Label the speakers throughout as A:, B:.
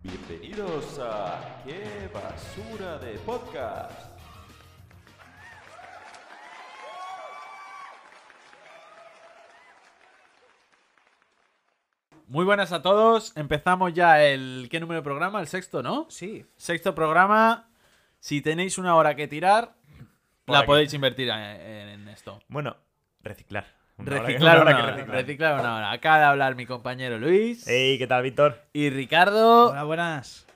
A: Bienvenidos a Qué Basura de Podcast.
B: Muy buenas a todos. Empezamos ya el. ¿Qué número de programa? El sexto, ¿no?
C: Sí.
B: Sexto programa. Si tenéis una hora que tirar,
C: Por
B: la
C: aquí.
B: podéis invertir en, en esto.
C: Bueno, reciclar. Una hora que-
B: Reciclar
C: una
B: una
C: hora que
B: hora.
C: reciclar.
B: Reciclar una hora. Acaba de hablar mi compañero Luis.
C: Ey, ¿qué tal, Víctor?
B: Y Ricardo.
D: Hola, buenas.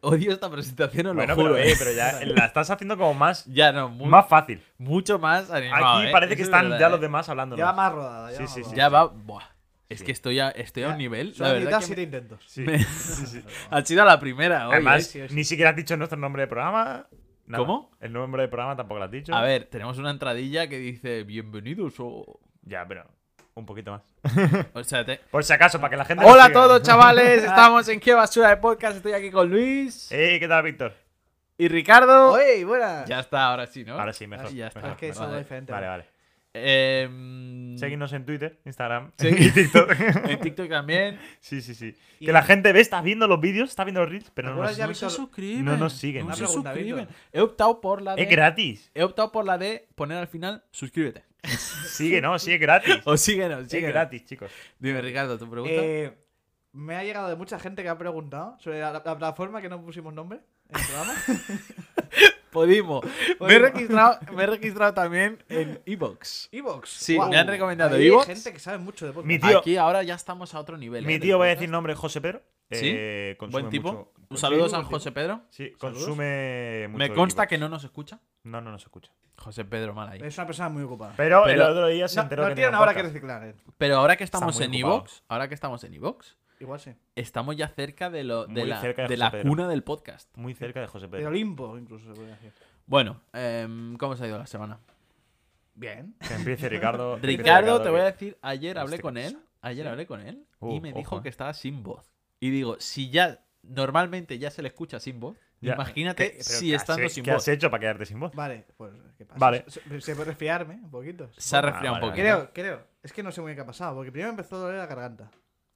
B: Odio esta presentación, os
C: Bueno,
B: lo juro.
C: pero, eh, pero ya la estás haciendo como más,
B: Ya no, mu-
C: más fácil.
B: mucho más animado.
C: Aquí
B: eh.
C: parece que
B: Eso es
C: están
B: verdad,
C: ya
B: eh.
C: los demás hablando.
D: Ya va más rodada. Ya
C: Sí,
D: va
C: sí,
D: más
C: sí.
B: Ya
D: rodada.
B: va. Buah. Es
C: Sí.
B: que estoy a, estoy a un
D: Ya,
B: nivel.
D: solo
B: La
D: necesitas
B: verdad que
D: siete
B: me-
D: intentos.
C: Sí.
B: me- ha sido la primera hoy.
C: Además,
B: eh.
D: sí, sí.
C: ni siquiera has dicho nuestro nombre de programa. Nada.
B: ¿Cómo?
C: El nombre de programa tampoco lo has dicho.
B: A ver, tenemos una entradilla que dice bienvenidos o...
C: Ya, pero un poquito más.
B: O sea, te-
C: Por si acaso, para que la gente.
B: Hola a
C: nos siga.
B: todos, chavales. Estamos en Qué Basura de Podcast. Estoy aquí con Luis
C: Ey, ¿qué tal, Víctor?
B: y Ricardo.
D: ¡Oye, buenas!
B: Ya está, ahora sí, ¿no?
C: Ahora sí, mejor.
B: sí, ¿Ah? ya está.
C: mejor,
D: Es que es
C: mejor.
D: algo
B: Vale.
D: diferente.
C: Vale, vale.
B: Em,
C: Seguidnos en Twitter, Instagram
B: Sí.
C: y TikTok.
B: En TikTok también.
C: sí, sí, sí.
D: Y-
C: Que la gente ve, está viendo los vídeos, está viendo los reels, pero no
D: ¿Te acuerdas
C: nos
D: Ya,
B: no se
D: Víctor,
B: suscriben.
C: no nos siguen.
B: No
C: Una
B: se
D: pregunta,
B: suscriben.
D: Víctor.
B: He optado por la
C: Es
B: de...
C: gratis.
B: He optado por la de poner al final, suscríbete.
C: Sigue, no, sigue gratis.
B: O síguenos,
C: Sigue
B: síguenos.
C: gratis, chicos.
B: Dime, Ricardo, ¿tu pregunta?
D: Eh, me ha llegado de mucha gente que ha preguntado sobre la, la plataforma que no pusimos nombre en el programa.
B: Podimo. Me he,
D: Podimo.
B: registrado, me he registrado también en Evox.
D: Evox.
B: Sí, me han recomendado
D: Ahí
B: iVoox.
D: Hay gente que sabe mucho de podcast. Ah,
C: Mi tío-
B: Aquí ahora ya estamos a otro nivel.
C: Mi
B: ¿eh?
C: tío
B: del
C: va a
B: podcast.
C: decir nombre José Pedro.
B: ¿Sí?
C: Eh, consume
B: Buen tipo.
C: mucho-
B: Un saludo a
D: Sí,
B: San
D: buen tipo.
B: José Pedro.
C: Sí,
D: Saludos.
C: consume mucho.
B: Me consta
C: Evox.
B: que no nos escucha. Eh,
C: No, no nos escucha.
B: José Pedro mal ahí.
D: Es una persona muy ocupada.
C: Pero,
B: Pero-
C: el otro día se
D: no,
C: enteró
D: no
C: que
D: tiene
C: tenía
D: una hora que
C: podcast.
D: reciclar. eh.
B: Pero ahora que estamos
C: muy
B: en
C: ocupado.
B: Evox, ahora que estamos en Evox,
D: Igual sí.
B: estamos ya cerca de lo de
C: Muy
B: la,
C: cerca de
B: de
C: José
B: la
C: Pedro.
B: cuna del podcast.
C: Muy cerca de José
D: Del
C: Pedro.
D: Olimpo, incluso se podría decir.
B: Bueno, em, ¿cómo se ha ido la semana?
D: Bien.
C: Que empiece Ricardo. que empiece
B: Ricardo, te
C: que-
B: voy a decir, ayer hablé
C: Hostia.
B: con él, ayer hablé con él y
C: Uh,
B: me dijo
C: ojo, eh.
B: que estaba sin voz. Y digo, si ya normalmente ya se le escucha sin voz,
C: Ya. ¿Qué-
B: imagínate
C: pero
B: si
C: qué
B: estando
C: has-
B: sin
C: ¿Qué
B: voz.
C: has hecho para quedarte sin voz?
D: Vale, pues, ¿qué pasa?
C: Vale.
D: Se, se puede resfriarme un poquito.
B: Se ha
C: Ah,
B: resfriado
C: vale,
B: un poquito.
D: Creo, creo. Es que no sé muy bien qué ha pasado, porque primero empezó a doler la garganta.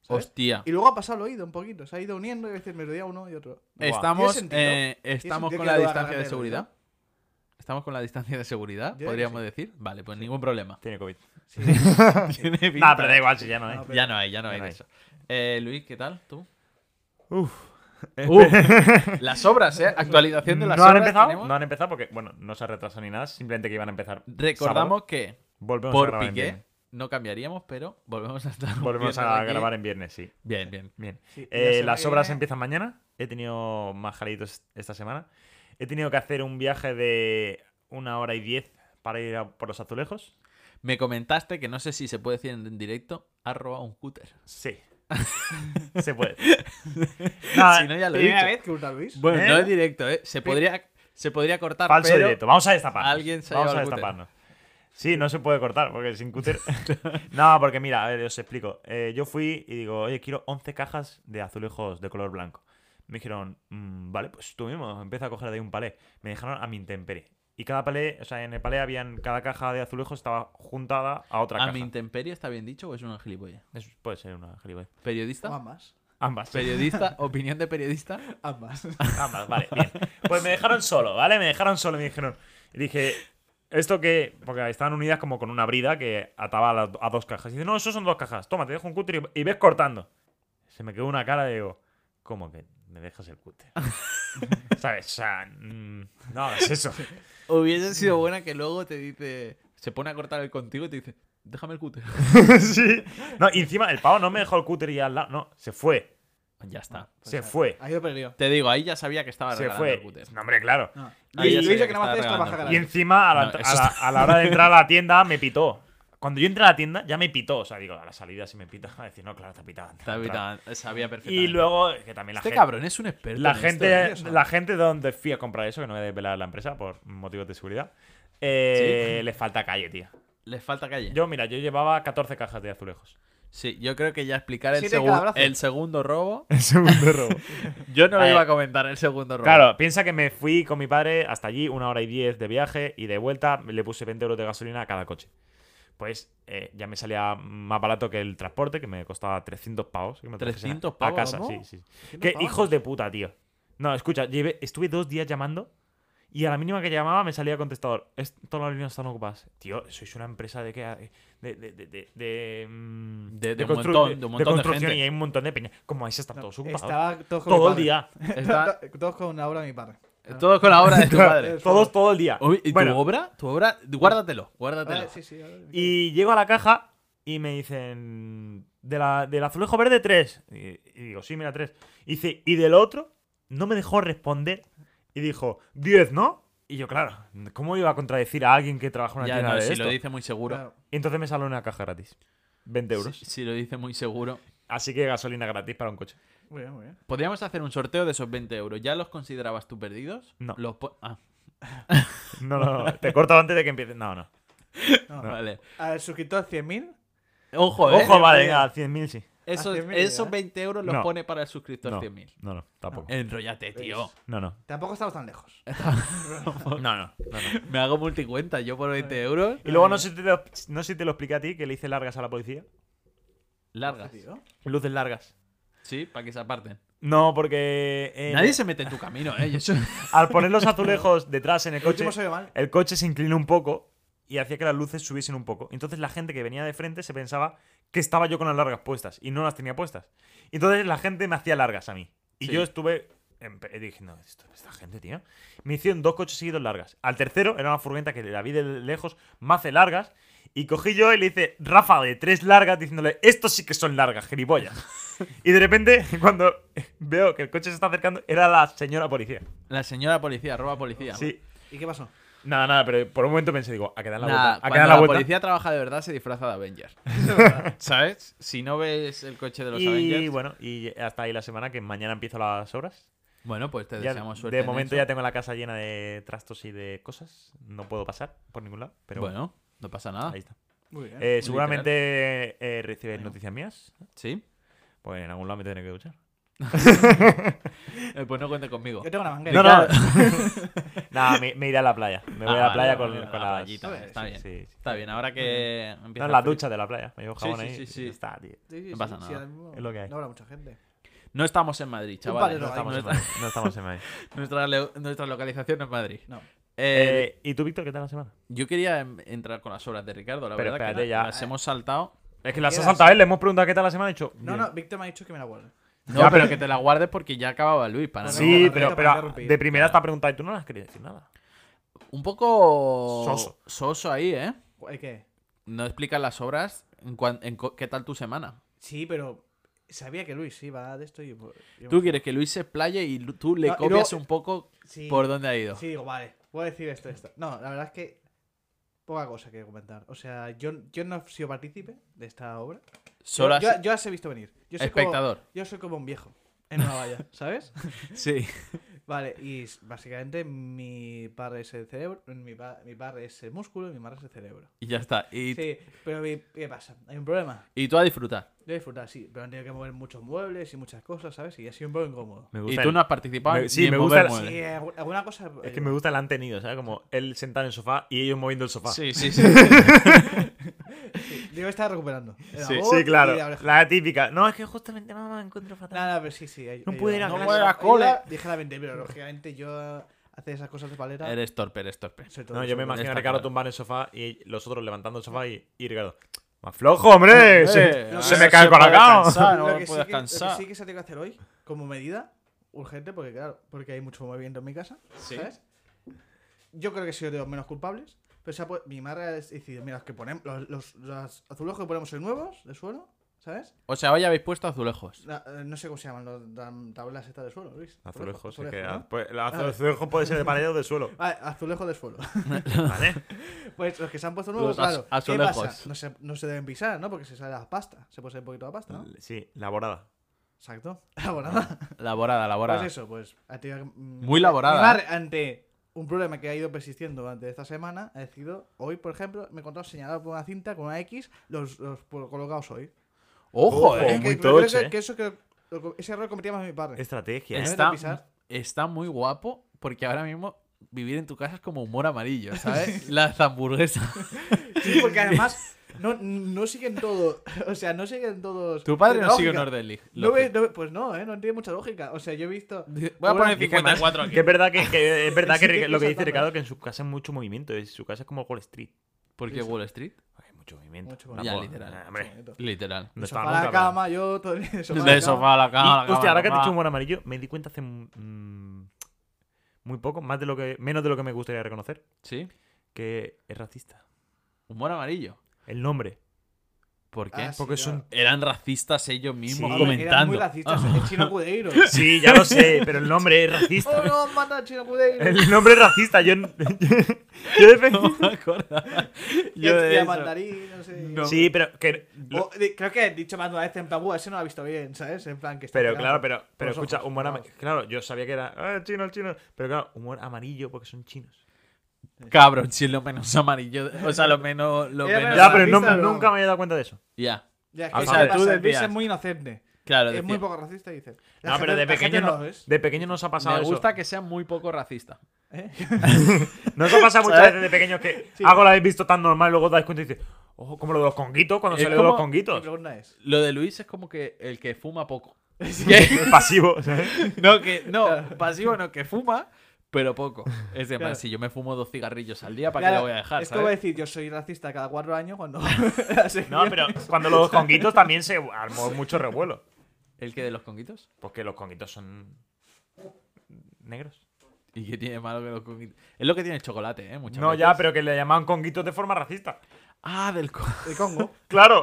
D: ¿sabes?
B: Hostia.
D: Y luego ha pasado el oído un poquito, se ha ido uniendo y a veces me lo dio uno y otro.
C: Buah.
B: Estamos,
D: ¿Tiene sentido?
B: eh, estamos
D: sentido
B: con
D: que
B: la
D: lo haga
B: distancia de
D: Garnero,
B: seguridad. Estamos con la distancia de seguridad,
D: Yo creo
B: podríamos
D: que
B: decir. Vale, pues ningún problema.
C: Tiene COVID.
D: Sí.
B: Tiene
C: Nah,
B: pinta.
C: pero da igual si ya no hay.
D: No, pero-
B: Ya no hay, ya no
C: Ya
B: hay
C: no
B: de
C: hay.
B: eso. Eh, Luis, ¿qué tal? ¿Tú?
C: Uf. Mm,
B: Uh, las obras, ¿eh? Actualización de las
C: No han
B: obras.
C: empezado.
B: tenemos.
C: No han empezado porque, bueno, no se ha retrasado ni nada. Simplemente que iban a empezar.
B: Recordamos
C: sábado.
B: que
C: Volvemos a
B: por
C: grabar en
B: Piqué
C: viernes.
B: no cambiaríamos, pero volvemos a estar. un
C: Volvemos
B: viernes
C: a
B: aquí.
C: grabar en viernes, sí.
B: Bien, bien.
C: Bien.
D: Sí, y la
C: Eh,
D: semana
C: las
D: que
C: obras
D: viene-
C: empiezan mañana. He tenido más jalitos esta semana. He tenido que hacer un viaje de una hora y diez para ir a por los azulejos.
B: Me comentaste que no sé si se puede decir en directo, ha robado un cúter.
C: Sí. Se puede. Nada,
B: Si no, ya lo he
D: Primera
B: dicho.
D: vez que hurta Luis.
B: Bueno,
C: ¿Eh?
B: no es directo, ¿eh? Se podría, se podría cortar,
C: falso
B: pero...
C: directo. Vamos a destaparnos.
B: alguien se ha
C: Vamos a
B: llevado el cúter.
C: destaparnos. Sí, no se puede cortar porque sin cúter. no, porque mira, a ver, os explico. Eh, yo fui y digo, oye, quiero 11 cajas de azulejos de color blanco. Me dijeron, "Mm, vale, pues tú mismo, empieza a coger de ahí un palé. Me dejaron a mi intemperie. Y cada palé, o sea, en el palé habían, cada caja de azulejos estaba juntada a otra
B: ¿A
C: caja.
B: mi intemperie está bien dicho o es una gilipollas?
C: Es- puede ser una gilipollas.
B: ¿Periodista?
D: Ambas.
C: Ambas.
B: Periodista, opinión de periodista.
D: Ambas.
C: Ambas, vale, bien. Pues me dejaron solo, ¿vale? Me dejaron solo y me dijeron. Y dije, ¿esto que Porque estaban unidas como con una brida que ataba a, las- a dos cajas. Y dice, no, eso son dos cajas. Toma, te dejo un cúter y, y ves cortando. Se me quedó una cara y digo, ¿cómo que me dejas el cúter? ¿Sabes? O sea, mm, no hagas eso.
B: Hubiese sido buena que luego te dice. Se pone a cortar el contigo y te dice. Déjame el cúter.
C: sí. No, y encima el pavo no me dejó el cúter y al lado. No, se fue.
B: ya está.
C: Se fue.
D: Pues, Ha ido perdido.
B: Ah. Te digo, ahí ya sabía que estaba Pues
C: Se
B: Ah, regalando el
C: fue.
B: cúter.
C: No, hombre, claro.
D: No.
B: Ahí Ah, ya
D: Luis, Luis
B: sabía
D: lo
B: que
D: que nada más hace es
B: estaba
D: trabajar
B: regalando.
D: gratis.
C: Y encima, a la,
B: No,
C: a
B: eso
C: la- a la hora de entrar a la tienda, me pitó. Cuando yo entré a la tienda, ya me pitó. O sea, digo, a la salida sí me pita. A decir, no, claro, está pitada.
B: Estaba evitando- Sabía perfectamente.
C: Y luego, que también la
B: Este
C: gente.
B: cabrón es un experto.
C: La
B: en esto,
C: gente,
B: ¿eh? O sea,
C: la gente de donde fui a comprar eso, que no voy a desvelar la empresa por motivos de seguridad, eh, les falta calle, tío.
B: Les falta calle.
C: Yo, mira, yo llevaba 14 cajas de azulejos.
B: Sí, yo creo que ya explicar el,
D: Siete
B: segun-
D: cada brazo.
B: el segundo robo.
C: El segundo robo.
B: Yo no lo
C: Eh,
B: iba a comentar, el segundo robo.
C: Claro, piensa que me fui con mi padre hasta allí, una hora y diez de viaje, y de vuelta le puse 20 euros de gasolina a cada coche. Pues eh, ya me salía más barato que el transporte, que me costaba 300 pavos. que me trajesen a-
B: 300
C: A
B: pavos,
C: casa,
B: ¿no?
C: sí, sí.
D: ¿Qué no
C: Qué
D: pagamos?
C: hijos de puta, tío. No, escucha, llevé- estuve dos días llamando y a la mínima que llamaba me salía contestador. "Es- Todas las líneas están ocupadas. Tío, sois una empresa de que. De, de, de, de, de, mm,
B: De- de un
C: constru-
B: montón, de un montón de
C: construcción
B: gente.
C: y hay un montón de peña. ¿Cómo vais a estar todos ocupados?
D: Estaba todos con mi
C: Todo el
D: padre.
C: día.
B: Está-
D: Todos con la obra de mi padre.
B: Todo con la obra de tu padre.
C: Todos, todo el día.
B: Uy, ¿Y tu
C: Bueno,
B: obra? ¿Tu obra? Guárdatelo, guárdatelo.
D: Ah, sí, sí, ahora-
C: Y llego a la caja y me dicen. De la, del azulejo verde 3. Y, y digo, sí, mira, 3. Y dice, y del otro no me dejó responder. Y dijo, 10, ¿no? Y yo, claro, ¿cómo iba a contradecir a alguien que trabaja en una
B: Ya,
C: tienda
B: no,
C: de
B: si
C: esto?
B: lo dice muy seguro.
D: Claro.
C: Y entonces me sale una caja gratis. 20 euros.
B: Si, si lo dice muy seguro.
C: Así que gasolina gratis para un coche.
D: Muy bien, muy bien.
B: Podríamos hacer un sorteo de esos 20 euros. ¿Ya los considerabas tú perdidos?
C: No.
B: Los po- ah,
C: No, no, no. Te corto antes de que empiece. No, no.
D: No.
B: vale.
D: Al suscriptor 100.000,
B: Ojo, ¿eh?
C: Ojo, vale, venga, 100.000 sí.
B: Esos,
D: Hace mil,
B: esos
D: ¿eh?
B: 20 euros los
C: No.
B: pone para el suscriptor
C: No,
B: 100.000.
C: no, no, tampoco.
B: Eh. Enrollate,
D: Pues
B: tío.
C: No, no.
D: tampoco estamos tan lejos.
C: No, no, no, no.
B: Me hago multicuenta yo por 20 euros.
C: Y luego no sé, si te lo, no sé si te lo expliqué a ti, que le hice largas a la policía.
B: Largas.
D: Este Tío.
C: Luces largas.
B: Sí, para que se aparten.
C: No, porque eh,
B: Nadie se mete en tu camino, ¿eh? Yo soy-
C: al poner los azulejos detrás en el
D: El
C: coche,
D: último se ve mal.
C: el coche se inclinó un poco y hacía que las luces subiesen un poco. Entonces la gente que venía de frente se pensaba que estaba yo con las largas puestas y no las tenía puestas. Entonces la gente me hacía largas a mí. Y
B: Sí.
C: yo estuve... empe- Dije, no, esto- esta gente, tío. Me hicieron dos coches seguidos largas. Al tercero era una furgoneta que la vi de lejos, me hace largas. Y cogí yo y le hice Rafa de tres largas diciéndole, estos sí que son largas, gilipollas. y de repente, cuando veo que el coche se está acercando, era la señora policía.
B: La señora policía, roba policía.
C: Sí.
D: ¿Y qué pasó?
C: Nada, nada, pero por un momento pensé, digo, a quedar la
B: Nah,
C: vuelta. A
B: cuando
C: quedar
B: la,
C: la vuelta.
B: policía trabaja de verdad se disfraza de Avenger. ¿Sabes? Si no ves el coche de los
C: Y
B: Avengers.
C: bueno, y hasta ahí la semana, que mañana empiezo las obras.
B: Bueno, pues te
C: Ya,
B: deseamos suerte.
C: de
B: en
C: momento
B: eso.
C: ya tengo la casa llena de trastos y de cosas. No puedo pasar por ningún lado, pero bueno,
B: Bueno, ah, no pasa nada.
C: ahí está.
D: Muy bien.
C: Eh, seguramente eh, recibes noticias mías.
B: ¿Sí?
C: Pues en algún lado me tendré que duchar.
B: Eh, pues no cuente conmigo.
D: Yo tengo una manguera.
C: No, no. Nada, me, me iré a la playa. Me voy
B: Ah, vale,
C: a la playa
B: vale,
C: con,
B: vale,
C: con
B: la
C: las-
B: playita, está bien.
C: Sí, sí.
B: Está bien, ahora que
C: No,
B: empieza
C: en
B: el
C: la
B: frío-
C: ducha de la playa. Me llevo jabón
B: sí,
C: ahí.
B: sí,
C: y
B: sí.
C: ya Está, tío.
D: Sí, sí,
B: No
D: sí,
B: pasa
D: sí,
B: nada.
D: ahora mismo
C: Es lo que hay.
D: No habrá mucha gente.
B: No estamos en Madrid, chavales.
D: palero
B: No
D: ahí.
B: estamos en
C: No,
B: Madrid.
C: estamos en Madrid.
B: Nuestra, leo- nuestra localización no es Madrid.
D: No.
B: Eh,
C: Eh, ¿Y tú, Víctor, qué tal la semana?
B: yo quería em- entrar con las obras de Ricardo, la
C: Pero
B: verdad
C: espérate
B: que
C: ya.
B: las hemos saltado.
C: Es que las has
D: Quedas-
C: saltado, a él, le hemos preguntado qué tal la semana y ha dicho.
D: No,
C: bien. Ah,
D: no, Víctor me ha dicho que me la guarde.
B: No, pero
C: Ya, pero-
B: que te las guardes porque ya acababa Luis. Para no-
C: Sí,
D: no,
C: pero,
D: no,
C: pero
D: no, no, no,
C: de primera esta pregunta y tú no las querías decir nada.
B: Un poco
C: Soso.
B: soso ahí, ¿eh?
D: ¿El qué?
B: No explican las obras en, cuan- en co- qué tal tu semana.
D: Sí, pero sabía que Luis iba de esto y... yo-
B: Tú quieres que Luis se explaye y lu- tú le
D: No, y luego-
B: copias un poco
D: Sí.
B: por dónde ha ido.
D: Sí, digo, vale, voy a decir esto, esto. No, la verdad es que poca cosa que comentar. O sea, yo, yo no he sido partícipe de esta obra.
B: Solo
D: yo,
B: has-
D: yo, yo las he visto venir. Yo soy
B: espectador.
D: Como, yo soy como un viejo en una valla, ¿sabes?
B: Sí.
D: Vale, y s- básicamente mi padre es el cerebro, mi, pa- mi padre es el músculo y mi madre es el cerebro.
B: Y ya está. Y,
D: Sí, pero ¿qué qué pasa? Hay un problema.
B: y tú a disfrutar.
D: Yo he disfrutado, sí, pero han tenido que mover muchos muebles y muchas cosas, ¿sabes? Y ha sido un poco incómodo.
C: Me
B: Y tú no has participado.
C: Me-
B: ni
C: sí,
B: en
C: me
B: mover
C: gusta la-
B: muebles.
D: Sí, algu- alguna cosa... eh,
C: Es que me gusta el han tenido, ¿sabes? Como él sentado en el sofá y ellos moviendo el sofá.
B: Sí, sí, sí.
D: Sí, Yo estaba recuperando. de la
C: Sí,
D: voz
C: sí, claro.
D: y de la oreja.
C: La típica. No, es que justamente no me encuentro fatal.
D: Nada, pero sí, sí.
C: No pude ir a
D: la
C: clase.
B: No pude
D: pude la
B: ir a
D: cola. Dije la mente, pero lógicamente yo hacer esas cosas de paleta.
B: eres torpe, eres torpe.
D: soy todo
C: No,
D: eso,
C: yo me
D: ¿no?
C: imagino a
B: Está
C: Ricardo
B: claro.
C: tumbado en el sofá y los otros levantando el sofá y, y Ricardo. ¡Más flojo, hombre!
B: Eh,
C: se,
B: no
C: se
B: sé,
C: me cae el
B: puede
C: colacao.
B: cansar, No
D: Lo que
B: lo puedes
D: sí que- Lo
B: cansar.
D: que sí que se tiene que hacer hoy, como medida urgente, porque claro, porque hay mucho movimiento en mi casa,
B: Sí.
D: ¿sabes? Yo creo que soy de los menos culpables, pero se ha pu- mi madre ha decidido, mira, los que ponemos, los, los, los azulejos que ponemos hoy nuevos, de suelo, ¿sabes?
B: O sea, hoy habéis puesto azulejos.
D: La- eh, no sé cómo se llaman, los, las tablas estas de suelo, Luis.
C: Azulejos, es
D: azulejo,
C: que
D: ¿no?
C: az- pues, el azulejo puede ser de pared o de suelo.
D: Vale, azulejo de suelo.
C: Vale.
D: Pues los que se han puesto nuevos,
B: Los az-
D: claro. ¿Qué
B: azulejos.
D: pasa? No se, no se deben pisar, ¿no? Porque se sale la pasta. Se puede salir un poquito la pasta,
B: Ah.
D: ¿no?
C: Sí, la borada.
D: Exacto. Laborada.
B: Laborada, laborada.
D: Pues eso, pues. ha tenido que- mm,
B: Muy ¿eh? laborada,
D: mi madre, ante un problema que ha ido persistiendo durante esta semana, ha decidido, hoy, por ejemplo, me he encontrado señalado con una cinta, con una X, los, los por- colocados hoy.
B: Ojo,
C: Ojo,
B: eh.
C: muy
D: que, creo
C: tocho,
D: que-
C: eh.
D: que eso creo- lo co- ese error cometíamos mi padre.
C: Estrategia.
D: Es-
C: ¿eh?
B: Está,
D: pisar.
B: está muy guapo porque ahora mismo vivir en tu casa es como humor amarillo, ¿sabes? Las hamburguesas.
D: Sí, porque además No, no siguen todo. O sea, no siguen todos.
B: Tu padre no sigue un
D: lógica.
B: Orden League.
D: No ve- no ve- pues no, ¿eh? No tiene mucha lógica. O sea, yo he visto.
B: Voy a poner
D: Bueno,
B: 54 aquí.
C: Que es verdad que, que es verdad que,
D: Sí, que
C: lo que
D: pasa
C: dice
D: tanto.
C: Ricardo que en su casa hay mucho movimiento. es- Su casa es como Wall Street.
B: ¿Por qué Wall Street?
C: Hay mucho movimiento.
D: Mucho
C: Una
B: movimiento.
C: porra.
B: Ya, literal.
C: Ah, hombre,
D: bonito.
B: Literal.
C: no
D: De
C: estaba
D: sofá a la
C: nunca,
D: cama, yo todo el sofá a la
B: De sofá a la
C: pero-
B: cama.
C: Y, hostia, ahora que has
B: te
C: dicho humor amarillo, me di cuenta hace mm, muy poco, más de lo que, menos de lo que me gustaría reconocer,
B: Sí.
C: que es racista.
B: Humor amarillo.
C: El nombre.
B: ¿Por qué?
D: Ah, sí,
C: Porque
D: ya.
C: son-
B: Eran racistas ellos mismos
C: Sí.
D: Eran
B: comentando.
D: muy racistas. El chino Cudeiro.
C: Sí, ya lo sé, pero el nombre es racista.
D: ¡Oh, no! ¡Mata al chino Cudeiro!
C: El nombre es racista. Yo, yo, yo defendí-
B: No me acordaba.
D: Yo
B: Yo de eso.
D: mandarín, no sé.
C: Sí, pero que.
B: Oh,
D: O, de- creo que he dicho más de una vez en plan, "Buah, ese no lo ha visto bien, ¿sabes? En plan que está
C: Pero
D: tirado
C: claro, pero, pero
D: los
C: escucha,
D: ojos,
C: humor
D: vamos.
C: amarillo. Claro, yo sabía que era. Ah, el chino, el chino. Pero claro, humor amarillo porque son chinos.
B: Cabrón, si es lo menos amarillo. O sea, lo menos. Lo
D: Era
B: menos...
D: menos-
C: Ya,
D: la
C: pero no-
D: racista, no.
C: nunca me había dado cuenta de eso.
B: Ya.
D: Ya, es
B: Ah, vale.
D: que ¿sabé
B: Tú
D: pasa? El
B: desvías.
D: Luis es muy inocente.
B: Claro,
D: Es
B: decía,
D: muy poco racista, dice. La
C: no,
D: gente-
C: pero de
D: la gente
C: pequeño,
D: no
C: no,
D: lo es.
C: de pequeño nos ha pasado
B: Me
C: eso.
B: gusta que sea muy poco racista.
D: ¿eh?
C: Nos ha pasado muchas
B: ¿Sabes?
C: veces de pequeños que algo lo habéis visto tan normal y luego os dais cuenta y dices, ojo, como lo de los conguitos, cuando
B: Es
C: salió de los
B: como-
D: Mi
C: conguitos.
D: pregunta es.
B: Lo de Luis es como que el que fuma poco.
C: Es pasivo, ¿sabes?
B: No, que no, pasivo no, que fuma, pero poco. Es de
D: Claro.
B: si yo me fumo dos cigarrillos al día, ¿para
D: Claro,
B: qué lo voy a dejar?
D: Es como
B: ¿sabes?
D: decir, yo soy racista cada cuatro años cuando. la sección-
C: No, pero cuando los conguitos también se armó mucho revuelo.
B: ¿El que de los conguitos?
C: Porque los conguitos son. negros.
B: ¿Y qué tiene malo que los conguitos? Es lo que tiene el chocolate, ¿eh? Muchas
C: No,
B: veces.
C: ya, pero que le llamaban conguitos de forma racista.
B: Ah, del. co-
D: El Congo.
C: Claro.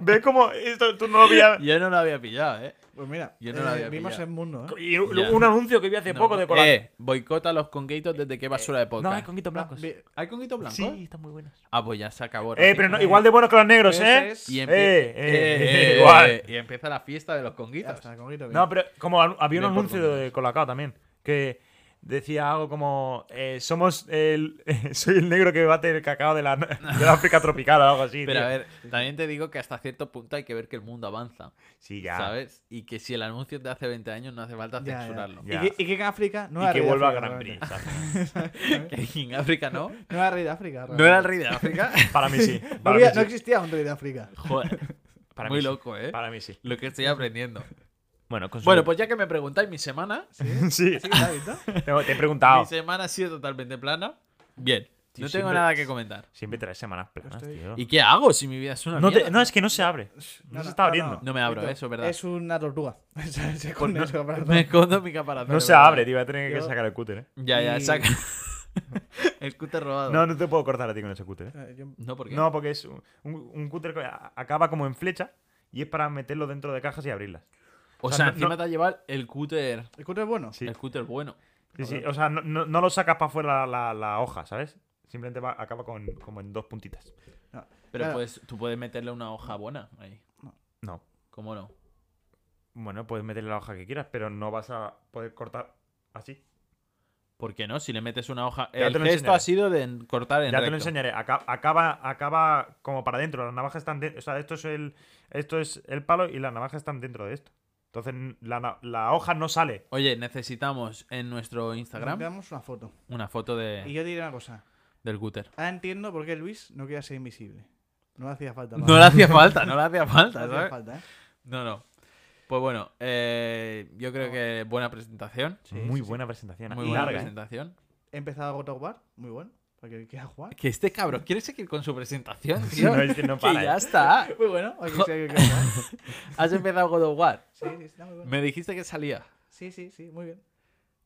C: ¿Ves cómo esto tú no lo habías.
B: Yo no lo había pillado, ¿eh?
D: Pues mira,
B: Yo no la había
D: vimos
B: pillado.
D: en mundo, ¿eh?
C: Y un un anuncio que vi hace poco de cola.
B: Eh, boicota los conguitos desde qué basura de
C: no, hay
B: podcast.
C: conguitos blancos.
D: Vi-
B: ¿Hay conguitos blancos?
C: Sí, están muy buenos.
B: Ah, pues ya se acabó.
C: Eh,
B: Rafi.
C: pero no, igual de buenos que los negros, ¿eh?
D: Ese es-
B: Y, empie-
C: Eh, eh,
B: eh, eh,
C: igual.
B: eh, y empieza la fiesta de los
D: Ya
B: conguitos.
D: está, Conguito, bien.
C: No, pero como anu- había
B: Bien
C: un
B: por
C: anuncio
B: conguitos.
C: de Colacao también que decía algo como: eh, Somos el. soy el negro que bate el cacao de la, de la África tropical o algo así.
B: Pero
C: tío.
B: a ver, también te digo que hasta cierto punto hay que ver que el mundo avanza,
C: Sí, ya.
B: ¿sabes? Y que si el anuncio es de hace 20 años no hace falta
D: Ya, ya.
B: censurarlo.
C: Ya.
D: Y que- y que en África no
C: Y
D: era
C: que
D: rey de
C: vuelva a
D: África,
C: Gran Prix.
D: realmente.
C: ¿sabes?
B: Que en África no.
D: No era rey de África.
B: ¿No era el
D: realmente.
B: rey de África?
C: Para mí sí.
D: No,
C: Para mí
D: había- no
C: sí.
D: existía un rey de África.
B: Joder,
C: Para
B: muy
C: mí sí.
B: loco, ¿eh?
C: Para mí sí.
B: Lo que estoy aprendiendo.
C: Bueno, con su-
B: Bueno, pues ya que me preguntáis mi semana,
C: sí.
D: Sí, David, ¿no?
C: Tengo- Te he
B: mi
C: preguntado.
B: semana ha sido totalmente plana. Bien,
C: Sí,
B: no tengo
C: siempre-
B: nada que comentar.
C: Siempre tres semanas planas,
D: estoy-
C: tío.
B: ¿Y qué hago si mi vida es una
C: No, te-
B: mierda?
C: no, es que no se abre. No, se está abriendo. No,
B: No me abro,
D: Vito,
B: Ah, eso es verdad.
D: Es una tortuga. Se- se esconde, se esconde.
B: Me escondo en mi caparazón. es
C: se
B: verdad.
C: abre, tío. Voy a tener que
D: Yo-
C: sacar el cúter, ¿eh?
B: Ya, ya,
D: Y-
B: saca. el cúter robado.
C: No, no te puedo cortar a ti con ese cúter, ¿eh?
D: Eh, yo-
B: No, porque
C: No, porque es un, un- un cúter que a- acaba como en flecha y es para meterlo dentro de cajas y abrirlas.
B: O
C: O sea,
B: sea,
C: no-
B: encima
C: no-
B: te ha llevado el cúter.
D: ¿El culo es bueno?
C: Sí.
B: El cúter bueno.
C: Sí, sí, O sea, no, no- no lo sacas para afuera la, la- la hoja, ¿sabes? Simplemente va- acaba con, como en dos puntitas.
D: No.
B: Pero
D: Claro,
B: pues tú puedes meterle una hoja buena ahí.
C: No.
B: ¿Cómo no?
C: Bueno, puedes meterle la hoja que quieras, pero no vas a poder cortar así.
B: ¿Por qué no? Si le metes una hoja.
C: Ya
B: el
C: te lo
B: gesto
C: enseñaré.
B: ha sido de en- cortar en
C: ya te lo
B: recto.
C: enseñaré. Aca- Acaba, acaba como para adentro. Las navajas están dentro. O sea, esto es el, esto es el palo y las navajas están dentro de esto. Entonces, n- la, na- la hoja no sale.
B: Oye, necesitamos en nuestro Instagram Eh.
D: Damos una foto.
B: una foto
D: Y
B: de,
D: yo te diré una cosa.
B: del cúter.
D: Ahora entiendo por qué Luis no quería ser invisible. No le hacía falta.
B: No
D: Pablo.
B: le hacía falta, no le hacía
D: No le
B: falta,
D: hacía
B: ¿sabes?
D: falta, ¿eh?
B: No, no. Pues bueno, eh, yo creo que buena presentación.
C: muy
D: sí, sí.
C: buena presentación.
B: Muy
C: y
B: buena
C: larga, ¿eh?
B: presentación.
D: He empezado a God of War, muy bueno. Para que quiera jugar.
B: Que este cabrón quiere seguir con su presentación,
C: Sí,
B: tío.
C: no, es que no
B: que
C: para,
B: ya
C: ¿eh?
B: está.
D: Muy bueno, para que quiera jugar.
B: Has empezado God of War.
D: Sí, sí, está muy bueno.
B: Me dijiste que salía.
D: Sí, sí, sí, muy bien.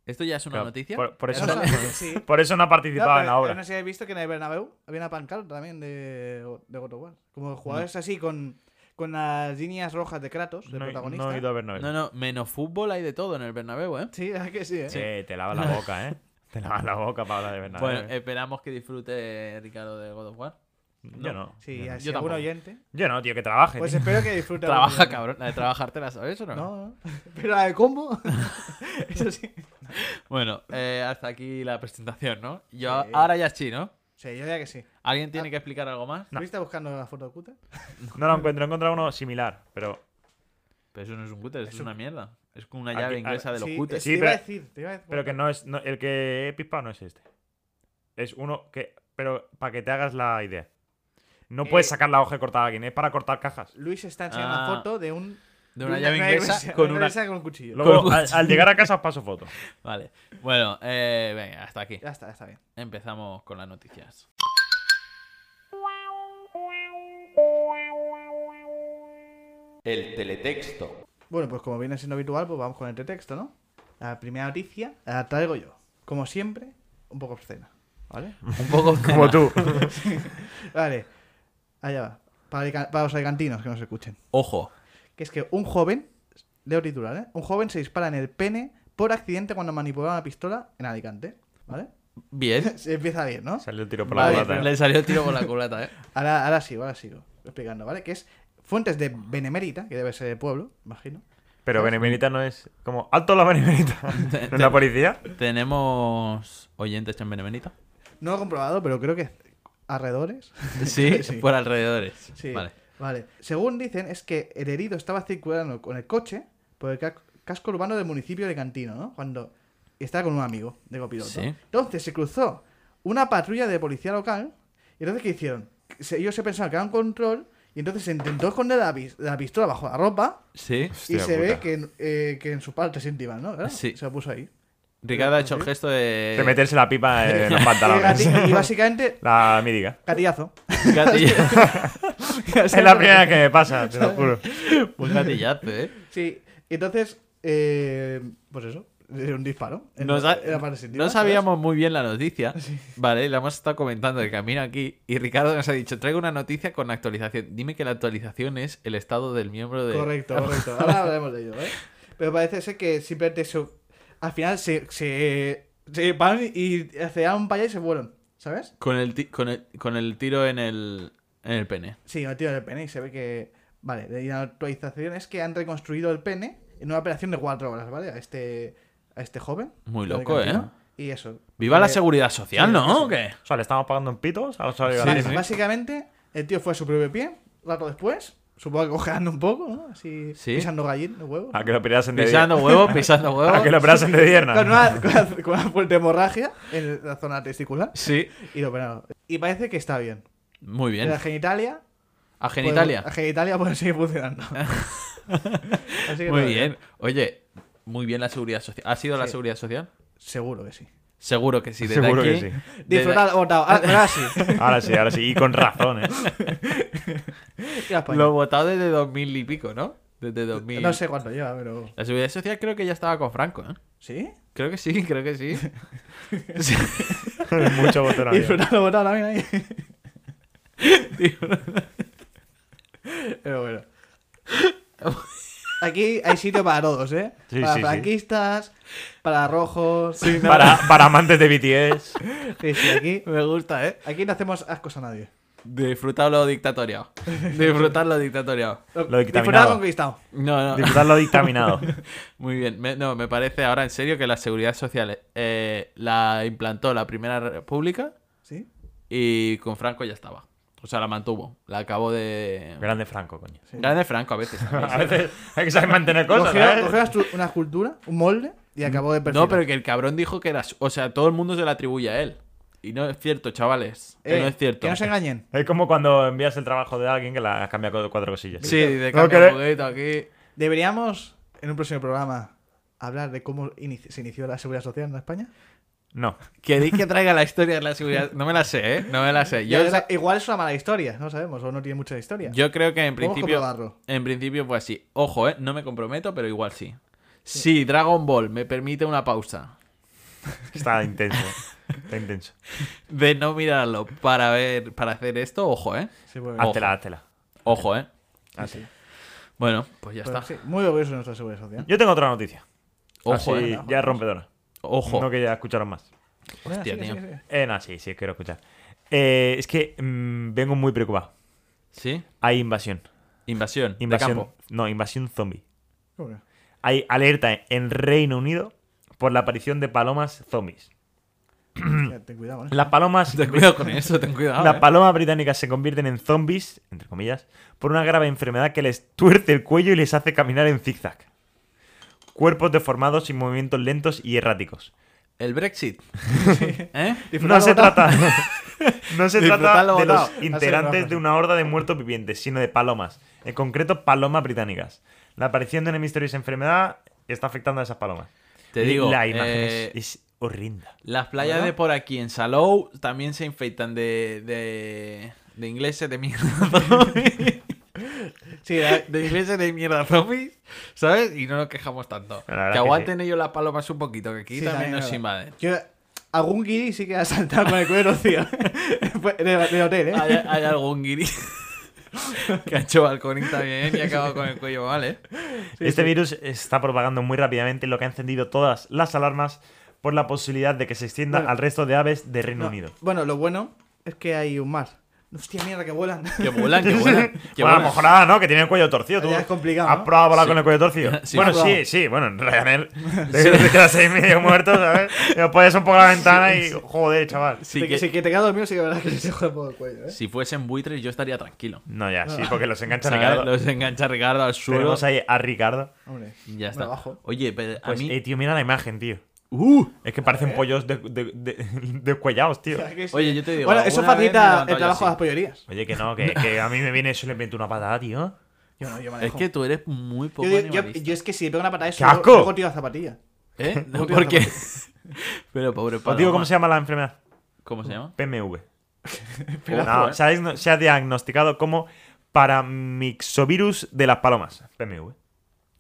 B: ¿Esto ya es una
C: Claro,
B: noticia?
C: Por, por eso
D: Eso
C: no,
D: sabe- sí.
C: por eso no ha
D: No,
C: participado en la
D: pero
C: obra.
D: No sé si habéis visto que en el Bernabéu había una pancarta también de, de God of War. Como jugadores así con, con las líneas rojas de Kratos, de
C: No, he-
D: protagonista.
C: no he ido a ver Noel.
B: No, no, menos fútbol hay de todo en el Bernabéu, ¿eh?
D: Sí, la verdad que sí, ¿eh?
C: Eh, te lava la boca, ¿eh? Te lava la boca para hablar de Bernabéu.
B: bueno,
C: ¿eh?
B: esperamos que disfrute Ricardo de God of War.
C: yo no.
D: Sí,
C: yo, no.
D: así
B: Yo
D: algún
B: tampoco.
D: oyente.
C: Yo no, tío, que trabaje.
D: Pues
C: tío.
D: espero que disfruten.
B: Trabaja, cabrón. La de trabajarte la sabes o no?
D: No, no. Pero la de combo. Eso sí.
B: Bueno, eh, hasta aquí la presentación, ¿no? Yo
D: Sí.
B: ahora ya sí, ¿no?
D: Sí, yo diría que sí.
B: ¿Alguien tiene que explicar algo más?
D: ¿Luis está buscando la foto de Cuta?
C: No lo encuentro. He encontrado uno similar, pero.
B: Pero eso no es un cúter, eso es
C: un-
B: una mierda. Es como una
C: Aquí-
B: llave
C: a-
B: inglesa de los
D: sí,
B: cúteres.
D: sí,
C: Sí,
D: te iba a
C: pero-
D: decir, te iba a decir.
C: Pero que no es. no- el que he pispado no es este. Es uno que. Pero para que te hagas la idea. No
D: Eh,
C: puedes sacar la hoja y cortar a alguien, es para cortar cajas.
D: Luis está enseñando
B: Ah.
D: una foto de un.
B: De una llave inglesa
D: iglesia-
B: con
D: de
B: una.
D: iglesia con un cuchillo.
C: Luego,
B: Con-
C: al, al llegar a casa os paso foto.
B: Vale. Bueno, eh, venga, hasta aquí.
D: Ya está, ya está bien.
B: Empezamos con las noticias.
A: El teletexto.
D: Bueno, pues como viene siendo habitual, pues vamos con el texto, ¿no? La primera noticia la traigo yo. Como siempre, un poco obscena. ¿Vale?
B: Un poco
C: Como tú.
D: Vale. Allá va. Para, alica- para los alicantinos que nos escuchen.
B: Ojo.
D: Que es que un joven, leo titular, ¿eh? Un joven se dispara en el pene por accidente cuando manipulaba una pistola en Alicante. ¿Vale?
B: Bien.
D: Se empieza bien, ¿no?
C: Sale el tiro por la
D: Vale,
C: culata.
D: pero-
B: Le salió el tiro por la culata, ¿eh?
D: Ahora, ahora sigo, ahora sigo explicando, ¿vale? Que es Fuentes de Benemérita, que debe ser el pueblo, imagino.
C: Pero Benemerita no es como. ¡Alto la Benemerita! ¿No es la policía?
B: Tenemos oyentes en Benevenito.
D: No lo he comprobado, pero creo que alrededores.
B: Sí,
D: Sí.
B: por alrededores.
D: Sí.
B: Vale.
D: Vale. Según dicen, es que el herido estaba circulando con el coche por el ca- casco urbano del municipio de Cantino, ¿no? Cuando y estaba con un amigo de copiloto.
B: Sí.
D: Entonces se cruzó una patrulla de policía local. Y entonces, ¿qué hicieron? Se- ellos se pensaron que era un control. Y entonces se intentó esconder la, pis- la pistola bajo la ropa.
B: Sí.
D: Y
C: Hostia
D: se ve
C: puta.
D: que, en- eh, que en su parte se íntima, ¿no? Claro,
B: Sí.
D: Se lo puso ahí.
B: Ricardo ha hecho el gesto de.
C: De meterse la pipa en los
D: Y, gati-
C: pantalones.
D: y básicamente,
C: La mídica.
D: gatillazo.
B: Gatillo.
C: Es la primera vez que me pasa, te lo juro.
B: Un gatillazo, ¿eh?
D: Sí, y entonces, eh, pues eso, de un disparo. En
B: No,
D: la-
B: sa-
D: en la parte
B: no
D: síntima,
B: sabíamos muy bien la noticia, ¿vale? La hemos estado comentando de camino aquí y Ricardo nos ha dicho, traigo una noticia con actualización. Dime que la actualización es el estado del miembro de...
D: ¿sabes? Correcto, correcto. Ahora hablaremos de ello, ¿eh? Pero parece ser que simplemente se- al final se, se, se van y se dan un allá y se vuelan, ¿sabes?
B: Con el, ti- con el, con el tiro en el, en el pene.
D: Sí, me tiro del pene y se ve que... Vale, y la actualización es que han reconstruido el pene en una operación de cuatro horas, ¿vale? A este, a este joven.
B: Muy loco, ¿eh?
D: Y eso.
B: Viva la
D: Eh,
B: seguridad social,
D: sí,
B: ¿no?
D: sí.
B: ¿O qué?
C: O sea, le estamos pagando en pitos a los
D: Bas-
C: oligarcas.
D: Básicamente, el tío fue a su propio pie, rato después, supongo que cojeando un poco, ¿no? Así
B: Sí. Ah,
D: pisando gallín de huevo.
C: A que lo operasen de
B: Pisando huevos,
D: Ah,
B: pisando
C: dierna. A que lo
B: huevos.
C: operasen de dierna.
D: Con una, con una- con una fuerte hemorragia en la zona testicular
B: Sí,
D: y lo operaron. Y parece que está bien.
B: muy
D: En
B: bien.
D: la genitalia.
B: A genitalia.
D: puede- la genitalia puede seguir funcionando. Así que
B: Muy
D: todo
B: bien. Oye, muy bien la seguridad social. ¿Ha sido la
D: Sí.
B: seguridad social?
D: Seguro que sí.
B: Seguro que sí. Desde
C: Seguro
B: aquí,
C: que sí.
B: desde-
D: Disfrutar, votado. Ah, Ahora sí.
C: Ahora sí, ahora sí. Y con razón, ¿eh?
D: Ir a España.
B: Lo votado desde 2000 y pico, ¿no? Desde 2000.
D: pues, No sé cuánto lleva, pero.
B: La seguridad social creo que ya estaba con Franco, ¿eh?
D: ¿Sí?
B: Creo que sí, creo que sí.
C: Mucho botón abierto.
D: Disfrutar, votado también ahí. Pero bueno. Aquí hay sitio para todos, ¿eh?
C: Sí,
D: para
C: sí, sí.
D: franquistas, para rojos. Sí,
C: Para, para amantes de BTS.
D: sí, aquí,
B: Me gusta, ¿eh?
D: aquí no hacemos ascos a nadie.
B: Disfrutarlo dictatorial. Disfrutarlo dictatorial.
C: Lo he
D: Disfrutar
C: quitaminado.
D: conquistado.
B: No, no.
C: Disfrutar lo dictaminado.
B: Muy bien. Me- no, me parece ahora en serio que la seguridad social eh, la implantó la Primera República
D: ¿Sí?
B: y con Franco ya estaba. O sea, la mantuvo. La acabó de.
C: Grande Franco, coño.
B: Grande Franco a veces. también.
C: A veces hay que saber mantener cosas,
D: Cogió,
C: ¿sabes?
D: cogió una estru- una escultura, un molde y acabó de perder.
B: ¿eh? No, pero que el cabrón dijo que era. su- O sea, todo el mundo se la atribuye a él. Y no es cierto, chavales. Que no es cierto.
D: Eh, Que no se engañen.
C: Es como cuando envías el trabajo de alguien que la cambia con cuatro cosillas.
B: Sí, de
C: No,
B: cambia
C: que-
B: un poquito aquí.
D: Deberíamos, en un próximo programa, hablar de cómo inici- se inició la seguridad social en España.
C: No.
B: ¿Queréis que traiga la historia de la seguridad? No me la sé, ¿eh? No me la sé. Yo,
D: Ya, ya, Igual es una mala historia, no sabemos, o no tiene mucha historia.
B: yo creo que en
D: Podemos
B: principio.
D: comprobarlo.
B: En principio fue así. Ojo, ¿eh? No me comprometo, pero igual sí. Sí, Dragon Ball me permite una pausa
C: Está intenso. Está intenso.
B: de no mirarlo para ver, para hacer esto. Ojo, ¿eh?
D: Sí, bueno.
B: Ah,
C: Háztela, háztela.
B: Ojo, ¿eh?
C: Así.
B: Bueno, pues ya
D: Pero
B: está.
D: sí, muy orgulloso de nuestra seguridad social.
C: Yo tengo otra noticia.
B: Ojo,
C: Así,
B: ¿eh?
C: ya es rompedora.
B: Ojo.
C: No que ya escucharon más.
D: Bueno,
B: Hostia,
D: sigue,
B: tío.
D: sigue, sigue.
C: Eh, no, sí, sí, quiero escuchar. Eh, es que mm, vengo muy preocupado.
B: ¿Sí?
C: Hay invasión.
B: Invasión.
C: Invasión.
B: De campo.
C: No, invasión zombie.
D: ¿Cómo que?
C: Hay alerta en Reino Unido por la aparición de palomas zombies. Mm.
D: Ya, Ten cuidado, ¿eh?
C: Las palomas
B: Ten cuidado con eso, ten cuidado.
C: Las
B: ¿eh?
C: palomas británicas se convierten en zombies, entre comillas, por una grave enfermedad que les tuerce el cuello y les hace caminar en zigzag. Cuerpos deformados y movimientos lentos y erráticos.
B: El Brexit. ¿Eh?
D: Disfrutar
C: No se
D: votado.
C: trata. No se trata
B: Disfrutadlo
C: de
B: votado.
C: los
B: Ha
D: sido
C: integrantes
D: gracioso.
C: de una horda de muertos vivientes, sino de palomas. En concreto, palomas británicas. La aparición de una misteriosa enfermedad está afectando a esas palomas.
B: Te
C: Y
B: digo,
C: La imagen
B: eh,
C: es, es horrenda.
B: Las playas
D: ¿Verdad?
B: de por aquí en Salou también se infectan de, de, de ingleses de mierda zombies.
D: Sí, la-
B: De ingleses de mierda zombies, ¿sabes? Y no nos quejamos tanto.
C: La verdad
B: que
C: que
B: aguanten ellos las palomas un poquito, que aquí
D: sí,
B: también nos
D: verdad.
B: invaden.
D: Yo, algún guiri sí que ha saltado con el cuero, tío. Fue- en el- en el hotel, ¿eh?
B: Hay, hay algún guiri que ha hecho balconing también y ha acabado con el cuello mal, ¿eh?
C: este virus está propagando muy rápidamente, lo que ha encendido todas las alarmas por la posibilidad de que se extienda
D: Bueno.
C: al resto de aves de Reino
D: No,
C: Unido.
D: Bueno, lo bueno es que hay un mar. Hostia, mierda, que vuelan.
B: Que vuelan, que vuelan. Que
C: Bueno, a lo
B: vuelan.
C: mejor nada, ¿no? Que tiene el cuello torcido. Tú
D: Ya es complicado,
C: Has
D: ¿no?
C: probado a volar
B: Sí.
C: con el cuello torcido.
B: Sí,
C: bueno,
D: he probado.
C: sí, sí. Bueno, en Ryanair te te quedas ahí medio muerto, ¿sabes? Y apoyas un poco la ventana y joder, chaval.
B: Sí
D: Te-
B: que-
D: sí, que te quedas dormido, sí que es verdad que se juega por el cuello, ¿eh?
B: Si fuesen buitres, yo estaría tranquilo.
C: No, ya,
D: Ah.
C: sí, porque los enganchan a
B: Sacar-
C: Ricardo.
B: los engancha Ricardo al suelo.
C: Tenemos ahí a Ricardo.
D: Hombre,
B: y Ya está.
D: Abajo.
B: Oye, pero a
C: Pues,
B: mí.
C: eh, tío, mira la imagen, tío.
B: ¡Uh!
C: Es que
D: Eh.
C: parecen pollos de, de, de- descuellados, tío.
B: Oye, yo te digo,
D: Bueno, eso
B: alguna vez me he
D: facilita
B: levantado
D: el
B: yo
D: trabajo de
B: así.
D: las pollerías.
C: Oye, que no, que, que a mí me viene simplemente una patada, tío.
D: Yo no, yo me
B: Es
D: alejo.
B: que tú eres muy poco
D: yo, digo- yo-
B: animalista.
D: yo es que si le pego una patada a eso,
C: ¡Qué
D: luego-
C: asco!
D: luego tiro la zapatilla.
B: ¿Eh? No,
D: No te
B: porque...
D: vas
B: Pero pobre
C: Os
B: paloma.
C: digo cómo se llama la enfermedad.
B: ¿Cómo se llama?
C: PMV.
B: Ojo,
C: No,
B: eh.
C: se, ha, diagno- se ha diagnosticado como paramixovirus de las palomas. PMV.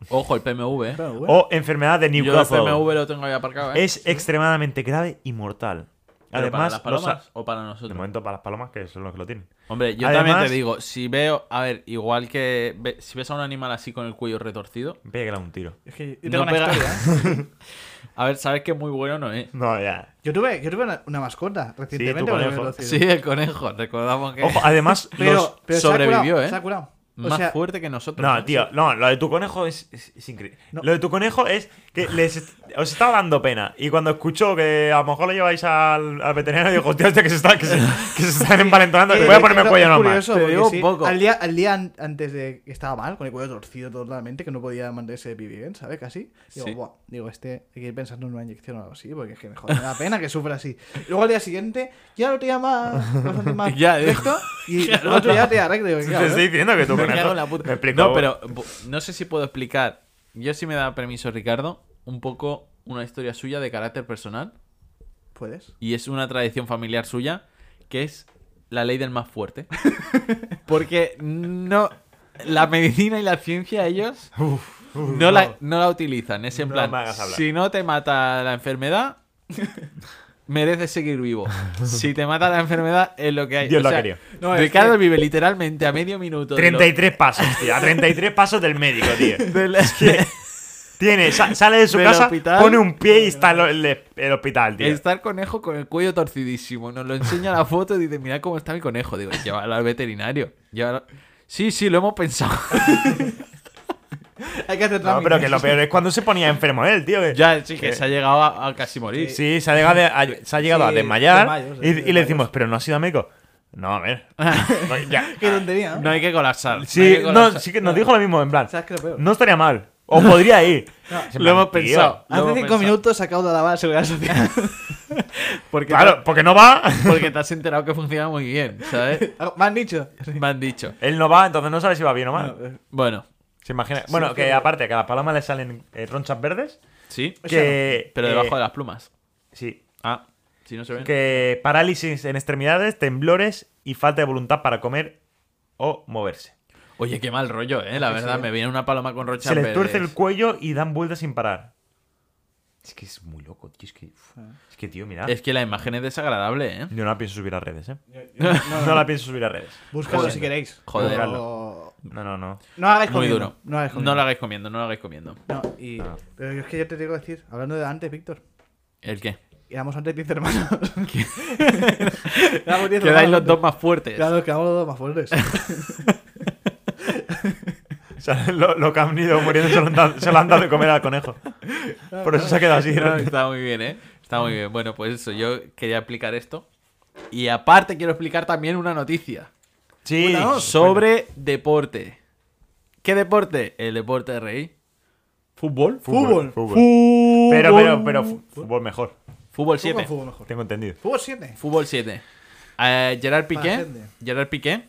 B: Ojo, el PMV. ¿eh?
D: Pero bueno.
C: O enfermedad de
B: Yo el
C: Newcastle.
B: PMV lo tengo ahí aparcado, ¿eh?
C: Es extremadamente grave y mortal.
B: Pero
C: Además,
B: ¿Para las
C: los a-
B: palomas o para
C: de
B: nosotros?
C: momento para las palomas, que son los que lo tienen.
B: Hombre, yo
C: Además-
B: también te digo, si veo... A ver, igual que... ve- si ves a un animal así con el cuello retorcido...
C: Pégale un tiro.
D: Es que yo
B: Oh. no
D: tengo una
B: pega-
D: historia, ¿eh?
B: a ver, sabes que muy bueno no eh? es.
C: No, ya.
D: Yo tuve, yo tuve una, una mascota recientemente.
C: tu
D: con el
C: conejo.
D: velociraptor.
B: Sí, el conejo. Recordamos que
C: Ojo, además, los-
D: pero, pero se ha
B: sobrevivió,
D: curado,
B: ¿eh?
D: Se ha curado. O
B: más
D: sea,
B: fuerte que nosotros. ¿eh?
C: No, tío, no, lo de tu conejo es, es- es increíble.
D: No.
C: Lo de tu conejo es que les est- os estaba dando pena. Y cuando escuchó que a lo mejor lo lleváis al, al veterinario, digo, hostia, hostia, que se, está, que, se, que se están envalentonando.
D: eh,
C: Voy a ponerme
D: es
C: el cuello normal.
D: curioso,
B: Te
D: porque
B: digo un
D: sí,
B: poco.
D: Al día, al día an- antes de que estaba mal, con el cuello torcido totalmente, que no podía mantenerse de pie bien, ¿sabes? Casi. Digo,
B: Sí.
D: "Buah", digo, este hay que ir pensando en una inyección o algo así, porque es que me jode, me da pena que sufra así. Luego al día siguiente, ya lo tenía más, bastante más
B: Ya, digo.
D: recto, y el otro ya te recto. Digo,
C: Te
D: claro,
C: estoy diciendo que tu
B: Me
C: conejo.
B: cago en la puta.
C: Me explico.
B: No, pero bu- no sé si puedo explicar. Yo sí me da permiso, Ricardo, un poco una historia suya de carácter personal.
D: ¿Puedes?
B: Y es una tradición familiar suya, que es la ley del más fuerte. Porque no. La medicina y la ciencia, ellos no, La, no la utilizan. Es en
C: No
B: plan,
C: me hagas hablar.
B: si no te mata la enfermedad, mereces seguir vivo. Si te mata la enfermedad, es lo que hay.
C: Dios
B: O
C: lo ha
B: sea,
C: querido.
D: No, es
B: Ricardo
D: que-
B: vive literalmente a medio minuto. de lo-
C: 33 pasos, tío. A 33 pasos del médico, tío.
B: del-
C: Tiene, sa- sale de su
B: Del
C: casa,
B: hospital.
C: pone un pie y está en lo- el, el hospital, tío.
B: Está el conejo con el cuello torcidísimo. Nos lo enseña la foto y dice, mira cómo está mi conejo. Digo, llévalo al veterinario. llévalo". Sí, sí, lo hemos pensado.
D: Hay que hacer
C: No,
D: trámites.
C: pero que lo peor es cuando se ponía enfermo él, tío. que-
B: ya, sí, que
C: ¿Qué?
B: se ha llegado a, a casi morir.
C: Sí, se ha llegado, de- a, se ha llegado a
D: Sí,
C: desmayar
D: desmayos,
C: y, y le
D: desmayos.
C: decimos, pero no ha sido médico. No, a ver. No, ya.
D: Qué tontería, ¿no?
B: No hay que colapsar. no hay
C: Sí,
B: que
C: no,
B: colapsar.
C: sí que nos dijo lo mismo, en plan.
D: ¿Sabes qué es lo peor?
C: No estaría mal. O podría ir. Es en
B: lo
C: plan,
B: hemos
C: tío,
B: pensado. lo
D: Hace
B: hemos
D: cinco
B: pensado.
D: minutos se acabo de lavar la seguridad social.
B: Porque,
C: Claro, porque no va.
B: te, porque te has enterado que funciona muy bien, ¿sabes?
D: ¿Me han dicho?
B: Me han dicho.
C: Él no va, entonces no sabe si va bien o mal.
D: eh,
B: Bueno,
C: Se imagina. Bueno, que aparte, que a las palomas le salen eh, ronchas verdes.
B: sí.
D: sea,
C: Que,
B: Pero
C: eh,
B: debajo de las plumas.
C: Sí.
B: Ah, si no se ven.
C: Que parálisis en extremidades, temblores y falta de voluntad para comer o moverse.
B: Oye, qué mal rollo, ¿eh? La verdad, me viene una paloma con rocha
C: Se les tuerce el cuello y dan vueltas sin parar. Es que es muy loco, tío. Es que, uf. es que tío, mira.
B: Es que la imagen es desagradable, ¿eh?
C: Yo no la pienso subir a redes, ¿eh? No la pienso subir a redes.
D: Búscalo si queréis.
B: Joder.
D: Pero-
C: No, no, no.
D: No hagáis
B: Muy
D: comiendo.
B: duro.
D: No hagáis comiendo.
B: No Ah. lo hagáis comiendo, no lo hagáis comiendo.
D: No, y- Pero yo es que yo te tengo que decir, hablando de antes, Víctor,
B: ¿El qué?
D: éramos antes 10 hermanos. éramos 10
B: Quedáis
D: hermanos
B: los dos
D: antes.
B: más fuertes.
D: Claro, quedamos los dos más fuertes.
C: O sea, lo, lo que han ido muriendo se lo han, dado, se lo han dado de comer al conejo. Por eso se ha quedado así.
B: No,
C: ¿no?
B: está muy bien, ¿eh? Está muy bien. Bueno, pues eso, yo quería explicar esto. Y aparte quiero explicar también una noticia
C: Sí.
B: sobre deporte. ¿Qué deporte? El deporte rey. ¿Fútbol?
D: Fútbol.
C: Pero, pero, pero, fu- fútbol mejor.
B: Fútbol
D: Tú con
B: 7.
D: fútbol mejor.
C: Tengo entendido.
D: Fútbol 7.
B: Fútbol 7. Eh, Gerard Piqué.
D: gente.
B: Gerard Piqué.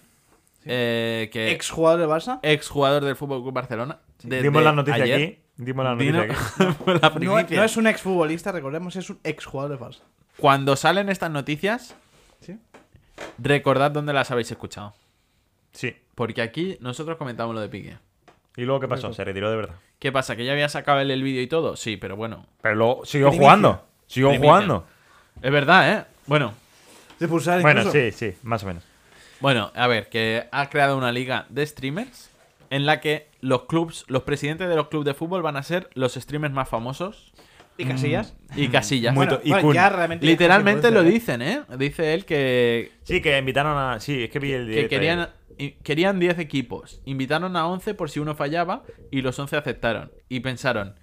B: eh, que
D: Ex jugador del Barça.
B: ex jugador del Fútbol Club Barcelona. desde
C: Dimos la noticia
B: ayer.
C: aquí. Dimos la
B: Dino-
C: noticia aquí.
B: la
D: No,
B: primicia.
D: no es un ex futbolista, recordemos, es un ex jugador del Barça.
B: Cuando salen estas noticias,
D: ¿Sí?
B: recordad dónde las habéis escuchado.
C: Sí.
B: Porque aquí nosotros comentamos lo de Piqué.
C: ¿Y luego qué pasó? Se retiró de verdad.
B: ¿Qué pasa? ¿Que ya había sacado él el vídeo y todo? Sí, pero bueno.
C: Pero luego siguió
D: Primicia.
C: jugando. Siguió
B: Primicia.
C: jugando.
B: Es verdad, ¿eh? Bueno,
D: De pulsar
C: Bueno,
D: incluso.
C: sí, sí, más o menos.
B: bueno, a ver, que ha creado una liga de streamers en la que los clubs, los presidentes de los clubes de fútbol van a ser los streamers más famosos Mm,
D: ¿Y Casillas?
B: y casillas.
C: Muy
D: Bueno,
C: to- y
D: bueno,
C: Kun.
D: ya realmente
B: Literalmente lo
D: dice
B: dicen, ¿eh? Dice él que,
C: Sí, que invitaron a. Sí, es que vi el
B: que
C: directo
B: querían,
C: ahí.
B: i- querían 10 equipos. Invitaron a 11 por si uno fallaba y los 11 aceptaron. Y pensaron,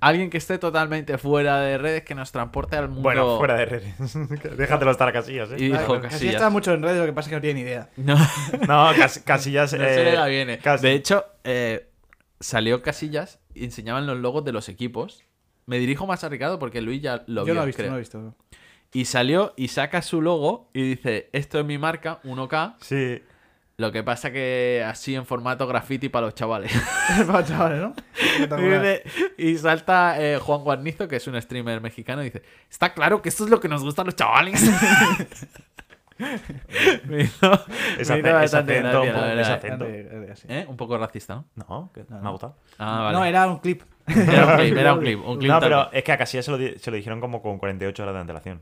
B: alguien que esté totalmente fuera de redes que nos transporte al mundo...
C: Bueno, fuera de redes. Déjatelo estar casillas,
B: Y
C: ¿eh?
B: dijo
D: Claro, Casillas
B: Casillas.
D: está mucho en redes, lo que pasa es que no tiene ni idea.
B: No, no
C: No, Cas- casillas.
B: se le
C: eh,
B: da bien. eh.
C: Cas-
B: De hecho, eh, salió Casillas y enseñaban los logos de los equipos. Me dirijo más a Ricardo porque Luis ya lo
D: Yo
B: vio,
D: no lo he visto,
B: creo.
D: no lo he visto.
B: Y salió y saca su logo y dice, esto es mi marca, 1K.
C: Sí.
B: Lo que pasa que así en formato graffiti para los chavales.
D: Para chavales, ¿no?
B: Y dice- y salta eh, Juan Guarnizo, que es un streamer mexicano, y dice, está claro que esto es lo que nos gustan los chavales. me hizo,
C: Es
B: me hizo
C: ace- es
B: bastante
C: acento.
B: gracia, la
C: Es
B: verdad.
C: acento.
B: ¿Eh? Un poco racista, ¿no?
C: No, que-
D: No,
C: me ha
D: no.
C: gustado.
B: Ah,
D: No,
B: vale.
D: era un clip.
B: era, un clip, era un clip. un clip
C: No,
B: tal
C: pero
B: cual.
C: es que a Casillas se lo, di- se lo dijeron como con 48 horas de antelación.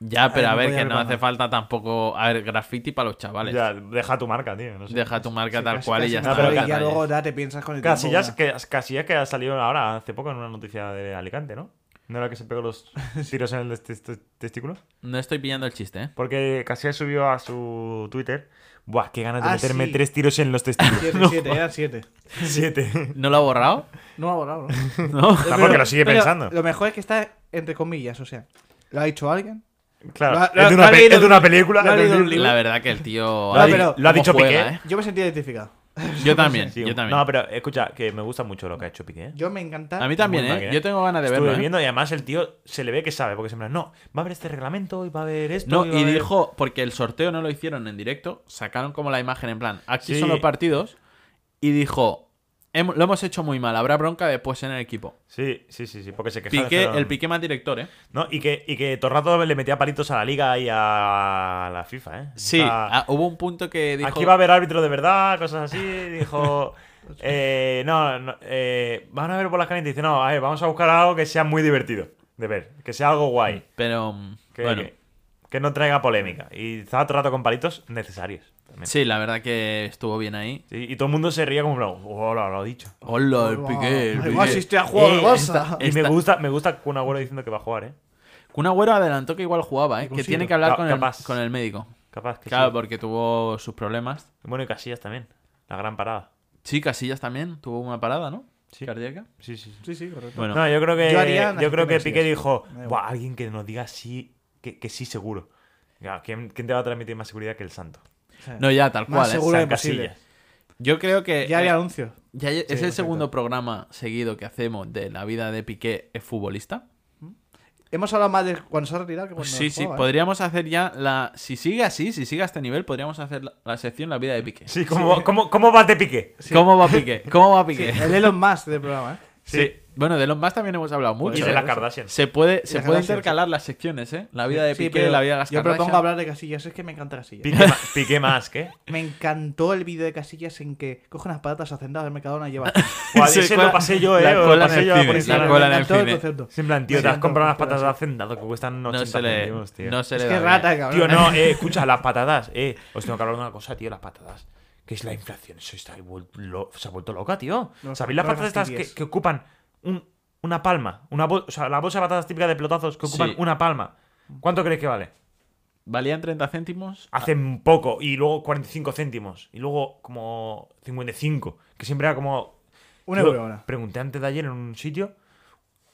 B: Ya, pero a
D: Ay, no
B: ver,
D: podía
B: que
D: ver
B: no
D: más.
B: hace falta tampoco... A ver, graffiti para los chavales.
C: Ya, deja tu marca, tío. No sé.
B: Deja tu marca
D: Sí,
B: tal
D: casi,
B: cual y ya
D: casi
B: está.
D: mejor,
C: No,
B: no
D: y ya
B: rayes.
D: luego ya te piensas con el tiempo,
C: Casillas
D: bueno.
C: que, Casillas que ha salido ahora hace poco en una noticia de Alicante, ¿no? ¿No era que se pegó los tiros en el test- test- testículo?
B: No estoy pillando el chiste, ¿eh?
C: Porque Casillas subió a su Twitter. Buah, qué ganas de
D: Ah,
C: meterme
D: sí.
C: tres tiros en los testículos.
D: Siete, siete, eran siete.
C: Siete.
B: ¿No lo ha borrado?
D: No me ha volado, ¿no?
B: No.
C: Tampoco
D: Pero-
C: lo sigue
D: pero
C: pensando.
D: Lo mejor es que está entre comillas, o sea. ¿Lo ha dicho alguien?
C: Claro,
D: Lo ha-
C: es, de
D: lo
C: una
D: ha
C: pe-
D: leído-
C: es de una película.
D: lo ha
C: es de un
D: leído un
C: libro.
B: La verdad que el tío...
D: No,
B: Ay,
D: pero-
B: cómo
C: lo ha dicho
B: juega,
C: Piqué.
B: ¿eh?
D: Yo me sentí identificado.
B: Yo también,
C: Sí,
B: yo también.
C: No, pero escucha, que me gusta mucho lo que ha hecho Piqué.
D: Yo me encanta.
B: A mí también,
C: Muy
B: ¿eh?
C: máquina.
B: Yo tengo ganas de
C: Estuve
B: verlo. ¿eh?
C: viendo y además el tío se le ve que sabe, porque siempre, no, va a haber este reglamento y va a haber esto.
B: No,
C: y va a
B: y
C: haber-".
B: dijo, porque el sorteo no lo hicieron en directo, sacaron como la imagen en plan, aquí
C: Sí.
B: son los partidos, y dijo, "Hem- lo hemos hecho muy mal, habrá bronca después en el equipo.
C: Sí, sí, sí, sí, porque se quejaba.
B: Piqué,
C: pero-
B: el Piqué más director, ¿eh?
C: No, y que, y que todo el rato le metía palitos a la liga y a la FIFA, ¿eh?
B: Sí,
C: O sea,
B: ah, hubo un punto que dijo...
C: Aquí va a haber árbitro de verdad, cosas así. Dijo. eh, no, no, eh, van a ver por las calientes. Dice, no, a ver, vamos a buscar algo que sea muy divertido de ver, que sea algo guay,
B: Pero, mm,
C: que,
B: bueno,
C: que, que no traiga polémica. Y estaba todo el rato con palitos necesarios. también.
B: sí, la verdad que estuvo bien ahí.
C: Sí, y todo el mundo se ría como, hola, lo ha dicho.
B: Hola, el Piqué, el
D: Igual
B: Piqué.
D: asistí a jugar al
C: Eh,
D: Barça.
C: Y me
B: Esta-
C: gusta, me gusta Kun Agüero diciendo que va a jugar, ¿eh?
B: Kun Agüero adelantó que igual jugaba, ¿eh?
D: Algún
B: Que tiene
D: sitio.
B: que hablar
C: Ca-
B: con el,
C: capaz.
B: con el médico.
C: Capaz que
B: Claro,
C: sí.
B: porque tuvo sus problemas.
C: Bueno, y Casillas también. La gran parada.
B: Sí, Casillas también tuvo una parada, ¿no?
C: Sí.
B: Cardíaca.
C: Sí, sí, sí.
D: Sí, sí, correcto.
B: Bueno,
C: No, yo creo que,
D: Yo
C: yo
D: haría una
C: creo que
D: gestión
C: Piqué
D: así,
C: dijo,
D: Me da
C: "Buah,
D: igual".
C: alguien que nos diga sí, que, que sí seguro. Ya, ¿Quién, quién te va a transmitir más seguridad que el santo?
D: O sea,
B: no, eh, ya, tal
D: Más
B: cual. ¿eh?
D: seguro
C: San
D: imposible.
C: Casillas.
B: Yo creo que.
D: ya hay anuncios.
B: Ya es el
D: perfecto.
B: segundo programa seguido que hacemos de la vida de Piqué es futbolista.
D: Hemos hablado más de cuando se ha retirado que cuando
B: sí, sí,
D: jugaba, ¿eh?
B: podríamos hacer ya la... Si sigue así, si sigue a este nivel, podríamos hacer la, la sección La vida de Piqué.
C: Sí, ¿cómo, cómo, cómo bate Piqué?
B: ¿Cómo va Piqué? ¿Cómo va Piqué? Sí.
D: El Elon Musk del programa, ¿eh?
B: Bueno, de los más también hemos hablado
D: Pues
B: mucho.
C: Y
B: ¿eh?
C: de las Kardashian.
B: Se puede, se
D: las
B: puede
D: Kardashian,
B: intercalar las secciones, ¿eh? La vida de
D: Sí,
B: Piqué,
D: pero
B: la vida de las
D: Yo propongo
B: Kardashian.
D: hablar de Casillas, es que me encanta Casillas.
C: Piqué, ma- Piqué más, ¿qué?
D: Me encantó el vídeo de Casillas en que coge unas patatas hacendadas del Mercadona y lleva.
C: Buah,
B: Se
C: ese
B: cuela-
C: lo pasé yo,
B: la
C: ¿eh? O Lo
B: cola en el
C: pasé yo a
B: cine,
C: por
B: la
C: Instagram.
B: cola
D: me
B: en el
D: encantó el
B: cine.
D: concepto.
C: En plan, tío,
D: Sí,
C: te has
D: no,
C: comprado
D: no,
C: unas patatas
D: pero
C: de hacendado que cuestan
B: Pues No
C: 80
B: se le,
C: centimos, tío.
B: no se
D: Es
B: le
D: que
B: da
D: rata,
B: bien.
D: cabrón.
C: Tío, no, eh, escucha, las patatas, eh. Os tengo que hablar de una cosa, tío, las patatas. Que es la inflación. Eso está vuel- lo- se ha vuelto loca, tío.
D: No,
C: ¿Sabéis las
D: no me
C: patatas estas que,
D: fastidies.
C: que ocupan un- una palma? Una bol- o sea, la bolsa de patatas típica de pelotazos que ocupan
B: Sí.
C: una palma. ¿Cuánto crees que vale?
B: Valían 30 céntimos.
C: Hace poco, y luego 45 céntimos, y luego como 55, que siempre era como.
D: Un
C: Tío,
D: euro ahora.
C: Pregunté antes de ayer en un sitio.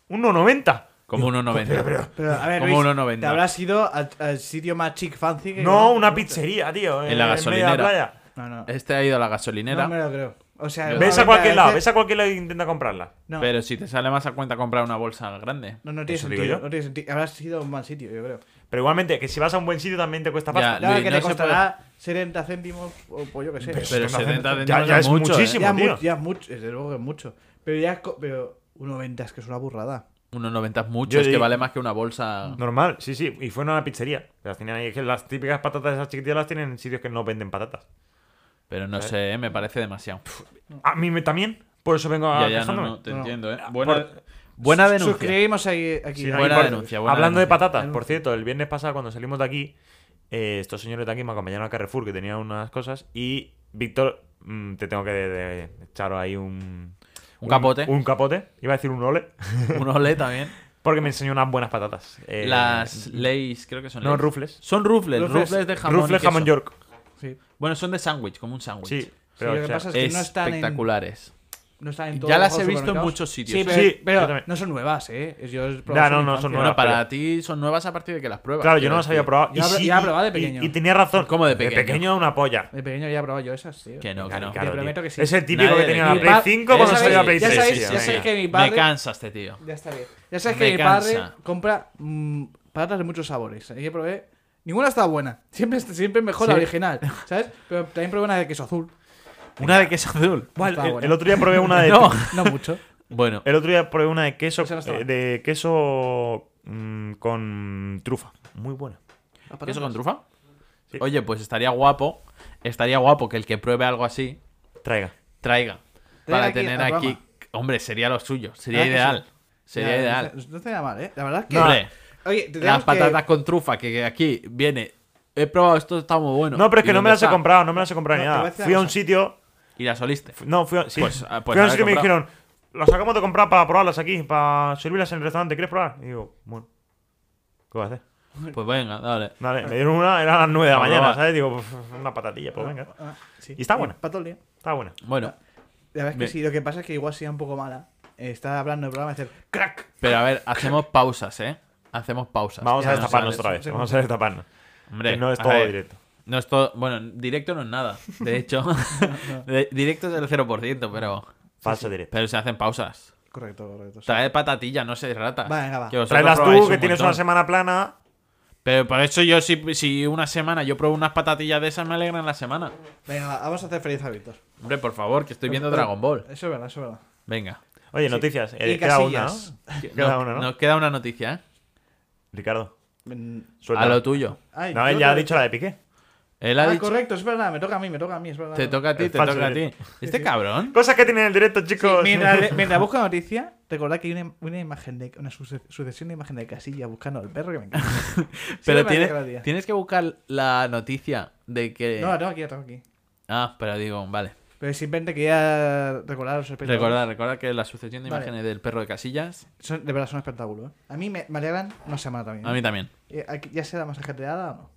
C: 1,90.
B: Como 1,90.
C: Pero, pero-
D: Pero a ver,
B: Como
D: Luis,
B: 1,90.
D: te habrás ido al, al sitio más chic fancy que.
C: No, una pizzería, tío.
B: En la
C: medio de
B: gasolinera.
C: playa.
D: No, no.
B: Este ha ido a la gasolinera.
D: No me lo creo. O
B: Ah,
D: sea,
C: Ves a
D: obviamente
C: cualquier lado,
D: veces-
C: ves a cualquier lado e intenta comprarla.
D: No,
B: Pero si te sale más a cuenta comprar una bolsa grande.
D: no, no tiene
C: Eso digo
D: sentido.
C: yo.
D: No tiene sentido. Habrá sido un mal sitio, yo creo.
C: Pero igualmente, que si vas a un buen sitio también te cuesta
B: Ya,
C: pasta.
D: Claro,
B: Ah, Luis,
D: que
B: no
D: te
B: se
D: costará 70 céntimos o pues yo qué sé.
B: Pero 70
C: Ya-
B: céntimos
C: ya es
B: mucho, ¿eh?
C: muchísimo.
D: ya,
C: tío.
D: mu- ya es mucho, desde luego que es mucho. Pero ya es co- pero 1,90 es que es una burrada.
B: 1,90 es mucho,
C: Yo
B: es que
C: digo-
B: vale más que una bolsa.
C: Normal, sí, sí. Y fue en una pizzería. Las tenían ahí. Es que las típicas patatas esas chiquititas las tienen en sitios que no venden patatas.
B: Pero no sé, ¿eh? me parece demasiado.
D: Mm.
C: A mí me- también. Por eso vengo a
B: ya, ya, no,
C: quejándome.
B: no, te
D: No.
B: entiendo, ¿eh?
C: Por-
B: Buena, buena
D: Sus-
B: denuncia.
D: Suscribimos ahí, aquí.
C: Sí,
D: Ahí
C: no, y
B: buena
C: por-
B: denuncia, buena
C: Hablando de
B: denuncia.
C: patatas, por cierto, el viernes pasado cuando salimos de aquí, eh, estos señores de aquí me acompañaron a Carrefour que tenían unas cosas y Víctor, mm, te tengo que de- de- echar ahí un...
B: Un capote.
C: Un capote. Iba a decir un ole.
B: Un ole también.
C: Porque me enseñó unas buenas patatas. Eh,
B: Las Lays, creo que son
C: No,
B: Lays.
C: rufles.
B: Son rufles,
D: Rufles-
B: rufles, de jamón. y
C: Rufles
B: queso.
C: Jamón York.
D: Sí.
B: Bueno, son de sándwich, como un sándwich.
C: Sí.
D: Sí,
C: Pero,
D: lo que
C: o sea,
D: pasa es que no están en-
B: espectaculares.
D: No están en
B: Ya
D: todos
B: las
D: los
B: he visto en
D: supermercados.
B: muchos sitios.
D: Sí, pero,
C: Sí,
D: pero
C: yo también.
D: no son nuevas, ¿eh? Yo he
C: Ya,
D: probado
C: no,
D: en
C: no
D: infancia.
C: son
B: Bueno,
C: nuevas.
B: para ti son nuevas a partir de que las pruebas.
C: Claro, yo
B: quiero
C: no las había
B: decir.
C: probado.
D: Yo
C: y
D: habla-
C: sí,
D: yo hablaba de
C: y-
D: pequeño.
C: Y, tenía razón.
B: ¿Cómo de
C: De
B: pequeño?
C: pequeño una polla.
D: De pequeño ya he probado yo esas, tío.
B: Que no, que no.
C: Claro, tío.
D: Te prometo que sí.
C: Es el típico
B: Nadie
C: que
B: le
C: tenía
B: cree.
C: la Play
D: pa-
C: 5 cuando
D: ya
C: salió la Play
D: sabéis- ya
C: 6.
D: sabéis-
C: tío,
D: ya
C: venga.
D: sabéis que mi
B: Me
D: padre-
B: cansa este tío.
D: Ya está bien. Ya sabes que
B: Me
D: mi
B: cansa.
D: padre compra mm, patatas de muchos sabores. Ahí probé. Ninguna está buena. Siempre, está- siempre mejor la
B: Sí.
D: original, ¿sabes? Pero también probé una de queso azul.
B: Una de queso azul.
C: Bueno,
D: Está
C: el-
D: buena.
C: el otro día probé una de
B: No.
D: No mucho.
B: Bueno,
C: El otro día probé una de queso
D: Esa no está
C: eh,
D: mal.
C: de queso mm, con trufa. Muy buena.
B: ¿queso con trufa?
C: Sí.
B: Oye, pues estaría guapo. Estaría guapo que el que pruebe algo así
C: Traiga.
B: traiga.
D: Traer
B: para
D: aquí
B: tener
D: al
B: aquí.
D: programa.
B: Hombre, sería lo suyo. Sería
D: Ah, que
B: ideal.
D: sí.
B: Sería
D: Ya, no
B: ideal.
D: está- No está nada mal, ¿eh? La verdad es que.
B: No, hombre,
D: Oye, te
B: las
D: tenemos
B: patatas
D: que...
B: con trufa que aquí viene. He probado esto, está muy bueno.
C: No, pero es
B: ¿Y
C: que no
B: dónde
C: me las he
B: está?
C: comprado, no me las he comprado ni
D: No, te voy a
C: nada.
D: decir una
C: Fui a un
D: cosa.
C: sitio.
B: Y las oliste.
C: fu- No, fui a. Sí.
B: Pues, ah, pues
C: fui a
B: haber
C: un sitio y me
B: comprado.
C: dijeron, las acabamos de comprar para probarlas aquí, para servirlas en el restaurante. ¿Quieres probar? Y digo, bueno, ¿qué voy a hacer?
B: Pues venga, dale.
C: Vale, me dieron una, era a las 9 de la
B: Ah,
C: mañana,
B: broma.
C: ¿sabes? Digo, "Pf, una patatilla, pues venga.
D: Ah, sí.
C: Y está buena.
D: Para todo el día.
C: Está buena.
B: Bueno,
D: La verdad es que
B: Bien.
D: sí, lo que pasa es que igual sea un poco mala. Eh, Está hablando el programa de hacer crack.
B: pero a ver, hacemos pausas, ¿eh? Hacemos pausas.
C: Vamos a
B: Ya no
C: destaparnos
B: sales.
C: otra vez.
D: sí.
C: Vamos a destaparnos.
B: Hombre,
C: Que no es
B: a
C: todo
B: ver,
C: directo.
B: No es todo. Bueno, directo no es nada. De hecho, de- directo es el 0%, pero.
C: Falso directo.
B: Pero se hacen pausas.
D: Correcto, correcto. sí.
B: Trae patatilla, no seas ratas.
D: Va, venga, va.
B: Que vosotros
C: Tráelas
B: probáis
C: tú,
B: un
C: que tienes
B: montón.
C: una semana plana.
B: Pero por eso yo, si, si una semana yo pruebo unas patatillas de esas, me alegran la semana.
D: Venga, va, vamos a hacer feliz a Víctor.
B: Hombre, por favor, que estoy viendo Dragon Ball.
D: Eso es verdad, eso es verdad.
B: Venga.
C: Oye, noticias. eh,
D: Y
C: queda una,
D: casillas.
C: ¿no? Queda
B: Nos-
C: una, ¿no?
B: Nos queda una noticia, ¿eh?
C: Ricardo,
D: Mm,
C: suelta.
B: A lo tuyo.
D: ay,
C: No, él
D: yo
C: ya ha
D: creo-
C: dicho la de Piqué.
B: Él ha
D: Ah,
B: dicho.
D: correcto, es verdad, me toca a mí, me toca a mí, es verdad.
B: Te toca a ti,
C: Es
B: te
C: falso
B: toca a ti.
C: directo.
B: Este cabrón.
C: Cosas que tienen el directo,
D: Sí,
C: chicos.
D: mientras, mientras busco noticia, recordad que hay una, una imagen de una suce- sucesión de imágenes de casilla buscando al perro que me encanta. Siempre
B: Pero
D: me
B: tienes,
D: alegra el día.
B: tienes que buscar la noticia de que.
D: No, la tengo aquí, la tengo aquí.
B: Ah, pero digo, vale.
D: Pero simplemente quería recordar a los espectadores.
B: Recordad, recordad que la sucesión de
D: Vale.
B: imágenes del perro de casillas.
D: Son- de verdad, son un espectáculo. ¿eh? A mí me, me alegran una semana también.
B: A mí también.
D: Eh, aquí- ya sea la masajeteada o no.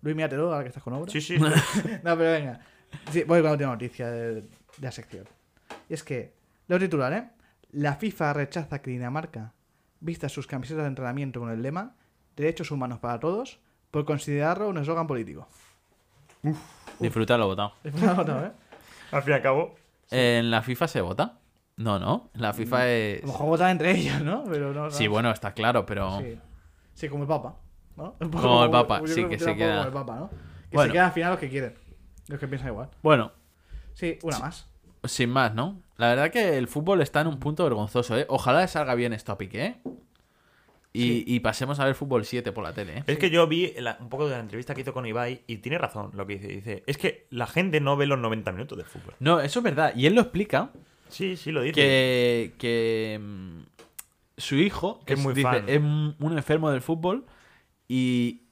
D: Luis, míratelo ahora que estás con obra.
C: Sí, sí.
D: No, pero venga. Sí, voy con la última noticia de, de la sección. Y es que, lo titular, ¿eh? La FIFA rechaza que Dinamarca vista sus camisetas de entrenamiento con el lema Derechos humanos para todos por considerarlo un eslogan político.
B: Disfrutar lo votado.
D: Es una nota, ¿eh?
C: Al fin y al cabo.
B: ¿En la FIFA se vota? No, no. En la FIFA
D: A
B: es.
D: lo mejor votan entre ellos, ¿no? Pero no, no.
B: Sí, bueno, está claro, pero.
D: Sí. Sí, como el Papa. ¿no? Un poco
B: Como el Papa,
D: yo
B: sí,
D: creo
B: que se
D: funciona
B: queda.
D: un poco Como el Papa, ¿no? Que se
B: Bueno.
D: quedan al final los que quieren. Los que piensan igual.
B: Bueno,
D: Sí, una más.
B: sin más, ¿no? La verdad que el fútbol está en un punto vergonzoso, ¿eh? Ojalá le salga bien esto a Piqué. ¿eh? Y, y pasemos a ver fútbol 7 por la tele, ¿eh?
C: Es que yo vi la- un poco de la entrevista que hizo con Ibai y tiene razón lo que dice. Dice, es que la gente no ve los 90 minutos de fútbol.
B: No, eso es verdad. Y él lo explica.
C: Sí, sí, lo dice.
B: que, que mm, su hijo
C: Que es muy
B: dice,
C: fan.
B: es un un enfermo del fútbol y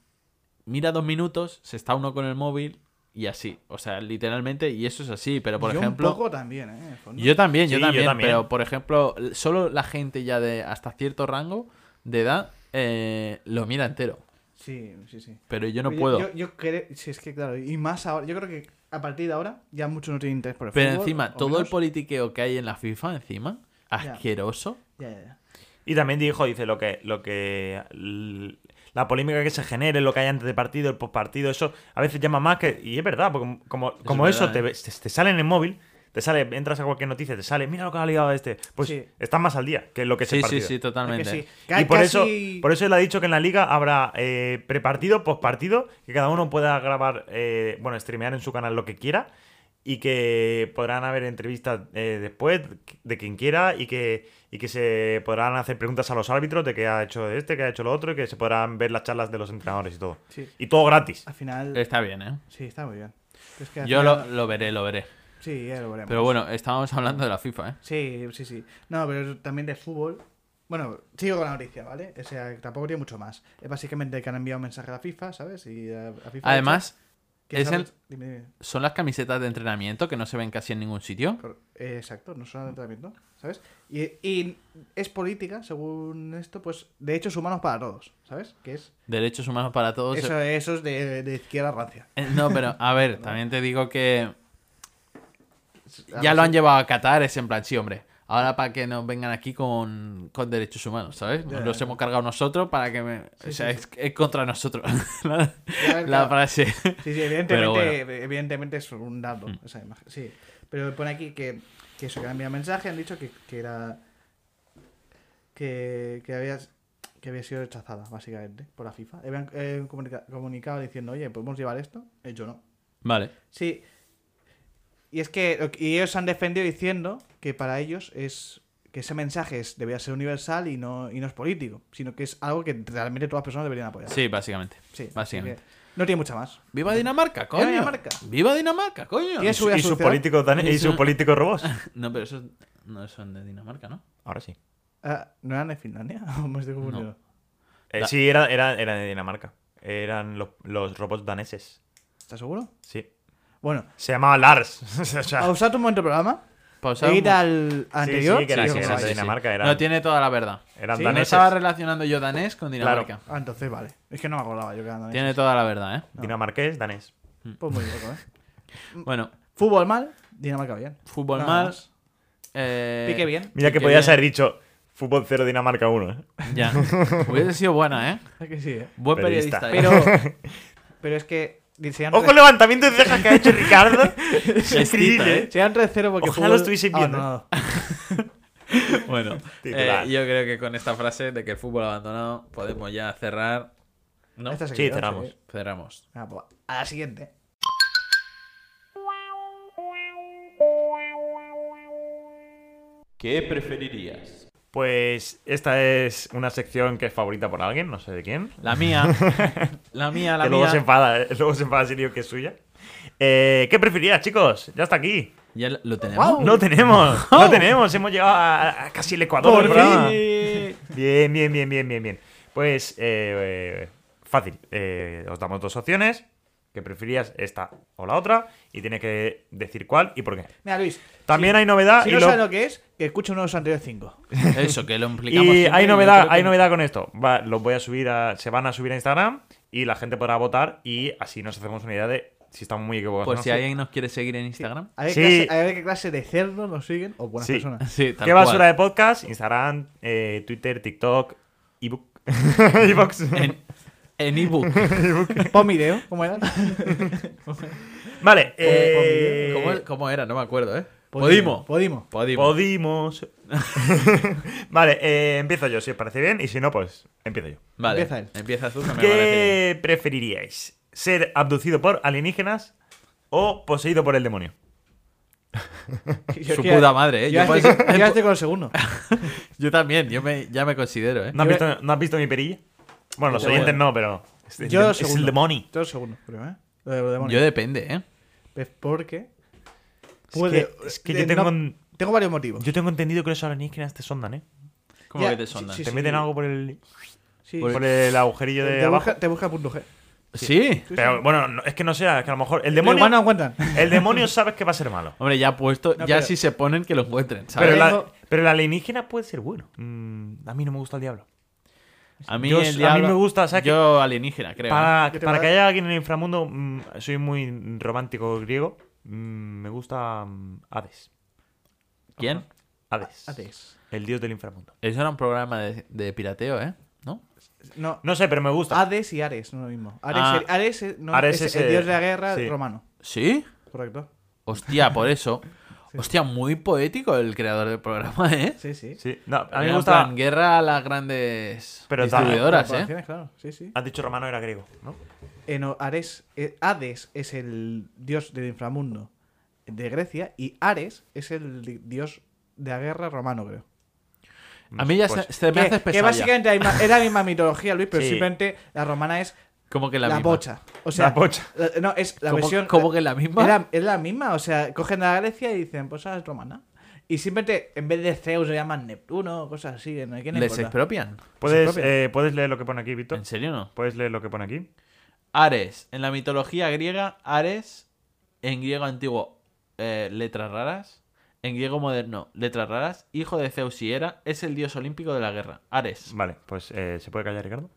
B: mira dos minutos, se está uno con el móvil y así. O sea, literalmente, y eso es así. Pero por
D: yo
B: ejemplo,
D: Un poco también, ¿eh? En el fondo.
B: yo también,
C: Sí,
B: yo
C: yo
B: también,
C: también.
B: pero por ejemplo, l- solo la gente ya de hasta cierto rango de edad eh, lo mira entero.
D: Sí, sí, sí.
B: Pero yo no
D: Yo-
B: puedo.
D: Yo, yo creo, sí, es que claro, y más ahora, yo creo que a partir de ahora ya muchos no tienen interés por el
B: pero
D: fútbol,
B: encima,
D: o
B: todo el
D: menos.
B: politiqueo que hay en la FIFA, encima, asqueroso.
D: Ya, ya, ya.
C: Y también dijo, dice, lo que, lo que l- la polémica que se genere, lo que hay antes de partido, el postpartido, eso a veces llama más que... Y es verdad, porque como, como
B: es
C: eso
B: verdad, ¿eh?
C: te, ve- te, te sale en el móvil, Te sale, entras a cualquier noticia, te sale, mira lo que ha liado este. Pues
D: Sí.
C: estás más al día que lo que es el
B: Sí, sí,
C: partido.
B: sí, totalmente.
D: Es que sí.
C: Y
D: Ca-
C: por
D: casi-
C: eso, por eso él ha dicho que en la liga habrá eh, prepartido, postpartido, que cada uno pueda grabar, eh, bueno, streamear en su canal lo que quiera y que podrán haber entrevistas eh, después de quien quiera y que, y que se podrán hacer preguntas a los árbitros de qué ha hecho este, qué ha hecho lo otro y que se podrán ver las charlas de los entrenadores y todo.
D: Sí.
C: Y todo gratis.
D: Al final.
B: Está bien, ¿eh?
D: Sí, está muy bien. Es que al
B: Yo lo,
D: final-
B: lo veré, lo veré.
D: Sí, ya lo veremos.
B: Pero bueno, estábamos hablando de la FIFA, ¿eh?
D: Sí, sí, sí. No, pero también de fútbol. Bueno, sigo con la noticia, ¿vale? O sea, tampoco tiene mucho más. Es básicamente que han enviado un mensaje a la FIFA, ¿sabes? Y a, a FIFA ha dicho
B: Además,
D: que
B: es
D: esa-
B: el-
D: dime, dime.
B: son las camisetas de entrenamiento que no se ven casi en ningún sitio.
D: Cor- eh, exacto, no son entrenamiento, ¿sabes? Y, y es política, según esto, pues derechos humanos para todos, ¿sabes? Que es
B: Derechos humanos para todos.
D: eso, eso es de, de izquierda rancia.
B: Eh, No, pero a ver, también te digo que ya
D: Además,
B: lo han llevado a Qatar, es en plan, sí, hombre. Ahora para que nos vengan aquí con, con derechos humanos, ¿sabes?
D: Ya,
B: Nos los
D: ya.
B: hemos cargado nosotros para que... me-
D: Sí,
B: o sea,
D: sí,
B: es, es contra nosotros la,
D: Ya,
B: la
D: claro.
B: frase.
D: Sí, sí, evidentemente,
B: Pero bueno. Mm.
D: evidentemente es un dato esa imagen. Sí. Pero pone aquí que, que eso, que han enviado mensaje, han dicho que, que era. Que, que, había, que había sido rechazada, básicamente, por la FIFA. Habían eh, comunica- comunicado diciendo, oye, ¿podemos llevar esto? Eh, Yo no.
B: Vale.
D: Sí. Y es que lo que- y ellos han defendido diciendo que para ellos es que ese mensaje es, debería ser universal y no, y no es político, sino que es algo que realmente todas las personas deberían apoyar.
B: Sí, básicamente.
D: Sí, así
B: básicamente.
D: que No tiene mucha más.
B: ¡Viva Dinamarca, coño!
D: Dinamarca!
B: ¡Viva Dinamarca, coño!
D: Tiene
C: Y,
D: Eso
C: su-
D: voy a
C: y sus
D: solucionar.
C: políticos dan- y
B: Eso-
C: sus políticos robots.
B: No, pero esos no son de Dinamarca, ¿no?
C: Ahora sí.
D: Ah, ¿No eran de Finlandia? Me estoy confundiendo.
C: Eh,
B: Da-
C: sí, era, era, era de Dinamarca. Eran los, los robots daneses.
D: ¿Estás seguro?
C: Sí.
D: Bueno,
C: Se llamaba Lars. O sea,
D: pausad un momento el programa.
B: Ah. Pausad
D: E
B: un
D: ir
B: mo-
D: al anterior.
C: sí, que era-
D: y
B: Sí, sí,
D: os
C: que era
D: vais.
B: sí, sí.
C: Dinamarca, era-
B: No, tiene toda la verdad.
C: eran
D: Sí, no
B: No
C: daneses.
B: estaba relacionando yo danés con Dinamarca.
D: Ah, entonces vale. Es que no me acordaba yo que eran daneses.
B: Tiene toda la verdad, ¿eh?
C: Dinamarqués, danés.
D: Pues muy loco, ¿eh?
B: Bueno,
D: Fútbol mal, Dinamarca bien.
B: fútbol
D: Nada
B: mal.
D: más.
B: eh,
D: Pique bien.
C: Mira que
B: pique
C: podías
B: bien.
C: haber dicho fútbol 0 Dinamarca 1. ¿eh?
B: Ya. Hubiese sido buena, ¿eh?
D: Es que sí, ¿eh?
B: Buen periodista.
C: Periodista.
B: ¿eh?
D: Pero, pero es que se han
C: Ojo el levantamiento de cejas que ha hecho Ricardo. es increíble.
B: ¿eh?
C: ¿eh?
D: se dan 3-0
C: Ojalá
D: porque fútbol Ah,
C: lo estuvieseis
D: ha
C: viendo. Ah,
D: abandonado.
B: bueno,
C: Titular.
B: eh, yo creo que con esta frase de que el fútbol abandonado podemos ya cerrar. ¿No?
D: Esta se
C: Sí,
D: quedó,
C: cerramos.
D: sí.
B: Cerramos.
D: Venga, pues, a la siguiente.
A: ¿Qué preferirías?
C: Pues esta es una sección que es favorita por alguien, no sé de quién.
B: La mía. La mía, la
C: que luego
B: mía.
C: se enfada, ¿eh? luego se enfada si digo que es suya. Eh, ¿Qué preferirías, chicos? Ya está aquí.
B: Ya lo tenemos. Oh.
D: Guau.
C: No tenemos, no tenemos. Hemos llegado a, a casi el Ecuador. del programa. Bien, bien, bien, bien, bien, bien. Pues eh, eh, fácil. Eh, os damos dos opciones. Que preferías esta o la otra. Y tienes que decir cuál y por qué.
D: Mira, Luis.
C: También
D: si-
C: hay novedad.
D: Si
C: y
D: no
C: lo-
D: sabes lo que es, que escuche uno de los anteriores 5.
B: Eso, que lo
C: y
B: implicamos. siempre,
C: hay
B: yo
C: novedad,
B: creo que-
C: hay novedad con esto. Va, los voy a subir a, se van a subir a Instagram y la gente podrá votar y así nos hacemos una idea de si estamos muy equivocados.
B: Por
C: ¿no?
B: Pues si alguien nos quiere seguir en Instagram.
D: A ver,
C: Sí.
D: qué clase, a ver qué clase de cerdos nos siguen o buenas
C: Sí.
D: personas.
B: Sí, tal
C: ¿Qué basura
B: cual.
C: de podcast? Instagram, eh, Twitter, TikTok, ebook. Ebox.
B: En, en ebook.
D: Pon video, ¿cómo era?
C: Vale. eh,
B: ¿Cómo, cómo era? No me acuerdo, ¿eh?
D: Podimo.
B: Podimo.
D: Podimo.
B: Podimo.
C: Podimos. vale, eh, empiezo yo, si os parece bien, y si no, pues empiezo yo.
B: Vale.
D: Empieza él.
B: Empiezas tú, que me parece bien.
C: ¿Qué preferiríais? ¿Ser abducido por alienígenas o poseído por el demonio?
D: Yo
B: Su
D: quiero-
B: puta madre, ¿eh?
D: Yo,
B: Yo
D: ya
B: puedo
D: estoy,
B: ser-
D: yo ya estoy con el segundo.
B: Yo también, yo me, ya me considero, ¿eh?
C: ¿No has,
D: Yo-
C: visto, no has visto mi perilla? Bueno, los
B: Yo-
C: oyentes no, pero. Es, el
D: Yo
C: dem- es
D: segundo.
C: el demonio.
D: Yo segundo, creo, ¿eh? Lo de los demonios.
B: Yo depende, ¿eh?
D: Pues porque.
C: que-
D: Puede.
C: es que
D: de-
C: yo tengo
D: no-
C: un-
D: tengo varios motivos.
C: Yo tengo entendido que los alienígenas te sondan, ¿eh?
B: ¿Cómo
D: Ya,
B: que te
D: sí,
B: sondan?
D: sí,
B: Sí,
C: Te meten algo por el,
D: Sí. Pues
C: por el agujerillo de
D: te,
C: abajo.
D: busca, te busca punto G.
C: Pero bueno, no- es que no sé, es que a lo mejor. El
D: Pero
C: demonio,
D: igual no aguantan.
C: el demonio sabes que va a ser malo.
B: Hombre, ya puesto,
D: No,
B: ya
D: pero-
B: si se ponen que lo encuentren, ¿sabes?
C: Pero, la,
D: Tengo-
C: pero el alienígena puede ser bueno. Mm, a mí no me gusta el diablo.
B: a mí
C: yo- a
B: el
C: mí
B: diablo-
C: me gusta, o sea, que-
B: Yo alienígena, creo. ¿eh?
C: Para,
D: ¿Qué te
C: para
D: va-
C: que haya alguien en el inframundo, mm, soy muy romántico griego. Mm, me gusta mm, Hades.
B: ¿Quién?
C: Hades.
D: Hades.
C: El dios del inframundo.
B: Eso era un programa de, de pirateo, ¿eh? ¿No?
D: No.
C: No sé, pero me gusta.
D: Hades y Ares, no lo mismo. Ares,
B: Ah.
D: el- Ares, es- no,
C: Ares
D: es
C: es
D: el
C: el-
D: dios de la guerra
C: sí.
D: romano.
B: ¿Sí?
D: Correcto.
B: Hostia, por eso. Hostia, muy poético el creador del programa, ¿eh?
D: Sí, sí.
C: Sí. No, a mí
B: Era
C: me
B: en
C: gusta.
B: plan, guerra a las grandes
C: Pero tal-
B: distribuidoras, ¿eh?
D: Corporaciones, Claro, sí, sí.
C: Has dicho romano era griego, ¿no?
D: Eno- Ares, eh, Hades es el dios del inframundo de Grecia y Ares es el di- dios de la guerra romano, creo.
B: A mí ya
C: Pues-
B: se, se me hace
D: que, que
B: pesado.
D: básicamente la misma- es la misma mitología, Luis, pero
C: Sí.
D: simplemente la romana es
B: Como que la,
D: la,
B: misma.
D: bocha. O sea,
C: La bocha.
D: la- no, es la
B: Como-
D: versión.
B: como que la misma.
D: Es la, es la misma, o sea, cogen a Grecia y dicen, pues ahora es romana. Y simplemente en vez de Zeus le llaman Neptuno, cosas así. ¿no? ¿Quién le
B: Les
D: importa?
B: expropian.
C: ¿Puedes,
D: propio.
C: eh, ¿Puedes leer lo que pone aquí, Víctor?
B: ¿En serio no?
C: ¿Puedes leer lo que pone aquí?
B: Ares. En la mitología griega, Ares, en griego antiguo, eh, letras raras. En griego moderno, letras raras. Hijo de Zeus y Hera, es el dios olímpico de la guerra. Ares.
C: Vale, pues eh, ¿se puede callar, Ricardo?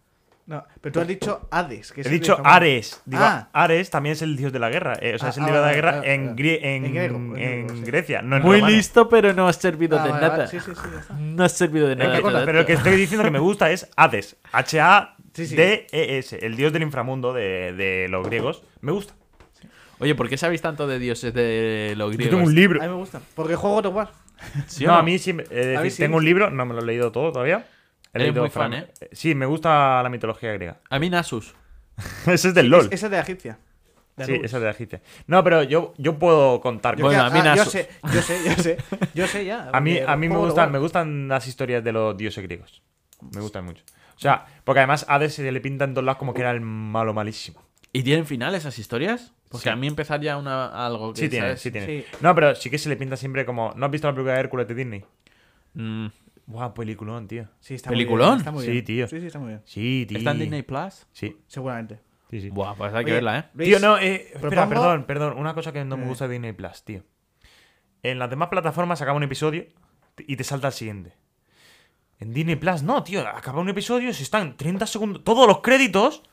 D: No, pero tú has dicho Hades. Que es
C: He
D: el
C: dicho
D: dios romano.
C: Ares. Digo,
D: Ah.
C: Ares también es el dios de la guerra. eh, o sea,
D: Ah,
C: es el
D: ah,
C: dios de la
D: vale,
C: guerra
D: vale,
C: en,
D: vale.
C: grie- en,
D: En griego, en
C: en
D: griego, sí.
C: Grecia, no en
B: Muy
C: romano.
B: listo, pero no ha servido
D: Ah,
B: de
D: vale,
B: nada.
D: vale, Sí, sí, sí. ya está.
B: No ha servido de
C: Eh,
B: nada.
C: que-
B: todo
C: pero el
B: esto.
C: que estoy diciendo que me gusta es Hades.
D: Sí, sí.
C: H-A-D-E-S. E El dios del inframundo de, de los griegos. Me gusta.
B: Oye, ¿por qué sabéis tanto de dioses de los
C: Yo
B: griegos?
C: tengo un libro.
D: A mí me gusta. Porque juego God of War.
B: ¿Sí o
C: no,
B: no?
C: a mí sí. me- eh,
D: A mí
C: decir,
D: sí.
C: tengo un libro, no me lo he leído todo todavía. He
B: Eres
C: leído
B: muy fan,
C: fran- Sí, me gusta la mitología griega.
B: A mí Nasus.
C: Ese es del LOL.
D: Esa es de la egipcia. De
C: sí,
D: Anubis.
C: esa es de Egipcia. No, pero yo, yo puedo contar.
D: Yo
B: Bueno,
D: ya-
B: a mí
D: ah, yo
B: Nasus.
D: sé, yo sé, yo sé. Yo sé ya.
C: A mí,
D: porque
C: a mí me,
D: juego God of
C: gustan,
D: War.
C: me gustan las historias de los dioses griegos. Me gustan mucho. O sea, porque además a Hades se le pinta en todos lados como que era el malo malísimo.
B: ¿Y tienen final esas historias? Porque
C: Sí.
B: a mí empezar ya una, algo que.
C: Sí tiene,
B: ¿sabes?
C: sí tiene.
D: Sí.
C: No, pero sí que se le pinta siempre como... ¿No has visto la película de Hércules de Disney?
B: Mm,
C: Buah, peliculón, tío.
D: Sí, está
B: Peliculón.
D: Muy bien, está muy
C: Sí,
D: bien.
C: tío.
D: Sí, sí, está muy bien.
C: Sí, tío.
B: ¿Está en Disney Plus?
C: Sí,
D: Seguramente.
C: sí, sí.
B: Buah, pues hay que
D: Oye,
B: verla, ¿eh?
D: Luis,
C: Tío, no, eh, espera,
D: propongo-
C: perdón, perdón. Una cosa que no me
D: Eh.
C: gusta de Disney Plus, tío. En las demás plataformas acaba un episodio y te salta el siguiente. En Disney Plus, no, tío. Acaba un episodio, se están 30 segundos, todos los créditos.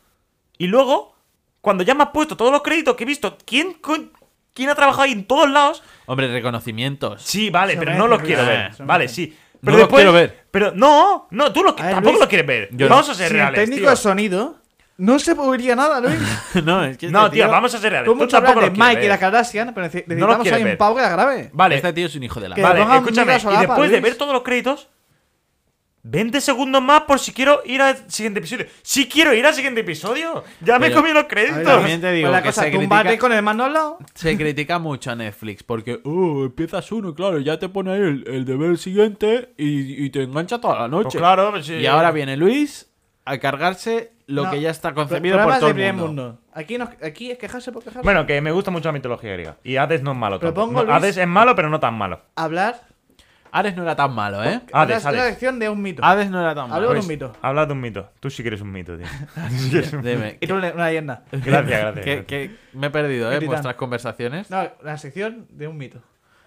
C: Y luego, cuando ya me has puesto todos los créditos que he visto, ¿quién, con- quién ha trabajado ahí en todos lados?
B: Hombre, reconocimientos.
C: Sí, vale,
D: Se
C: pero
D: me
C: no
D: hace
C: los
D: ruido.
C: quiero
D: Ah,
C: ver.
D: se me
C: Vale,
D: hace.
C: sí.
B: No
C: Pero
B: los
C: después-
B: quiero ver.
C: Pero no, no, tú los que-
D: A ver,
C: tampoco
D: Luis,
C: los quieres ver.
B: yo no.
C: Vamos a ser
D: Sin el
C: reales.
D: técnico
C: tío.
D: de sonido, no se podría nada, Luis.
B: no, es que.
C: No,
B: este
C: tío, vamos a ser reales.
D: Tú
C: Tú
D: mucho hablas
C: tampoco
D: de
C: los quieres
D: Mike y
C: ver.
D: la Kardashian, pero
C: No lo
D: nece- necesitamos a
C: quieres
D: alguien
C: ver.
D: pavo que la grabe.
C: Vale,
B: Este tío es un hijo de la.
D: Que-
B: madre.
C: Vale,
D: pongan
C: escúchame.
D: micro
C: Y
D: solapa,
C: después de
D: Luis.
C: ver todos los créditos, 20 segundos más por si quiero ir al siguiente episodio. Si quiero ir al siguiente episodio, ya me
B: Pero-
C: comí los
D: A
C: créditos.
D: ver,
B: También te digo
D: pues la
B: que
D: cosa,
B: se
D: tumbate
B: critica-
D: con el mando al lado.
B: Se critica mucho a Netflix porque, uh, empiezas uno, claro, ya te pone ahí el, el deber siguiente y, y te engancha toda la noche.
C: Pues claro, pues sí.
B: Y ahora viene Luis a cargarse lo
D: No,
B: que ya está
D: pro-
B: concebido por
D: programas
B: todo
D: de
B: el
D: primer
B: mundo.
D: Aquí, nos- aquí es quejarse por quejarse.
C: Bueno, que me gusta mucho la mitología griega. Y Hades no es malo. tampoco.
D: Propongo,
C: No,
D: Luis-
C: Hades es malo, pero no tan malo.
D: hablar
B: Ares no era tan malo, ¿eh?
C: Hades,
D: una, una
C: Hades.
D: lección de un mito.
B: Hades no era tan malo.
D: Hablo de
C: Luis,
D: un mito.
C: Pues, Habla de un mito. Tú sí que eres un mito, tío. Tú sí que eres un-
B: Dime,
D: Y tú le- una leyenda.
C: Gracias, gracias.
B: que, que me he perdido, ¿eh?
D: Titán.
B: Vuestras conversaciones.
D: No, la sección de un mito.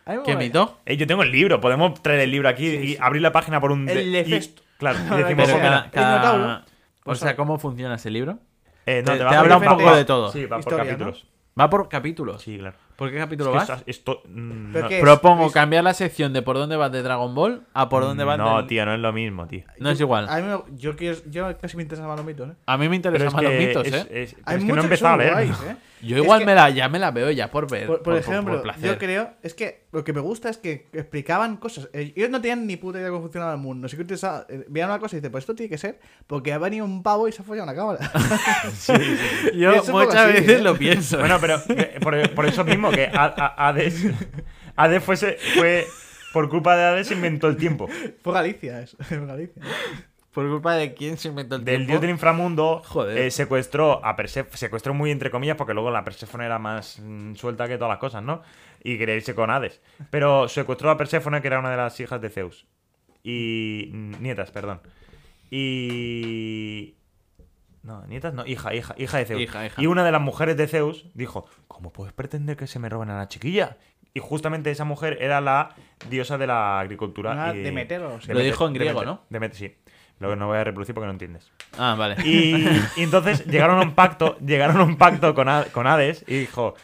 D: A mí me
B: ¿Qué
D: mola.
B: mito?
C: Eh, yo tengo el libro. Podemos traer el libro aquí y abrir la página por un...
D: El
C: de- y-
D: Hefesto.
C: Claro, y
D: Pero
C: decimos...
B: Pero
D: sea,
B: cada,
D: el
B: cada-
D: Minotauro,
B: O sea, ¿cómo funciona ese libro?
C: Eh, no,
B: te-
C: va
B: te
C: por
B: habla un
C: diferentes-
B: poco de todo.
C: Sí, va por
D: Historia, ¿no?
C: capítulos.
B: Va por capítulos.
C: Sí, claro.
B: ¿Por qué
C: Es
B: capítulo
C: que
B: vas?
C: estás- esto- mm,
D: ¿Pero
C: no-
D: qué es?
B: Propongo
D: Luis?
B: cambiar la sección de por dónde vas de Dragon Ball a por dónde vas
C: Mm, No,
B: del-
C: tío, no es lo mismo, tío.
B: No es igual.
D: A mí me- yo, quiero, yo casi me interesan más los mitos, ¿eh?
B: A mí me
C: Pero
B: interesan
C: es
B: más los
C: que,
B: mitos,
C: es-
B: ¿eh?
C: es- pero
D: Hay
C: es que no
D: muchos
C: he
D: que
C: empezado a
D: son
C: leer.
D: guays, ¿eh?
B: Yo
D: Es
B: igual
D: que,
B: me la, ya me la veo ya eh, por ver.
D: Por, por ejemplo,
B: placer.
D: yo creo, es que lo que me gusta es que explicaban cosas. Eh, Ellos no tenían ni puta idea de cómo funcionaba el mundo. Así que utilizaba- eh, veían una cosa y dicen, pues esto tiene que ser porque ha venido un pavo y se ha follado una cámara.
B: Yo
D: Es un poco
B: muchas
D: así,
B: veces
D: ¿eh?
B: lo pienso.
C: Bueno, pero eh, por, por eso mismo que A- A- Hades, Hades fuese- fue por culpa de Hades se inventó el tiempo.
D: Fue Galicia, eso. Fue Galicia.
B: por culpa de quién se inventó el
C: Del
B: tiempo?
C: dios del inframundo
B: Joder.
C: eh, secuestró a Perséfone, secuestró muy entre comillas porque luego la Perséfone era más mm, suelta que todas las cosas, ¿no? Y quería irse con Hades, pero secuestró a Perséfone que era una de las hijas de Zeus y mm, nietas, perdón. Y No, nietas no, hija, hija, hija de Zeus.
B: Hija, hija.
C: Y una de las mujeres de Zeus dijo, ¿cómo puedes pretender que se me roben a la chiquilla? Y justamente esa mujer era la diosa de la agricultura.
D: Una
C: y-
D: Demeter o- Lo
B: dijo en griego, ¿no?
C: Demeter, sí. Lo que no voy a reproducir porque no entiendes.
B: Ah, vale.
C: Y, y entonces llegaron a un pacto, llegaron a un pacto con, Ha- con Hades y dijo,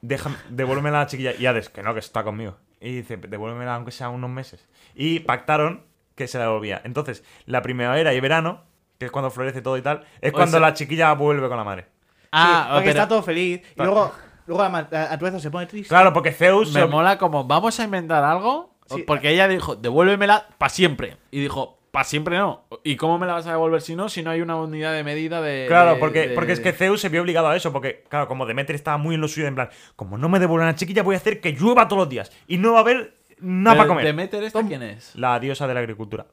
C: déjame, devuélvemela a la chiquilla. Y Hades, que no, que está conmigo. Y dice, devuélvemela aunque sea unos meses. Y pactaron que se la devolvía. Entonces, la primavera y verano, que es cuando florece todo y tal, es
B: O
C: cuando
B: sea-
C: la chiquilla vuelve con la madre.
B: ah,
D: Sí, porque
B: pero-
D: está todo feliz. Y luego, Luego la ma- la naturaleza se pone triste.
C: Claro, porque Zeus.
B: Me
C: se-
B: mola como, vamos a inventar algo.
D: Sí.
B: Porque ella dijo, devuélvemela para siempre. Y dijo, para siempre no. ¿Y cómo me la vas a devolver si no? Si no hay una unidad de medida de.
C: Claro,
B: eh, de-
C: porque,
B: de-
C: porque es que Zeus se vio obligado a eso, porque, claro, como Demeter estaba muy en lo suyo, en plan, como no me devuelvan a la chiquilla, voy a hacer que llueva todos los días y no va a haber nada
B: Pero
C: para comer.
B: Demeter, ¿esta quién es?
C: La diosa de la agricultura.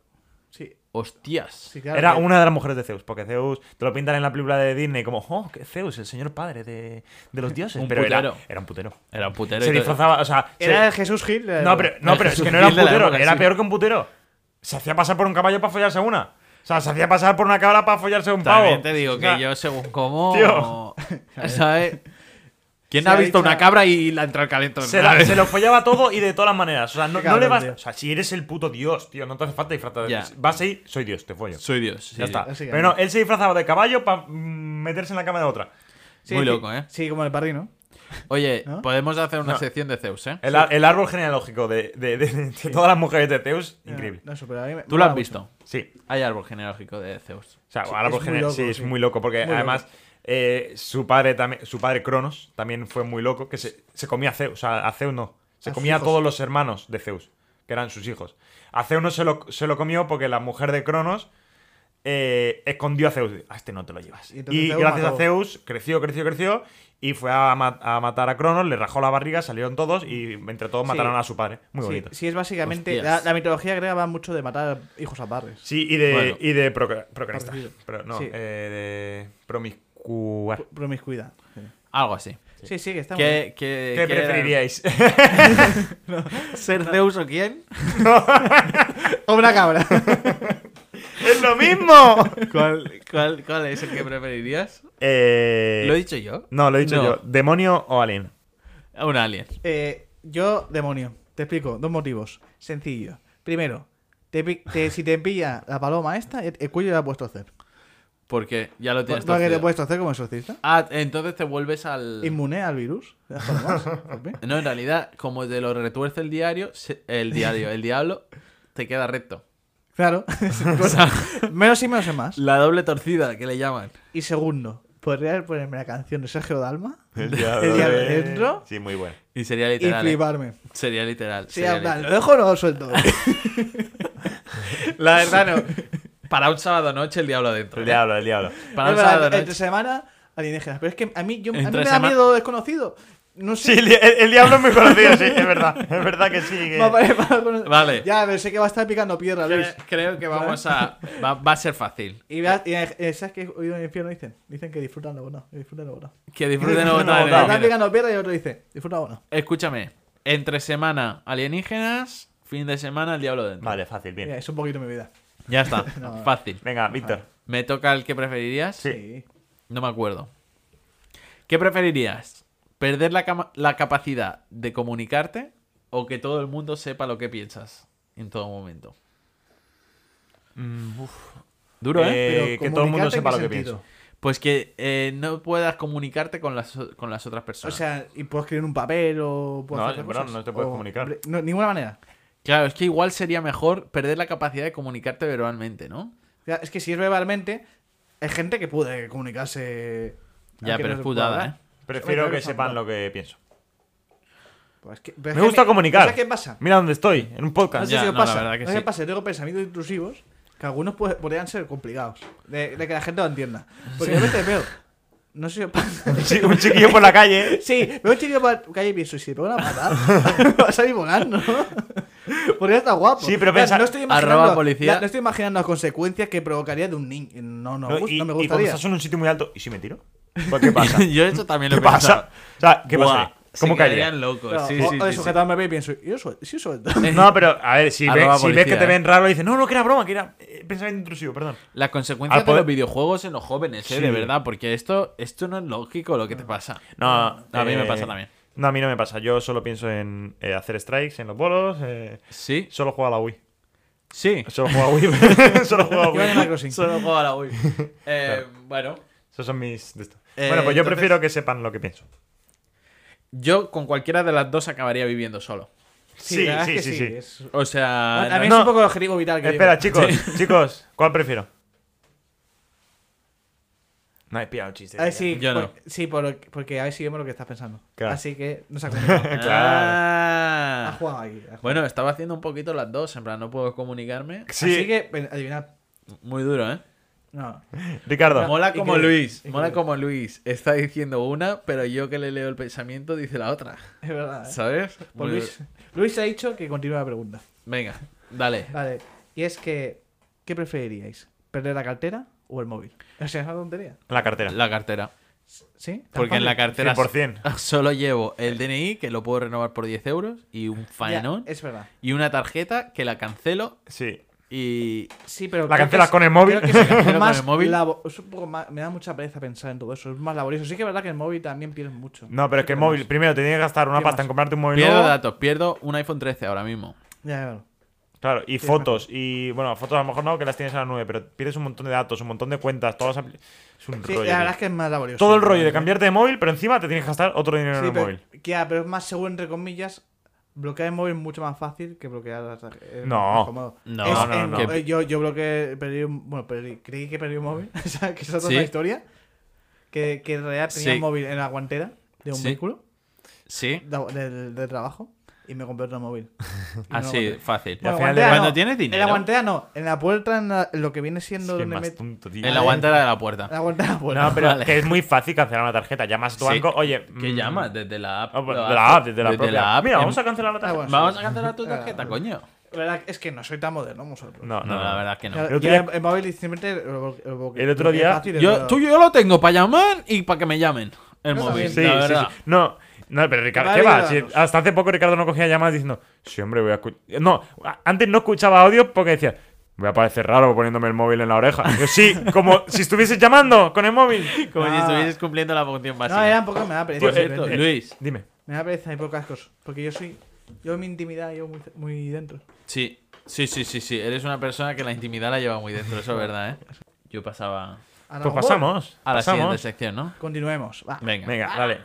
D: Sí,
B: Hostias.
D: sí, claro.
C: Era
D: que-
C: una de las mujeres de Zeus, porque Zeus te lo pintan en la película de Disney como, oh, que Zeus, el señor padre de, de los dioses.
B: Un
C: pero era,
B: putero.
C: era un putero.
B: Era un putero.
C: se
B: y todo.
C: disfrazaba, o sea. se-
D: Era el Jesús Gil. de la
C: No,
D: época.
C: pero, no,
B: El
C: pero es
B: Jesús
C: que no era un
B: Gil de la
C: putero,
B: época,
C: era
B: sí.
C: peor que un putero. Se hacía pasar por un caballo para follarse a una. O sea, se hacía pasar por una cabra para follarse a un pavo.
B: También te digo
C: O
B: que
C: sea,
B: yo, según cómo.
C: Tío.
B: ¿Sabes? ¿Quién
D: Se
B: ha
D: ha
B: visto
D: dicho-
B: una cabra y la entra al calentón?
C: Se, la- se lo follaba todo y de todas las maneras. O sea, no,
D: Qué
C: no le
D: cabrón,
C: vas.
D: tío.
C: O sea, si eres el puto dios, tío, no te hace falta disfrazarte. de-
B: Ya.
C: Vas ahí, soy dios, te follo.
B: Soy Dios. sí.
C: ya está.
D: así que-
C: Pero no, él se disfrazaba de caballo para meterse en la cama de otra.
D: Sí,
B: Muy
D: sí,
B: loco, ¿eh?
D: Sí, como el parrino.
B: Oye,
D: ¿No?
B: podemos hacer una
C: No.
B: sección de Zeus, ¿eh?
C: El, ar- el árbol genealógico de, de- de- de todas las mujeres de Zeus, increíble.
D: Ah, No, eso, pero a mí me-
B: Tú
D: me
B: lo has
D: mola
B: visto.
D: mucho.
C: Sí.
B: Hay árbol genealógico de Zeus.
C: O sea,
D: Sí,
C: ahora por
D: es muy
C: general,
D: loco,
C: sí, es
D: sí.
C: muy loco, porque
D: Muy
C: además
D: loco.
C: eh, su padre también, su padre Cronos también fue muy loco, que se, se comía a Zeus, o sea, a Zeus no, se
D: A sus
C: comía a
D: hijos.
C: todos los hermanos de Zeus, que eran sus hijos. A Zeus no se lo, se lo comió porque la mujer de Cronos eh, escondió a Zeus, a este no te lo llevas.
D: Y
C: Y,
D: entonces Zeus
C: gracias
D: mató.
C: a Zeus creció, creció, creció, y fue a, ma- a matar a Cronos, le rajó la barriga, salieron todos y entre todos
D: Sí.
C: mataron a su padre. Muy
D: Sí,
C: bonito.
D: Sí, es básicamente. La,
B: Hostias.
D: la mitología griega va mucho de matar hijos a padres.
C: Sí, y de,
B: Bueno.
C: y de procre- procreasta.
D: Parecido.
C: Pero no,
D: Sí.
C: eh, de promiscuar.
D: Pro- Promiscuidad. Sí.
B: Algo así.
D: Sí, sí, que está muy bien.
B: ¿Qué, qué,
C: ¿Qué
B: qué era?
C: preferiríais?
B: ¿Ser Zeus o quién?
D: O una cabra.
C: ¡Es lo mismo!
B: ¿Cuál, cuál, cuál es el que preferirías?
C: Eh,
B: ¿Lo he dicho yo?
C: No, lo he dicho
B: No.
C: yo. ¿Demonio o alien?
B: Un alien.
D: Eh, yo, demonio. Te explico. Dos motivos. Sencillo. Primero, te pi- te- si te pilla la paloma esta, el, el cuello ya puesto a hacer.
B: Porque ya lo tienes
D: Porque te
B: torcido.
D: puedes hacer como exorcista.
B: Ah, entonces te vuelves al...
D: Inmune al virus. Las palomas. por mí.
B: No, en realidad, como te lo retuerce el diario, se- el diario, el diablo, te queda recto.
D: claro. menos y menos es más.
B: La doble torcida que le llaman.
D: Y segundo, ¿podrías ponerme la canción de Sergio Dalma?
C: ¿El eh.
D: ¿El diablo dentro?
C: Sí, muy bueno.
B: Y sería
D: Y
B: literal. ¿eh?
D: fliparme.
B: Sería literal.
D: Sí,
B: sería
D: en plan, ¿lo
B: literal.
D: dejo o no lo suelto?
B: La verdad no. Para un sábado noche el diablo adentro.
C: El
B: ¿eh?
C: diablo, el diablo.
B: Para un
D: Es verdad,
B: sábado
D: entre
B: noche.
D: semana, alienígenas. Pero es que a mí, yo, a mí
B: Entre
D: me da
B: sema-
D: miedo lo desconocido. No sé.
C: Sí, el, di- el- el diablo es muy conocido, sí, es verdad. Es verdad que sí. que-
D: me aparece para lo conocido.
B: Vale.
D: Ya, pero sé que va a estar picando piedra, Luis.
B: Cre- Creo que vamos a. Va, va a ser fácil.
D: Y, veas- y, eh, ¿sabes qué he oído en el infierno? Dicen, dicen que disfrutan lo bueno. Que disfrutan lo bueno.
C: Ah,
B: Que disfruten los
C: No,
B: botones.
C: no,
D: Están
B: Mira,
D: picando piedra y otro dice, disfruta lo bueno.
B: Escúchame. Entre semana alienígenas, fin de semana el diablo dentro.
C: Vale, fácil,
D: Mira,
C: bien.
D: es un poquito mi vida.
B: Ya está.
D: No.
B: Fácil.
C: Venga, Víctor.
B: ¿Me toca el que preferirías?
C: Sí.
B: No me acuerdo. ¿Qué preferirías? ¿Perder la, cama- la capacidad de comunicarte o que todo el mundo sepa lo que piensas en todo momento? Duro, ¿eh?
D: Pero
C: Mm, Eh, que todo el mundo
D: comunicarte,
C: sepa
D: ¿en
C: lo
D: qué
C: que
D: sentido?
C: pienso.
B: Pues que eh, no puedas comunicarte con las, o- con las otras
D: O
B: personas.
D: sea, y puedo escribir un papel o puedo
C: Ah. No,
D: hacer
C: pero
D: cosas.
C: no te puedes
D: O-
C: comunicar.
D: No, ninguna manera.
B: claro, es que igual sería mejor perder la capacidad de comunicarte verbalmente, ¿no?
D: O sea, Es que si es verbalmente, hay gente que puede comunicarse.
B: Ya,
D: aunque
B: pero
D: no
B: es
D: se pueda
B: putada,
D: hablar.
B: ¿eh?
C: Prefiero
D: Oye,
C: que
D: pero
C: sepan
D: no.
C: lo que pienso.
D: Pues que- pero es
C: Me
D: que
C: gusta comunicar.
D: ¿Sabes qué pasa?
C: Mira dónde estoy, en un
D: No
C: podcast.
D: sé
B: Ya,
D: si os
B: no, la
D: pasa.
B: verdad que
D: no sé si
B: sí.
D: os pasa. Tengo pensamientos intrusivos que algunos pu- podrían ser complicados. De, de que la gente lo entienda. Porque de repente veo. No sé si os pasa.
C: Un chi- Un chiquillo por la calle.
D: Sí, veo un chiquillo por la calle y pienso, si le pego una patada, va a salir volando. Podría estar guapo.
C: Sí, pero
D: O sea,
C: pensa-
D: no estoy
B: Arroba
D: imaginando,
B: policía.
D: la- no estoy imaginando las consecuencias que provocaría de un niño. No, no,
C: No,
D: gust-
C: y,
D: no me
C: y cuando
D: gustaría.
C: estás en un sitio muy alto, ¿y si me tiro? Pues, ¿Qué pasa?
B: Yo eso también lo
C: ¿Qué
B: he
C: pasa?
B: pensado.
C: O sea, ¿qué
B: Buah,
C: pasa? ¿Cómo
B: se
C: caería?
B: quedarían locos.
D: Claro,
B: sí,
D: o,
B: sí,
D: o
B: sí,
D: de
B: sí.
D: sujetarme a y pienso, yo suelto, sí suelto.
C: No, pero a ver, si,
B: Arroba
C: ves- si ves que
B: policía,
C: te
B: eh.
C: ven raro, dices, no, no, que era broma, que era eh, pensamiento intrusivo, perdón.
B: Las consecuencias
C: Al poder-
B: de los videojuegos en los jóvenes, ¿eh?
C: Sí.
B: De verdad, porque esto, esto no es lógico lo que te pasa.
C: No, eh,
B: a mí me pasa también.
C: No, a mí no me pasa. Yo solo pienso en eh, hacer strikes en los bolos. eh,
B: Sí,
C: solo juego a la Wii.
B: sí.
C: Solo juego a Wii. solo juego a
D: Yo en
C: Wii.
D: Microsoft.
B: Solo juego a la Wii. Eh, Bueno,
C: Esos son mis. de esto.
B: Eh,
C: bueno, pues yo
B: entonces-
C: prefiero que sepan lo que pienso.
B: yo con cualquiera de las dos acabaría viviendo solo.
C: Sí,
D: la verdad
C: sí,
D: es
C: sí,
D: que
C: sí.
D: es-
B: O sea,
D: A mí
B: no-
D: es un poco el objetivo vital que
C: Espera,
D: digo.
C: chicos, chicos, ¿cuál prefiero? No he pillado el chiste.
D: A ver si,
B: Yo no.
D: por- sí, por- porque a ver si vemos lo que estás pensando.
C: Claro.
D: Así que no se ha comunicado.
B: Ah.
D: Ha jugado ahí. ha jugado.
B: Bueno, estaba haciendo un poquito las dos, en plan, no puedo comunicarme.
C: Sí,
D: Así que, ven, adivinad.
B: Muy duro, ¿eh?
D: No.
C: Ricardo.
B: Mola
D: y
B: como
D: que-
B: Luis,
D: y que-
B: mola como Luis. Está diciendo una, pero yo que le leo el pensamiento dice la otra.
D: Es verdad. ¿eh?
B: ¿Sabes?
D: Pues
B: Muy
D: Luis, Luis ha dicho que continúe la pregunta.
B: duro. Venga, dale.
D: Vale. Y es que, ¿qué preferiríais? ¿Perder la cartera o el móvil? O sea, es una tontería.
C: La cartera.
B: La cartera.
D: ¿Sí? ¿Tan
B: Porque en la
D: fácil?
B: cartera
C: 100%.
B: solo llevo el DNI, que lo puedo renovar por 10 euros, y un
D: Ya,
B: faenón,
D: Es verdad.
B: y una tarjeta que la cancelo
C: Sí.
B: y...
D: Sí, pero.
C: La
D: creo
C: cancelas
D: que
C: con el móvil.
D: creo que es
B: con
D: más
B: el móvil.
D: labo- es un poco más- me da mucha pereza pensar en todo eso. Es más laborioso. Sí que es verdad que el móvil también pierdes mucho.
C: No, pero es que el
D: Pierdes
C: móvil, primero te tienes que gastar una
D: ¿Qué
C: pasta
D: más?
C: en comprarte un móvil
B: Pierdo
C: nuevo.
B: datos, pierdo un iPhone 13 ahora mismo.
D: más. Ya, claro.
C: Claro, y
D: Sí,
C: fotos. Y bueno, fotos a lo mejor no, que las tienes a la nube, pero pierdes un montón de datos, un montón de cuentas, todas las apli- Es un
D: Sí,
C: rollo.
D: la verdad
C: tío.
D: es que es más laborioso.
C: Todo el rollo de
D: Vale.
C: cambiarte de móvil, pero encima te tienes que gastar otro dinero en
D: Sí,
C: el
D: pero,
C: móvil.
D: que, ah, pero es más seguro, entre comillas. Bloquear el móvil es mucho más fácil que bloquear las tarjetas.
C: No.
B: No,
D: es,
C: no,
D: eh,
C: no.
D: eh, Yo, yo bloqueé. Perdí un, bueno, perdí- creí que perdí un móvil. o sea, que es otra
B: Sí.
D: historia. Que, que en realidad tenía
B: Sí.
D: un móvil en la guantera de un
B: Sí.
D: vehículo
B: Sí,
D: de, del- del trabajo y me compré otro móvil. Y
C: Ah,
D: no lo
B: así,
D: guardé.
B: fácil.
C: al
D: Bueno,
C: final
D: guantera
C: de-
D: no.
B: Cuando tienes
D: En la
B: dinero,
D: guantera no, en la puerta, en, la- en lo que viene siendo
C: Es que
D: donde
C: más
D: me...
C: tonto, tío.
B: en la guantera de la puerta.
D: La guantera, bueno.
C: No, pero
B: Vale.
C: que es muy fácil cancelar una tarjeta. Llamas a tu
B: Sí.
C: banco, oye.
B: ¿Qué
C: mm,
B: llamas? Desde la app.
C: ah, pues,
B: lo
C: de la app,
B: haces
C: desde la propia.
B: app.
C: Mira,
B: En-
C: vamos a cancelar la tarjeta.
D: Ah, bueno.
B: Vamos a cancelar tu
D: Claro.
B: tarjeta, coño.
D: La verdad es que no soy tan moderno vosotros.
C: No,
B: No, la verdad es que no.
D: Claro,
C: El otro
D: yo
C: día-
D: el móvil simplemente lo- lo- lo-
C: El otro
D: lo-
C: día-
D: es fácil, es
B: Yo,
D: verdad.
B: tú, yo lo tengo para llamar y para que me llamen. El
D: Yo
B: móvil,
D: también.
C: Sí,
B: la
C: sí,
B: verdad.
C: sí. No, no, pero Ricardo, ¿qué
D: Vale,
C: va? Si
D: datos.
C: hasta hace poco Ricardo no cogía llamadas diciendo, sí, hombre, voy a escuchar. No, a- antes no escuchaba audio porque decía, voy a parecer raro poniéndome el móvil en la oreja. Yo sí, como si estuvieses llamando con el móvil.
B: Como si
D: Ah.
B: estuvieses cumpliendo la función básica.
D: No, era un poco... Me da pereza.
B: Por
C: Pues,
B: cierto,
D: simplemente.
C: eh,
B: Luis,
C: Dime.
D: Me da pereza y pocas cosas. Porque yo soy... Yo mi intimidad llevo muy, muy dentro.
B: sí, sí, sí, sí, sí. Eres una persona que la intimidad la lleva muy dentro, eso es verdad, ¿eh? Yo pasaba
C: Pues
D: Ahora, bueno,
C: pasamos.
B: a la siguiente
C: pasamos.
B: sección, ¿no?
D: Continuemos. Va.
B: Venga.
C: Venga, dale.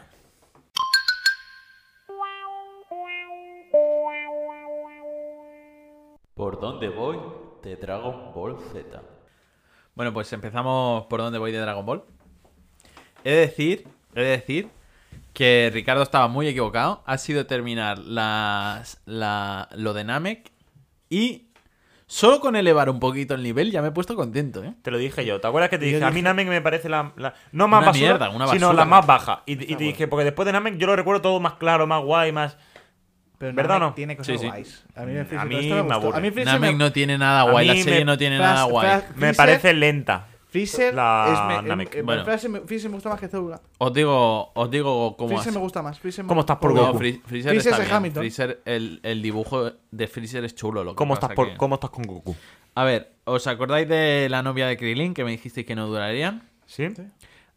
A: ¿Por dónde voy? De Dragon Ball Z.
B: Bueno, pues empezamos por donde voy de Dragon Ball. He de decir, he de decir que Ricardo estaba muy equivocado. Ha sido terminar las, la, lo de Namek y solo con elevar un poquito el nivel ya me he puesto contento, ¿eh?
C: Te lo dije yo. ¿Te acuerdas que te
D: Y yo
C: dije, a mí
D: dije-
C: Namek me parece la. la- no más
B: Una
C: basura,
B: mierda, una
C: sino
B: basura.
C: la más baja. Y, y te dije, porque después de Namek yo lo recuerdo todo más claro, más guay, más.
D: Pero no
C: ¿Verdad o
D: me-
C: no? Mm,
D: tiene cosas
B: Sí, sí.
D: guays. A mí me, Freezer,
C: a
D: todo
C: mí
D: esto me
C: me
D: gustó.
C: aburre.
D: A mí Freezer
B: Namek
D: me-
B: no tiene nada
C: A
B: guay, la
C: mí
B: serie
C: me-
B: no tiene
D: Flash-
B: nada guay.
D: Flash-
C: Me
D: Freezer-
C: parece lenta.
D: Freezer...
C: La
D: es me-
C: Namek.
D: eh,
B: Bueno.
D: Freezer me- Freezer me gusta más que Célula.
B: Os digo, os digo cómo
D: Freezer
B: es.
D: me gusta más. Freezer me-
C: ¿Cómo estás por
D: Goku?
B: No,
C: Goku?
B: Fri- Freezer
D: Freezer
B: está
D: es
B: bien.
D: Hamilton.
B: Freezer, el, el dibujo de Freezer es chulo. Lo que
C: ¿Cómo
B: pasa
C: estás, por-
B: que-
C: ¿Cómo estás con Goku?
B: A ver, ¿os acordáis de la novia de Krillin que me dijisteis que no durarían?
C: ¿Sí?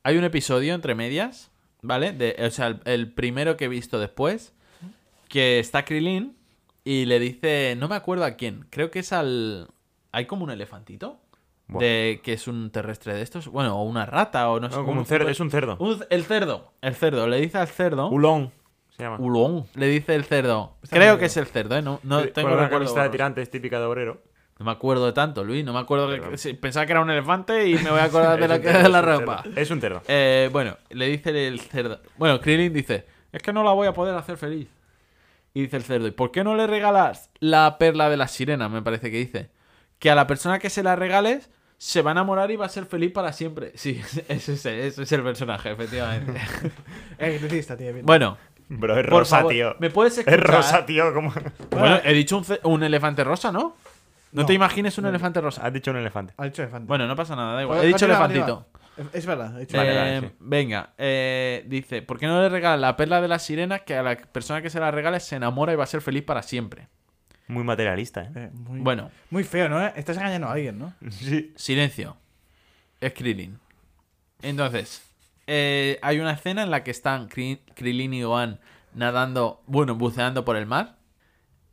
B: Hay un episodio entre medias, ¿vale? De, o sea, el, el primero que he visto después, que está Krillin y le dice, no me acuerdo a quién, creo que es al... Hay como un elefantito,
C: Buah.
B: de que es un terrestre de estos, bueno, o una rata, o no sé.
C: No, como un cerdo, es un cerdo.
B: un- el cerdo, el cerdo, le dice al cerdo...
C: Ulón se llama.
B: Ulón, le dice el cerdo.
D: Está
B: Creo
D: muy
B: que es el cerdo, ¿eh? No, no
C: Con
B: tengo
C: una
B: recuerdo
C: camiseta de
B: borroso.
C: tirantes típica de obrero.
B: No me acuerdo tanto, Luis. No me acuerdo. que-
C: Perdón.
B: sí, pensaba que era un elefante y me voy a acordar Ah, de
C: Es
B: la,
C: un cerdo,
B: de la
C: es un
B: ropa.
C: cerdo. Es un cerdo.
B: Eh, bueno, le dice el cerdo. Bueno, Krillin dice: Es que no la voy a poder hacer feliz. Y dice el cerdo: ¿Y por qué no le regalas la perla de la sirena? Me parece que dice. Que a la persona que se la regales se va a enamorar y va a ser feliz para siempre. Sí, ese es, ese es el personaje, efectivamente.
D: Eh, Electricista, tío. bien.
B: bueno,
C: Bro, es
B: por
C: rosa,
B: favor,
C: tío.
B: ¿me puedes
C: Es
B: escuchar?
C: rosa, tío. como
B: Bueno, he dicho un, ce- un elefante rosa, ¿no? No,
D: No.
B: te imagines un elefante rosa.
C: Has dicho un elefante.
D: Ha dicho elefante.
B: Bueno, no pasa nada, da igual.
D: Bueno,
B: He dicho
D: continúa,
B: elefantito.
D: continúa. Es verdad, he dicho
C: Vale,
B: Eh,
C: vale, sí.
B: Venga, eh, dice, ¿por qué no le regalas la perla de la sirena que a la persona que se la regale se enamora y va a ser feliz para siempre?
C: Muy materialista, ¿eh?
D: Eh, muy,
B: Bueno,
D: Muy feo, ¿no? Eh, Estás engañando a alguien, ¿no?
C: Sí.
B: silencio. Es Krillin. Entonces, eh, hay una escena en la que están Kri- Krillin y Gohan nadando, bueno, buceando por el mar.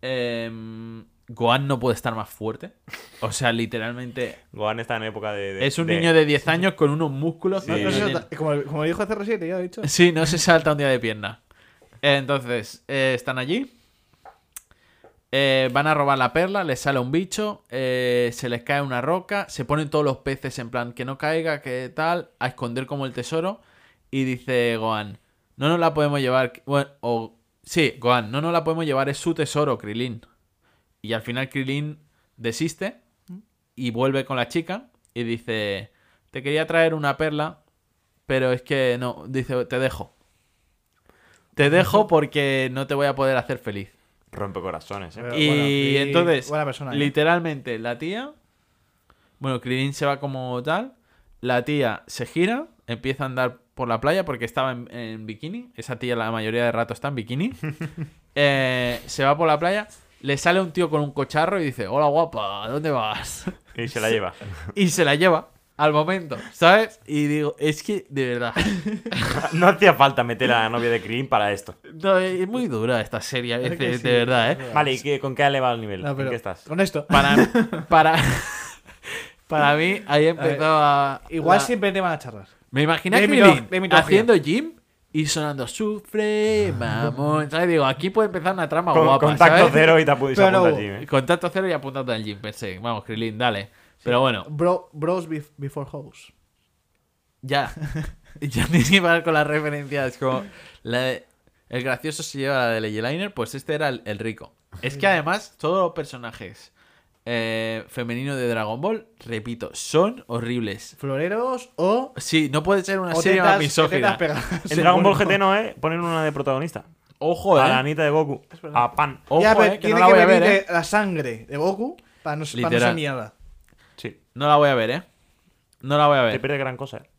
B: Em, Gohan no puede estar más fuerte. O sea, literalmente...
C: Gohan está en época de. de-
B: Es un niño de 10 años con unos músculos.
C: Sí.
D: No, no
B: que
D: sé,
B: no tiene-
D: como, como dijo CR7, ya lo he dicho.
B: Sí, no se salta un día de pierna. Entonces, eh, están allí. Eh, van a robar la perla, les sale un bicho, eh, se les cae una roca, se ponen todos los peces en plan que no caiga, que tal, a esconder como el tesoro. Y dice Gohan, no nos la podemos llevar. Bueno, o, sí, Gohan, no nos la podemos llevar, es su tesoro, Krilin. Y al final Krilin desiste y vuelve con la chica y dice, te quería traer una perla, pero es que no, dice, te dejo. Te dejo porque no te voy a poder hacer feliz.
A: Rompe corazones, ¿eh?
D: Pero
B: Y
D: bueno, y
B: entonces,
D: buena persona, ¿eh?
B: literalmente, la tía. Bueno, Krillin se va como tal. La tía se gira, empieza a andar por la playa porque estaba en, en bikini. Esa tía la mayoría de rato está en bikini. Eh, se va por la playa, le sale un tío con un cocharro y dice: Hola guapa, ¿a ¿dónde vas?
A: Y se la lleva.
B: Y se la lleva al momento, ¿sabes? Y digo: Es que, de verdad,
A: no hacía falta meter a la novia de Krillin para esto.
B: no, es muy dura esta serie, a
D: Es que
B: veces,
D: sí,
B: de verdad,
D: es
B: ¿eh?
A: Vale, ¿y qué- con qué ha elevado el nivel?
D: No,
A: ¿En
D: pero
A: qué estás?
D: Con esto.
B: Para, para, para mí, ahí empezó a.
D: Igual
B: la-
D: siempre te van a charlar.
B: Me imaginé a
D: De
B: Krillin
D: mito- de mitología.
B: haciendo gym y sonando sufre, mamón. ¿Sabes? Digo, aquí puede empezar una trama
A: Con-
B: guapa.
A: contacto
B: ¿sabes?
A: cero y te apu- y se
D: Pero no
A: apunta
D: hubo.
A: allí, ¿eh?
B: Contacto cero y apuntando al gym, pensé. Vamos, Krillin, dale. Pero bueno,
D: Bro, bros bef- before hoes.
B: ya. ya tienes que parar con las referencias. Como la de- el gracioso se lleva la del Eyeliner, pues este era el, el rico. Es que además, todos los personajes eh, femeninos de Dragon Ball, repito, son horribles.
D: Floreros o.
B: Sí, no puede ser una
D: o
B: serie
D: tetas-
B: más misógina.
D: tetas pegadas.
A: En Dragon Ball GT no, ¿eh? Ponen una de protagonista.
B: Ojo, eh.
A: A la Anita de Goku. A Pan.
B: Ojo,
D: ya, pero
B: eh, que
D: tiene
B: no la
D: que
B: voy a ver,
D: venir
B: eh.
D: de la sangre de Goku para no, para no
B: Literal.
D: ser mierda.
A: Sí.
B: No la voy a ver, eh. No la voy a
A: Te
B: ver.
A: pierde gran cosa, ¿eh?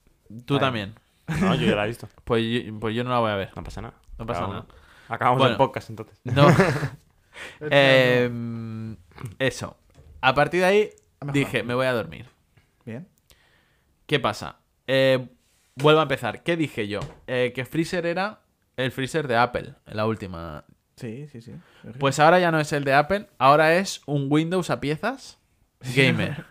B: Tú
A: Vale.
B: también.
A: No, yo ya la he visto.
B: Pues yo, pues yo no la voy a ver.
A: No pasa nada.
B: No pasa
A: Acabamos-
B: nada.
A: Acabamos
B: Bueno.
A: el podcast entonces.
B: No. Eh, eso. A partir de ahí
D: Ha mejorado.
B: dije, me voy a dormir.
D: Bien.
B: ¿Qué pasa? Eh, vuelvo a empezar. ¿Qué dije yo? Eh, que Freezer era el Freezer de Apple, en la última.
D: Sí, sí, sí.
B: Pues ahora ya no es el de Apple, ahora es un Windows a piezas gamer.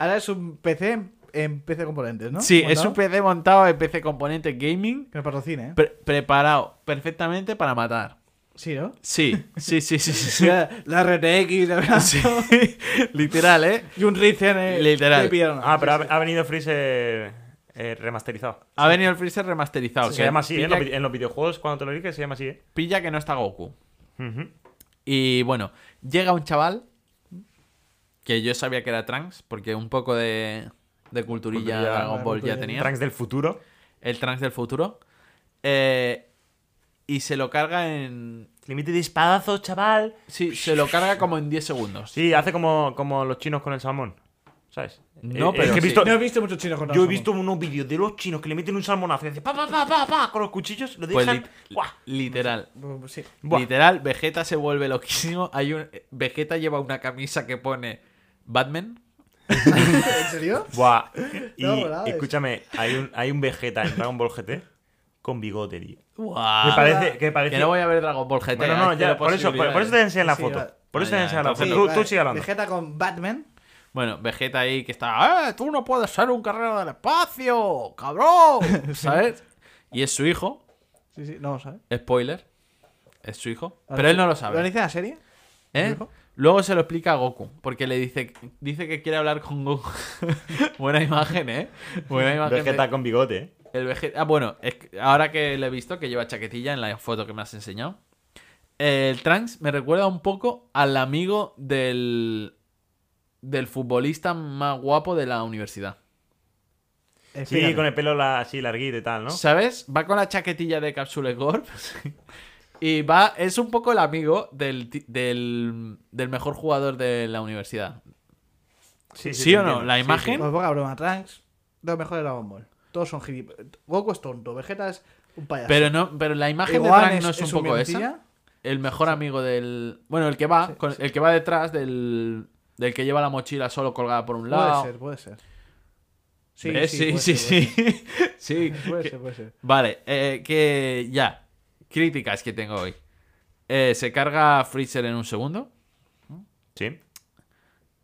D: Ahora es un PC en- en PC componentes, ¿no?
B: Sí, es
D: ¿Montado?
B: un PC montado en PC componente gaming,
D: Que me patrocine, ¿eh?
B: pre- preparado perfectamente para matar.
D: Sí, ¿no?
B: Sí, sí, sí, sí, sí, sí.
D: La, la RTX, la verdad.
B: Sí, literal, ¿eh?
D: Y un Ryzen, eh.
B: Literal.
D: que pillaron.
A: Ah, pero ha, ha venido Freezer eh, remasterizado.
B: Ha venido el Freezer remasterizado.
A: se
B: que
A: llama así, ¿eh? En
B: pilla,
A: los, vi- en los videojuegos, cuando te lo dije, se llama así, ¿eh?
B: pilla que no está Goku.
A: Ujú.
B: Y bueno, llega un chaval que yo sabía que era Trunks, porque un poco de, de culturilla,
A: Culturilla,
B: Dragon Ball ya
D: culturilla.
B: tenía.
A: Trunks del futuro.
B: El Trunks del futuro. Eh, y se lo carga en.
A: Límite de espadazos, chaval.
B: Sí, se lo carga como en 10 segundos.
A: Sí, hace como, como los chinos con el salmón. ¿Sabes?
B: No,
A: Eh,
B: pero
A: es que he
B: sí.
A: visto-
D: No he visto muchos chinos con
A: Yo he
D: Samsung.
A: visto unos vídeos de los chinos que le meten un salmonazo y hacen pa, pa, pa, pa, pa, con los cuchillos, lo
B: Pues
A: dejan.
B: lit-
A: ¡guau!
B: literal.
D: Bu- Pues Sí.
A: Buah.
B: Literal, Vegeta se vuelve loquísimo. Hay un Vegeta lleva una camisa que pone Batman.
D: ¿En serio?
A: Buah. Y
D: No, volado, es-
A: escúchame, hay un, hay un Vegeta en Dragon Ball GT con bigote, tío.
B: Guau.
A: me parece, que parece.
B: Que no voy a ver Dragon Ball GT.
A: Bueno, no,
B: hay
A: ya,
B: cero
A: por eso, por, por eso te
B: posibilidades.
A: enseñan la
D: Sí,
A: foto.
D: vale.
A: Por eso
B: Ah,
A: te
B: ya,
A: enseñan la
B: entonces-
A: foto.
D: Sí,
A: Tú,
D: vale.
A: tú sigue hablando.
D: Vegeta con Batman.
B: Bueno, Vegeta ahí que está, "Eh, tú no puedes ser un guerrero del espacio, cabrón. ¿Sabes? Y es su hijo,
D: Sí, sí, no lo sabe.
B: spoiler. Es su hijo,
D: Ahora
B: pero él
D: Ah, sí.
B: no lo
D: ¿Lo
B: sabe.
D: dice la serie?
B: ¿eh?
D: su hijo?
B: Luego se lo explica a Goku, porque le dice, dice que quiere hablar con Goku. Buena imagen, ¿eh? Buena imagen. de-
A: Vegeta con bigote, eh.
B: El Vegeta. Ah, bueno, es que ahora que le he visto que lleva chaquetilla en la foto que me has enseñado. El Trunks me recuerda un poco al amigo del. del futbolista más guapo de la universidad.
A: Sí,
D: Explícate.
A: con el pelo la- así larguito y tal, ¿no?
B: ¿Sabes? Va con la chaquetilla de Capsule Corp. y va. Es un poco el amigo del, ti- del, del mejor jugador de la universidad. ¿Sí,
A: te
B: o no?
A: entiendo.
B: ¿La
A: Sí, sí.
B: imagen?
D: Pues poca broma, Trunks, los mejores de Dragon Ball. Todos son gilipollas. Goku es tonto, Vegeta es un payaso.
B: Pero no, pero la imagen
D: Gohan
B: de Trunks no es, un poco esa.
D: mentira.
B: El mejor amigo del. Bueno, el que va.
D: Sí,
B: con-
D: sí.
B: El que va detrás del. Del que lleva la mochila solo colgada por un lado.
D: Puede ser, puede ser.
B: ¿Ves? Sí,
D: puede
B: sí,
D: ser, puede
B: sí. Sí.
D: ser. Puede ser, puede ser.
B: Vale, eh, que ya. Críticas que tengo hoy. Eh, se carga Freezer en un segundo.
A: Sí.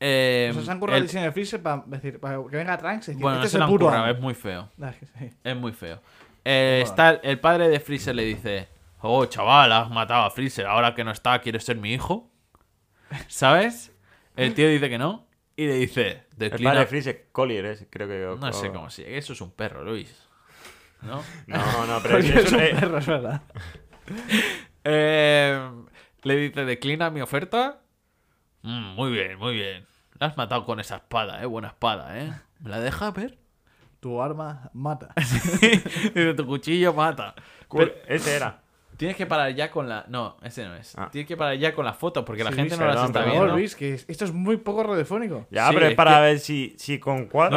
B: Eh,
D: O sea, se han currado
B: el-
D: el diseño de Freezer para decir, para que venga Trunks y decir,
B: Bueno, no
D: este es
B: se lo
D: el
B: han
D: puro
B: currado, eh.
D: amo.
B: es muy feo.
D: Ah, es que sí.
B: Es muy feo. Eh, está el padre de Freezer le dice, oh chaval, has matado a Freezer, ahora que no está, ¿quieres ser mi hijo? ¿Sabes? El tío dice que no y le dice,
C: El
B: declina.
C: padre Fritz es Collier, es- creo que. o-
B: No sé
C: o-
B: cómo se llama. Eso es un perro, Luis. ¿No?
C: No, no, pero
D: Porque
C: es-
D: es un
C: eh,
D: perro, es verdad.
B: Eh, le dice, declina mi oferta. Mm, muy bien, muy bien. La has matado con esa espada, eh. Buena espada, eh. ¿Me la deja ver?
D: Tu arma mata.
B: Dice, tu cuchillo mata.
E: Cool.
B: Pero
E: Ese era.
B: tienes que parar ya con la. No, ese no es.
C: Ah.
B: Tienes que parar ya con las fotos porque la
C: Sí,
B: gente
C: Luis,
B: no las
C: perdón,
B: está
D: Por
C: perdón,
B: viendo.
D: favor, Luis, que es- esto es muy poco radiofónico.
C: Ya,
B: Sí,
C: pero
B: es
C: es para
B: que-
C: ver si, si concuadra.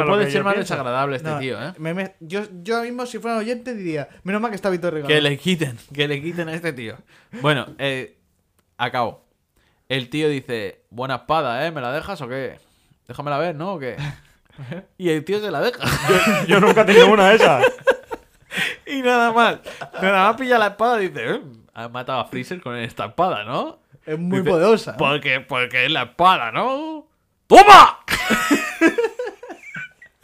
B: No
C: lo
B: puede
C: que
B: ser
C: yo
B: más
C: pienso.
B: desagradable este
D: No,
B: tío, eh.
D: me- me- yo, yo ahora mismo, si fuera oyente, diría: Menos mal que está Víctor Regalado.
B: Que le quiten, que le quiten a este tío. Bueno, eh, acabo. El tío dice, buena espada, ¿eh? ¿Me la dejas o qué? Déjamela ver, ¿no? ¿O qué? Y el tío se la deja.
E: Yo nunca he tenido una de esas.
B: Y nada más. Nada más pilla la espada y dice, eh, ha matado a Freezer con esta espada, ¿no?
D: Es muy
B: Dice,
D: poderosa. ¿eh?
B: Porque, porque es la espada, ¿no? ¡Toma!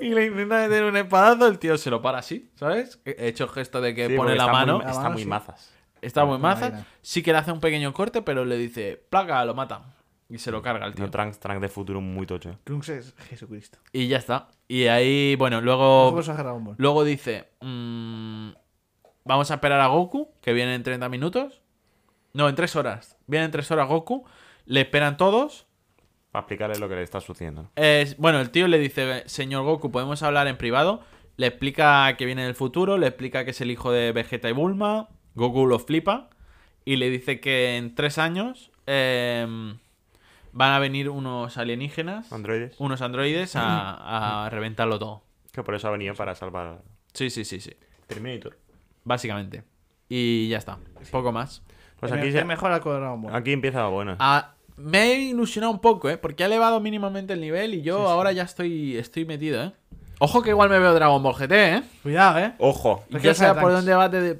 B: y le intenta meter un espadazo, el tío se lo para así, ¿sabes? He hecho gesto de que
C: Sí,
B: pone
C: porque
B: la
C: está
B: mano.
C: Muy,
D: La
C: está
D: mano,
C: muy
D: sí.
C: mazas.
B: Está muy maza.
D: máquina.
B: Sí que le hace un pequeño corte, pero le dice, placa, lo mata. Y se lo carga el tío.
C: No, Trunks, Trunks de futuro muy tocho.
D: Trunks es Jesucristo.
B: Y ya está. Y ahí, bueno,
C: Oh,
D: ¿Cómo
B: luego,
D: se ha agarrado un bol?
B: luego dice, mm, vamos a esperar a Goku, que viene en 30 minutos. No, en 3 horas. Viene en 3 horas Goku. Le esperan todos.
C: Para explicarle lo que le está sucediendo. ¿no?
B: Eh, bueno, el tío le dice, señor Goku, podemos hablar en privado. Le explica que viene del futuro, le explica que es el hijo de Vegeta y Bulma. Goku lo flipa y le dice que en tres años em, van a venir unos alienígenas,
C: Androides.
B: unos androides a, a reventarlo todo.
C: Que por eso ha venido para salvar.
B: Sí, sí, sí, sí.
C: Terminator.
B: Básicamente. Y ya está. Poco más.
C: Pues
D: Es
C: aquí,
D: me-
C: se-
D: es mejor algo de Dragon Ball.
C: aquí empieza lo bueno.
B: Ah, me he ilusionado un poco, ¿eh? Porque ha elevado mínimamente el nivel y yo ahora ya estoy, estoy metido, ¿eh? Ojo que igual me veo Dragon Ball GT, ¿eh?
D: Cuidado, eh.
C: Ojo,
B: Y
D: que
B: ya
D: no sale
B: sabes por
D: Trunks.
B: dónde va de...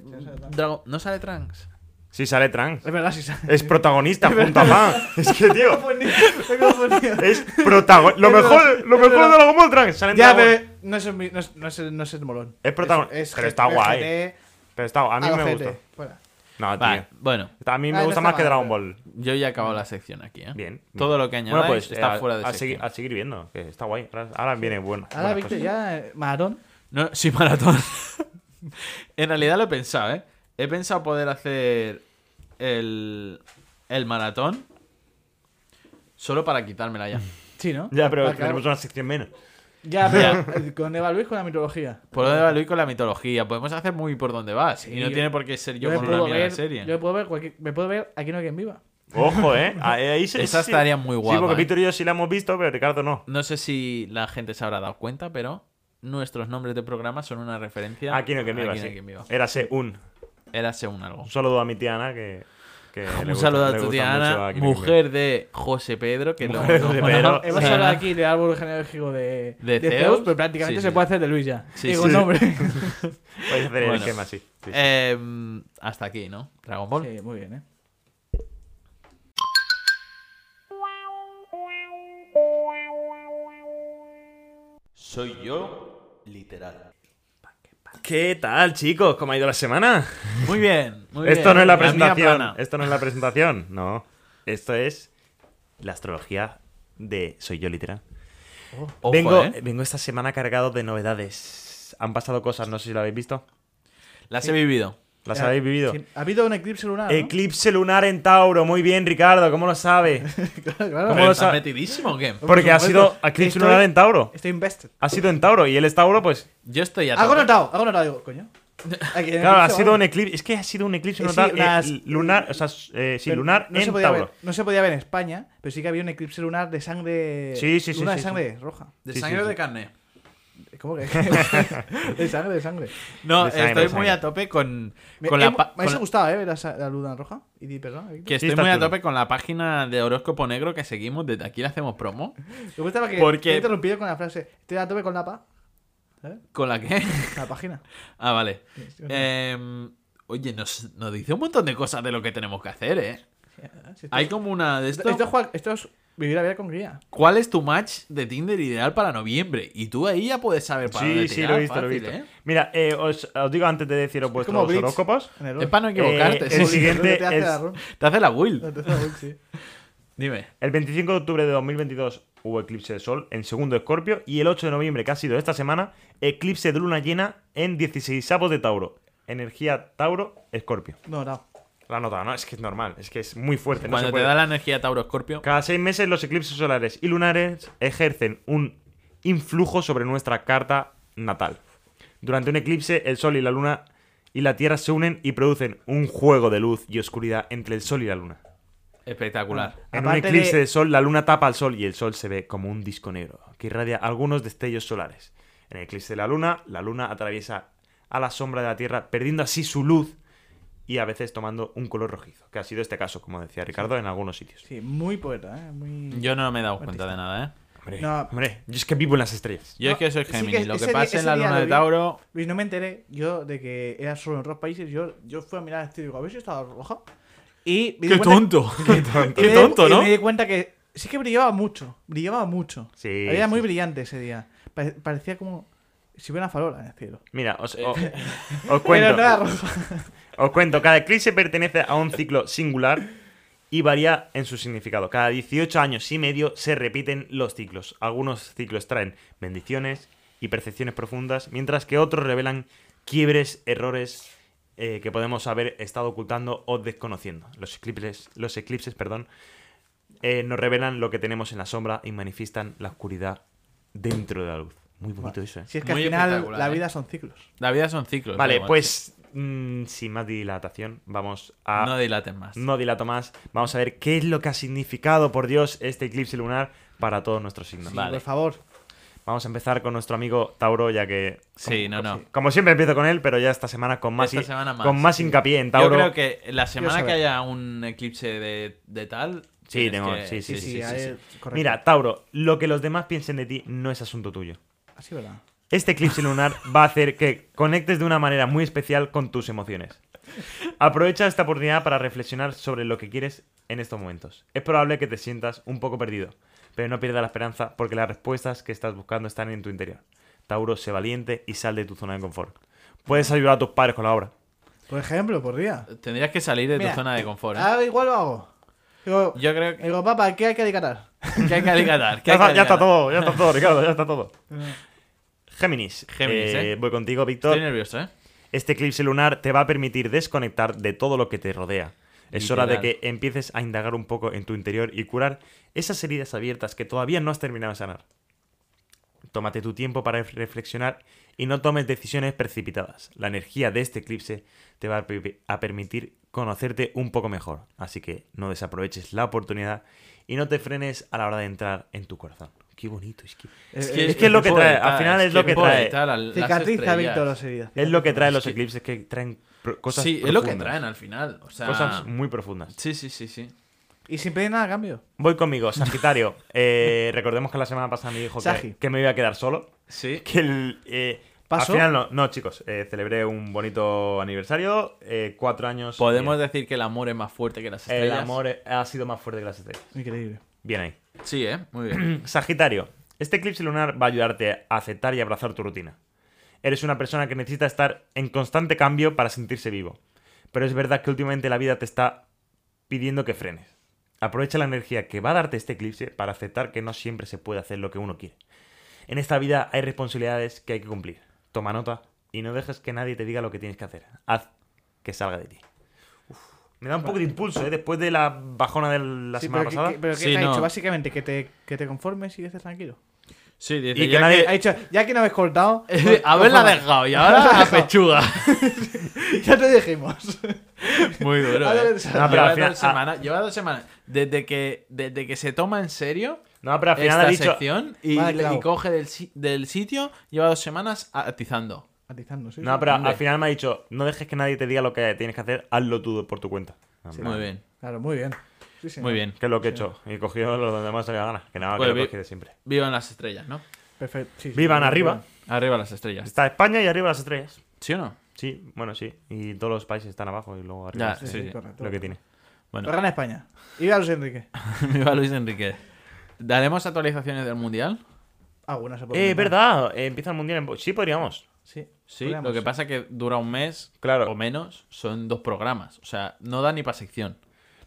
B: Dragon... ¿No sale Trunks?
C: si sale Trunks.
D: Es verdad, sí sale.
C: Es protagonista junto a Pan. Es que, tío,
D: ya,
C: es protagonista. Lo
D: Es verdad,
C: mejor, lo
D: es
C: mejor
D: verdad.
C: de Dragon Ball Trunks. Sale en Dragon Ball.
D: pero no es, mi- no es, no es, no es el molón.
C: Es protagonista.
D: Es- es
C: pero está
D: GT,
C: guay.
D: GT,
C: Pero está guay. A mí
D: al
C: me
D: ojete.
C: gusta.
D: Fuera.
C: No, tío.
B: Vale, bueno.
C: A mí me
D: Ah, no
C: gusta
D: está
C: más que
D: mal,
C: Dragon
D: pero-
C: Ball.
B: Yo ya he acabado la sección aquí, ¿eh?
C: Bien.
B: Todo lo que añadáis
C: Bueno, pues
B: está
C: eh,
B: fuera de
C: a, seguir,
B: sección.
C: a seguir viendo, que está guay. Ahora, ahora viene bueno.
D: Ahora,
C: buenas
D: Víctor,
C: cosas.
D: ya, eh, Marón.
B: No, sí, maratón. en realidad lo he pensado, ¿eh? He pensado poder hacer el, el maratón solo para quitármela ya.
C: Mm.
D: Sí, ¿no?
C: Ya, pero
D: Va, Ah, claro.
C: tenemos una sección menos.
D: Ya, pero eh, con Eva Luis con la mitología.
B: Por dónde va Luis con la mitología. Podemos hacer muy por donde vas. y no
D: yo-
B: tiene por qué ser yo,
D: me
B: con una
D: puedo
B: mierda de
D: ver-
B: serie.
D: Yo me puedo ver, cualquier- me puedo ver aquí no hay quien viva.
C: Ojo, ¿eh? Ahí, ahí se-
B: Esa
C: sí.
B: estaría muy guapa,
C: Sí, porque
B: ¿eh?
C: Víctor y yo sí la hemos visto, pero Ricardo no.
B: No sé si la gente se habrá dado cuenta, pero nuestros nombres de programa son una referencia
C: Aquí no que me
B: a
C: iba,
B: Aquí no
C: sí.
B: hay quien viva.
C: Érase un.
B: Érase un algo.
C: Un saludo a mi tía Ana, que. que le
B: Un
C: gusta-
B: saludo a
C: le
B: tu
C: gusta
B: tía
C: mucho
B: Ana,
C: a Kimi
B: mujer de José Pedro, que lo
C: Mujer de
B: lo-
C: Pedro.
D: Hemos
B: Sí.
D: hablado aquí de árbol genealógico de,
B: De
D: de
B: Zeus,
D: pero prácticamente
B: sí,
D: se
B: sí.
D: puede hacer de Luis ya.
B: Sí,
D: Digo,
B: sí.
D: nombre.
C: Knight. Puedes hacer el
B: Bueno.
C: esquema así. Sí, sí.
D: Eh,
B: Em, hasta aquí, ¿no? Dragon Ball.
D: Sí, muy bien, ¿eh?
B: Soy yo, literal.
C: ¿Qué tal, chicos? ¿Cómo ha ido la semana?
B: Muy bien, muy
C: Esto
B: bien.
C: no es la
B: mía
C: presentación.
B: plana.
C: Esto no es la presentación. No. Esto es la astrología de Soy yo literal.
B: Ojo,
C: vengo,
B: ¿eh?
C: vengo esta semana cargado de novedades. Han pasado cosas, no sé si lo habéis visto.
B: Las he vivido.
C: ¿Las
D: Ya,
C: habéis vivido?
D: sí. Ha habido un eclipse lunar. ¿no?
C: Eclipse lunar en Tauro. Muy bien, Ricardo. ¿Cómo lo sabe?
D: Claro, claro.
C: ¿Cómo lo
B: ¿Estás
C: sabe?
B: metidísimo o qué?
C: Porque ha
D: supuesto.
C: sido eclipse
D: Estoy-
C: lunar en Tauro.
D: Estoy invested.
C: Ha sido en Tauro. Y él es Tauro, pues.
B: Yo estoy a
D: Algo
B: tope.
D: notado, algo notado, digo, coño. Aquí en
C: Claro, ha
D: eclipse,
C: sido
D: vamos.
C: un eclipse. Es que ha sido un eclipse
D: Eh, sí,
C: lunar, eh,
D: las-
C: lunar. O sea, eh, sí,
D: Pero
C: lunar
D: no se
C: en
D: podía
C: Tauro.
D: Ver, no se podía ver en España, pero sí que había un eclipse lunar de sangre.
C: Sí, sí, sí,
D: Luna de
C: sí,
D: sangre roja.
B: ¿De
C: Sí, sí,
B: sangre o
C: sí.
B: de carne?
D: ¿Cómo que? de sangre, de sangre.
B: No,
C: De sangre, de
B: estoy muy
C: sangre.
B: a tope con,
D: Me,
B: con
D: eh,
B: la...
D: me
B: pa- con
D: hubiese
B: la-
D: gustado, ¿eh? Ver la, sa- la luna roja. Y di, perdón. Víctor.
B: Que estoy
C: estás
B: muy a
C: chulo.
B: tope con la página de horóscopo negro que seguimos. Desde aquí le hacemos promo.
D: Me gustaba que
B: Porque-
D: te he interrumpido con la frase. Estoy a tope con la pa. ¿Sabes?
B: ¿Con la que?
D: La página.
B: Ah, vale.
D: Sí,
B: Em, oye, nos, nos dice un montón de cosas de lo que tenemos que hacer, ¿eh?
D: Sí, esto-
B: Hay como una de
D: esto,
B: esto.
D: esto es jugar- esto es Vivir la vida con guía.
B: ¿Cuál es tu match de Tinder ideal para noviembre? Y tú ahí ya puedes saber para
F: Sí,
B: dónde
F: sí,
B: tirar,
F: lo he visto, lo he
B: fácil,
F: visto.
B: ¿eh?
F: Mira, eh, os, os digo antes de deciros
D: Es
F: vuestros
D: como Blitz.
F: horóscopos.
D: en el
B: Es para no equivocarte.
F: Eh,
B: sí,
F: el
B: sí.
F: siguiente-
D: Lo que te hace
F: es-
D: la run-
B: ¿eh? Te hace la will.
D: lo que te hace la run, sí.
B: Dime.
F: El 25 de octubre de 2022 hubo eclipse de sol en segundo escorpio y el 8 de noviembre, que ha sido esta semana, eclipse de luna llena en 16 sapos de Tauro. Energía Tauro, escorpio.
D: No, no.
C: La nota, ¿no? Es que es normal, es que es muy fuerte. no
B: Cuando
C: se
B: te
C: puede.
B: da la energía Tauro Scorpio.
C: Cada seis meses los eclipses solares y lunares ejercen un influjo sobre nuestra carta natal. Durante un eclipse, el Sol y la Luna y la Tierra se unen y producen un juego de luz y oscuridad entre el Sol y la Luna.
B: Espectacular.
C: En
D: Aparte
C: un eclipse
D: de-
C: de... Sol, la Luna tapa al Sol y el Sol se ve como un disco negro que irradia algunos destellos solares. En el eclipse de la Luna, la Luna atraviesa a la sombra de la Tierra, perdiendo así su luz y a veces tomando un color rojizo, que ha sido este caso, como decía Ricardo, en algunos sitios.
D: Sí, muy poeta, ¿eh? Muy...
B: Yo no me he dado cuenta de nada, ¿eh?
C: Hombre,
D: No.
C: hombre, yo es que vivo en las estrellas.
B: Yo es
D: No,
B: que soy
D: sí
B: Géminis.
D: que
B: lo
D: ese
B: que
D: día-
B: pasa en
D: ese
B: la
D: día
B: luna
D: lo
B: de
D: vi.
B: Tauro.
D: Luis, no me enteré yo de que era solo en otros países. Yo, yo fui a mirar el digo, a ver si estaba roja. Y me di cuenta-
B: Qué tonto,
D: y me di- y me di cuenta que sí que brillaba mucho. Brillaba mucho.
C: Sí,
D: Era
C: sí,
D: muy
C: sí.
D: brillante ese día. Pare- Parecía como si hubiera una farola en el cielo.
C: Mira, os, o- os cuento.
D: Pero no era roja.
C: Os cuento, cada eclipse pertenece a un ciclo singular y varía en su significado. Cada 18 años y medio se repiten los ciclos. Algunos ciclos traen bendiciones y percepciones profundas, mientras que otros revelan quiebres, errores eh, que podemos haber estado ocultando o desconociendo. Los eclipses, los eclipses perdón, eh, nos revelan lo que tenemos en la sombra y manifiestan la oscuridad dentro de la luz. Muy bonito eso, ¿eh?
D: Si es que
B: Muy
D: al final
B: espectacular,
D: la
B: ¿eh?
D: vida son ciclos.
B: La vida son ciclos.
C: Vale,
B: igual,
C: pues mm, sin más dilatación, vamos a...
B: No dilates más.
C: No dilato más. Vamos a ver qué es lo que ha significado, por Dios, este eclipse lunar para todos nuestros signos.
D: Sí,
B: Vale.
D: Por favor.
C: Vamos a empezar con nuestro amigo Tauro, ya que.
B: Sí, no, no.
C: Como siempre empiezo con él, pero ya esta semana con más,
B: Esta semana más,
C: con más
B: sí.
C: hincapié en Tauro.
B: Yo creo que la semana que
D: saber.
B: haya un eclipse de, de tal.
C: Sí,
B: tienes
C: tengo-
B: que-
C: sí, sí,
D: Sí, sí,
C: sí,
D: a
C: sí,
D: ver, correcto.
C: Mira, Tauro, lo que los demás piensen de ti no es asunto tuyo.
D: Así, ¿verdad?
C: Este eclipse lunar va a hacer que conectes de una manera muy especial con tus emociones. Aprovecha esta oportunidad para reflexionar sobre lo que quieres en estos momentos. Es probable que te sientas un poco perdido, pero no pierdas la esperanza porque las respuestas que estás buscando están en tu interior. Tauro, sé valiente y sal de tu zona de confort. Puedes ayudar a tus padres con la obra.
D: Por ejemplo, por día.
B: Tendrías que salir de
D: Mira,
B: tu zona de confort. ¿eh?
D: Ah, igual lo hago. Digo,
B: Yo creo que,
D: digo, papá, ¿qué hay que alicatar?
B: que hay que alicatar. que
C: Ya
B: hay que
C: está, ya está
B: alicatar.
C: todo, ya está todo, Ricardo, ya está todo. Géminis.
B: Géminis, ¿eh?
C: Voy contigo, Víctor.
B: Estoy nervioso, ¿eh?
C: Este eclipse lunar te va a permitir desconectar de todo lo que te rodea. Es hora de
B: Literal.
C: que empieces a indagar un poco en tu interior y curar esas heridas abiertas que todavía no has terminado de sanar. Tómate tu tiempo para reflexionar y no tomes decisiones precipitadas. La energía de este eclipse te va a pe- a permitir conocerte un poco mejor, así que no desaproveches la oportunidad y no te frenes a la hora de entrar en tu corazón. Qué bonito, es que es que es lo que trae, al final es lo que trae.
D: Eh, Cicatriza, Víctor, las heridas.
C: es lo que traen los
B: que-
C: eclipses que traen pro- cosas
B: sí, es lo que
C: profundas.
B: traen al final. O sea,
C: Cosas muy profundas.
B: Sí, sí, sí, sí.
D: Y sin pedir nada a cambio.
C: Voy conmigo, Sagitario. Eh, recordemos que la semana pasada me dijo
D: Sagi.
C: que, que me iba a quedar solo.
B: Sí.
C: Que el, eh,
D: ¿Pasó?
C: Al final no, no chicos. eh, celebré un bonito aniversario. eh, cuatro años.
B: Podemos
C: Bien.
B: decir que el amor es más fuerte que las
C: El
B: estrellas.
C: amor eh, ha sido más fuerte que las estrellas.
D: Increíble.
C: Bien ahí.
B: Sí, ¿eh? Muy bien.
C: Sagitario, este eclipse lunar va a ayudarte a aceptar y abrazar tu rutina. Eres una persona que necesita estar en constante cambio para sentirse vivo. Pero es verdad que últimamente la vida te está pidiendo que frenes. Aprovecha la energía que va a darte este eclipse para aceptar que no siempre se puede hacer lo que uno quiere. En esta vida hay responsabilidades que hay que cumplir. Toma nota y no dejes que nadie te diga lo que tienes que hacer. Haz que salga de ti. Uf, me da un poco de impulso, ¿eh? Después de la bajona de la
D: Sí,
C: semana
D: pero
C: pasada.
D: ¿qué, qué- pero ¿qué
B: Sí,
D: te ha
B: no.
D: dicho? Básicamente, que te, que te conformes y que estés tranquilo.
B: Sí, dice,
C: Y que
B: ya
C: nadie-
D: Ha dicho, ya que no me has cortado.
B: que- Haberla
D: conforma-
B: dejado y ahora a pechuga.
D: pues, Ya te dijimos.
B: Muy duro.
D: A
B: ¿eh?
D: ver,
B: O sea,
C: No, pero
B: lleva,
C: al final- ah.
B: dos semanas, lleva dos semanas. Desde que, desde que se toma en serio
C: No, pero al final
B: esta
C: ha dicho,
B: sección y,
D: Vale,
B: le- y
D: clavo.
B: coge del, si- del sitio, lleva dos semanas atizando.
D: Atizando, sí.
C: No,
D: sí.
C: pero
B: Hombre.
C: al final me ha dicho, no dejes que nadie te diga lo que tienes que hacer, hazlo tú por tu cuenta.
D: Sí.
B: Muy bien,
D: Claro, muy bien. Sí, sí,
B: muy
D: no.
B: bien.
C: Que es lo que he hecho. Y he cogido lo donde más se le da gana. Que nada,
B: Pues
C: que
B: vi-
C: lo cogí de siempre.
B: Vivan las estrellas, ¿no?
D: Perfecto. sí, sí,
C: Vivan
D: muy
C: arriba.
D: bien.
B: Arriba las estrellas.
C: Está España y arriba las estrellas.
B: ¿Sí o no?
C: Sí, bueno, sí. Y todos los países están abajo y luego
B: Ya,
C: arriba.
B: sí,
D: Sí, sí,
B: sí.
D: correcto.
C: Lo que tiene.
B: Bueno,
D: Gana España. Y a Luis Enrique.
B: viva Luis Enrique. ¿Daremos actualizaciones del mundial?
D: Algunas Ah, se
C: Eh,
D: pueden
C: es
D: contar.
C: verdad, eh, empieza el mundial. En... Sí, podríamos.
D: Sí,
B: Sí,
D: podríamos,
B: lo que
D: sí.
B: pasa es que dura un mes
C: Claro.
B: o menos, son dos programas. O sea, no da ni para sección.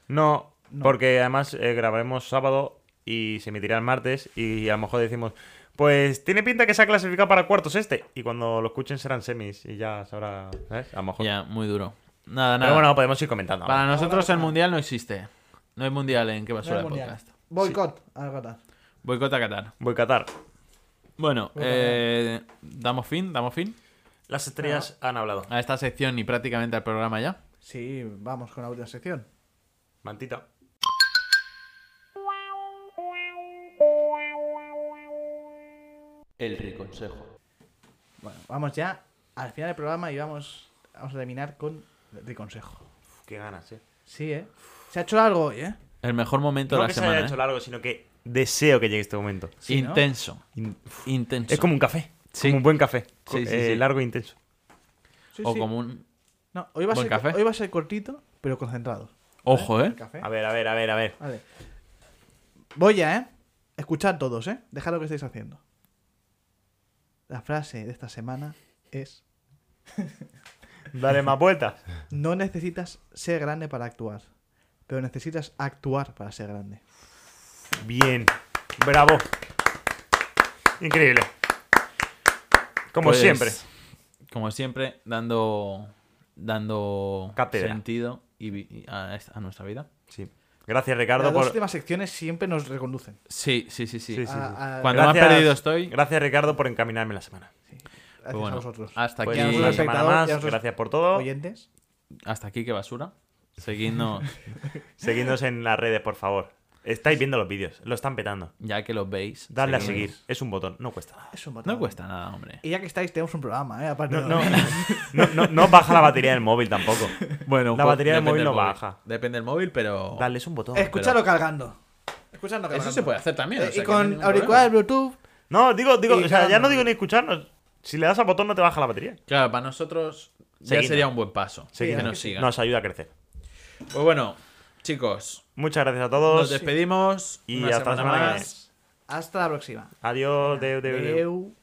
C: No, porque además eh, grabaremos sábado y se emitirá el martes y a lo mejor decimos, pues tiene pinta que se ha clasificado para cuartos este. Y cuando lo escuchen serán semis y ya sabrá, ¿sabes? A lo mejor.
B: Ya, muy duro. Nada, nada.
C: Pero bueno, podemos ir comentando.
B: para nosotros el mundial no existe. No hay mundial en qué
D: No
B: basura
D: hay
B: de
D: mundial.
B: podcast.
D: Boicot a Qatar.
B: Boicot a Qatar.
C: Voy a Qatar.
B: Bueno, eh, damos fin, damos fin
C: Las estrellas han hablado.
B: a esta sección y prácticamente al programa ya.
D: Sí, vamos con la última sección.
C: Mantita.
B: El reconsejo.
D: Bueno, vamos ya al final del programa y vamos, vamos a terminar con el consejo.
C: Uf, qué ganas, eh.
D: Sí, ¿eh? Se ha hecho algo hoy, ¿eh?
B: El mejor momento
C: No
B: de la
C: que se haya
B: semana.
C: hecho
B: ¿eh?
C: largo, sino que deseo que llegue este momento.
D: Sí, ¿no?
B: intenso. intenso.
C: Es como un café.
B: Sí.
C: Como un buen café.
B: Sí, sí,
C: Eh,
B: sí.
C: Largo e intenso.
D: Sí,
B: o
D: sí.
B: como un.
D: No, hoy va, a
B: Buen
D: ser,
B: café.
D: hoy va a ser cortito, pero concentrado.
B: Ojo, ¿eh?
D: Café.
C: A ver, a ver, a ver, a ver.
D: Vale. Voy ya, ¿eh? Escuchad todos, ¿eh? Dejad lo que estáis haciendo. La frase de esta semana es:
C: Dale más vueltas.
D: No necesitas ser grande para actuar, pero necesitas actuar para ser grande.
C: Bien. Bravo. Increíble. Como
B: Pues,
C: siempre.
B: Como siempre, dando. Dando
C: Cátedra.
B: sentido y vi- y a, esta- a nuestra vida.
C: Sí. Gracias, Ricardo,
D: Las dos
C: por.
D: últimas secciones siempre nos reconducen.
B: Sí, sí, sí, sí.
C: Sí, sí.
D: A- a-
B: Cuando más perdido estoy.
C: Gracias, Ricardo, por encaminarme la semana.
D: gracias
B: Bueno,
D: a vosotros.
B: Hasta
C: Pues
B: aquí,
D: nosotros
C: una
D: nos
C: semana
D: espectador,
C: más.
D: ya nosotros-
C: Gracias por todo.
D: Oyentes.
B: hasta aquí que basura. Seguidnos
C: Seguidnos en las redes, por favor. Estáis viendo los vídeos. Lo están petando.
B: ya que los veis.
C: Dadle a
B: Seguidnos.
C: seguir. Es un botón. No cuesta nada.
D: Es un botón.
B: No cuesta nada, hombre.
D: Y ya que estáis, tenemos un programa, ¿eh? Aparte
C: No,
D: de-
C: no, no, no- no baja la batería del móvil tampoco.
B: Bueno, pues
C: La batería del
B: depende
C: móvil no baja.
B: Depende del móvil, pero.
C: Dale, es un botón.
D: Escuchadlo cargando. Escuchadlo cargando.
B: Eso se puede hacer también. o
D: Eh,
B: sea
D: y
B: que no hay
D: con
B: ningún
D: auricular,
B: problema.
D: Bluetooth.
C: No, digo, digo,
D: Y
C: o sea, ya
D: cargando.
C: no digo ni escucharnos. Si le das al botón no te baja la batería.
B: Claro, para nosotros ya
C: Seguidnos.
B: sería un buen paso. Que
D: Seguidnos.
B: nos sigan.
C: Nos ayuda a crecer.
B: Pues bueno, chicos,
C: Muchas gracias a
B: nos
C: todos.
B: despedimos.
C: Y
B: Una
C: hasta la semana que
B: más.
C: viene.
D: Hasta la próxima.
C: Adiós. deu, deu, deu.
D: Adeu.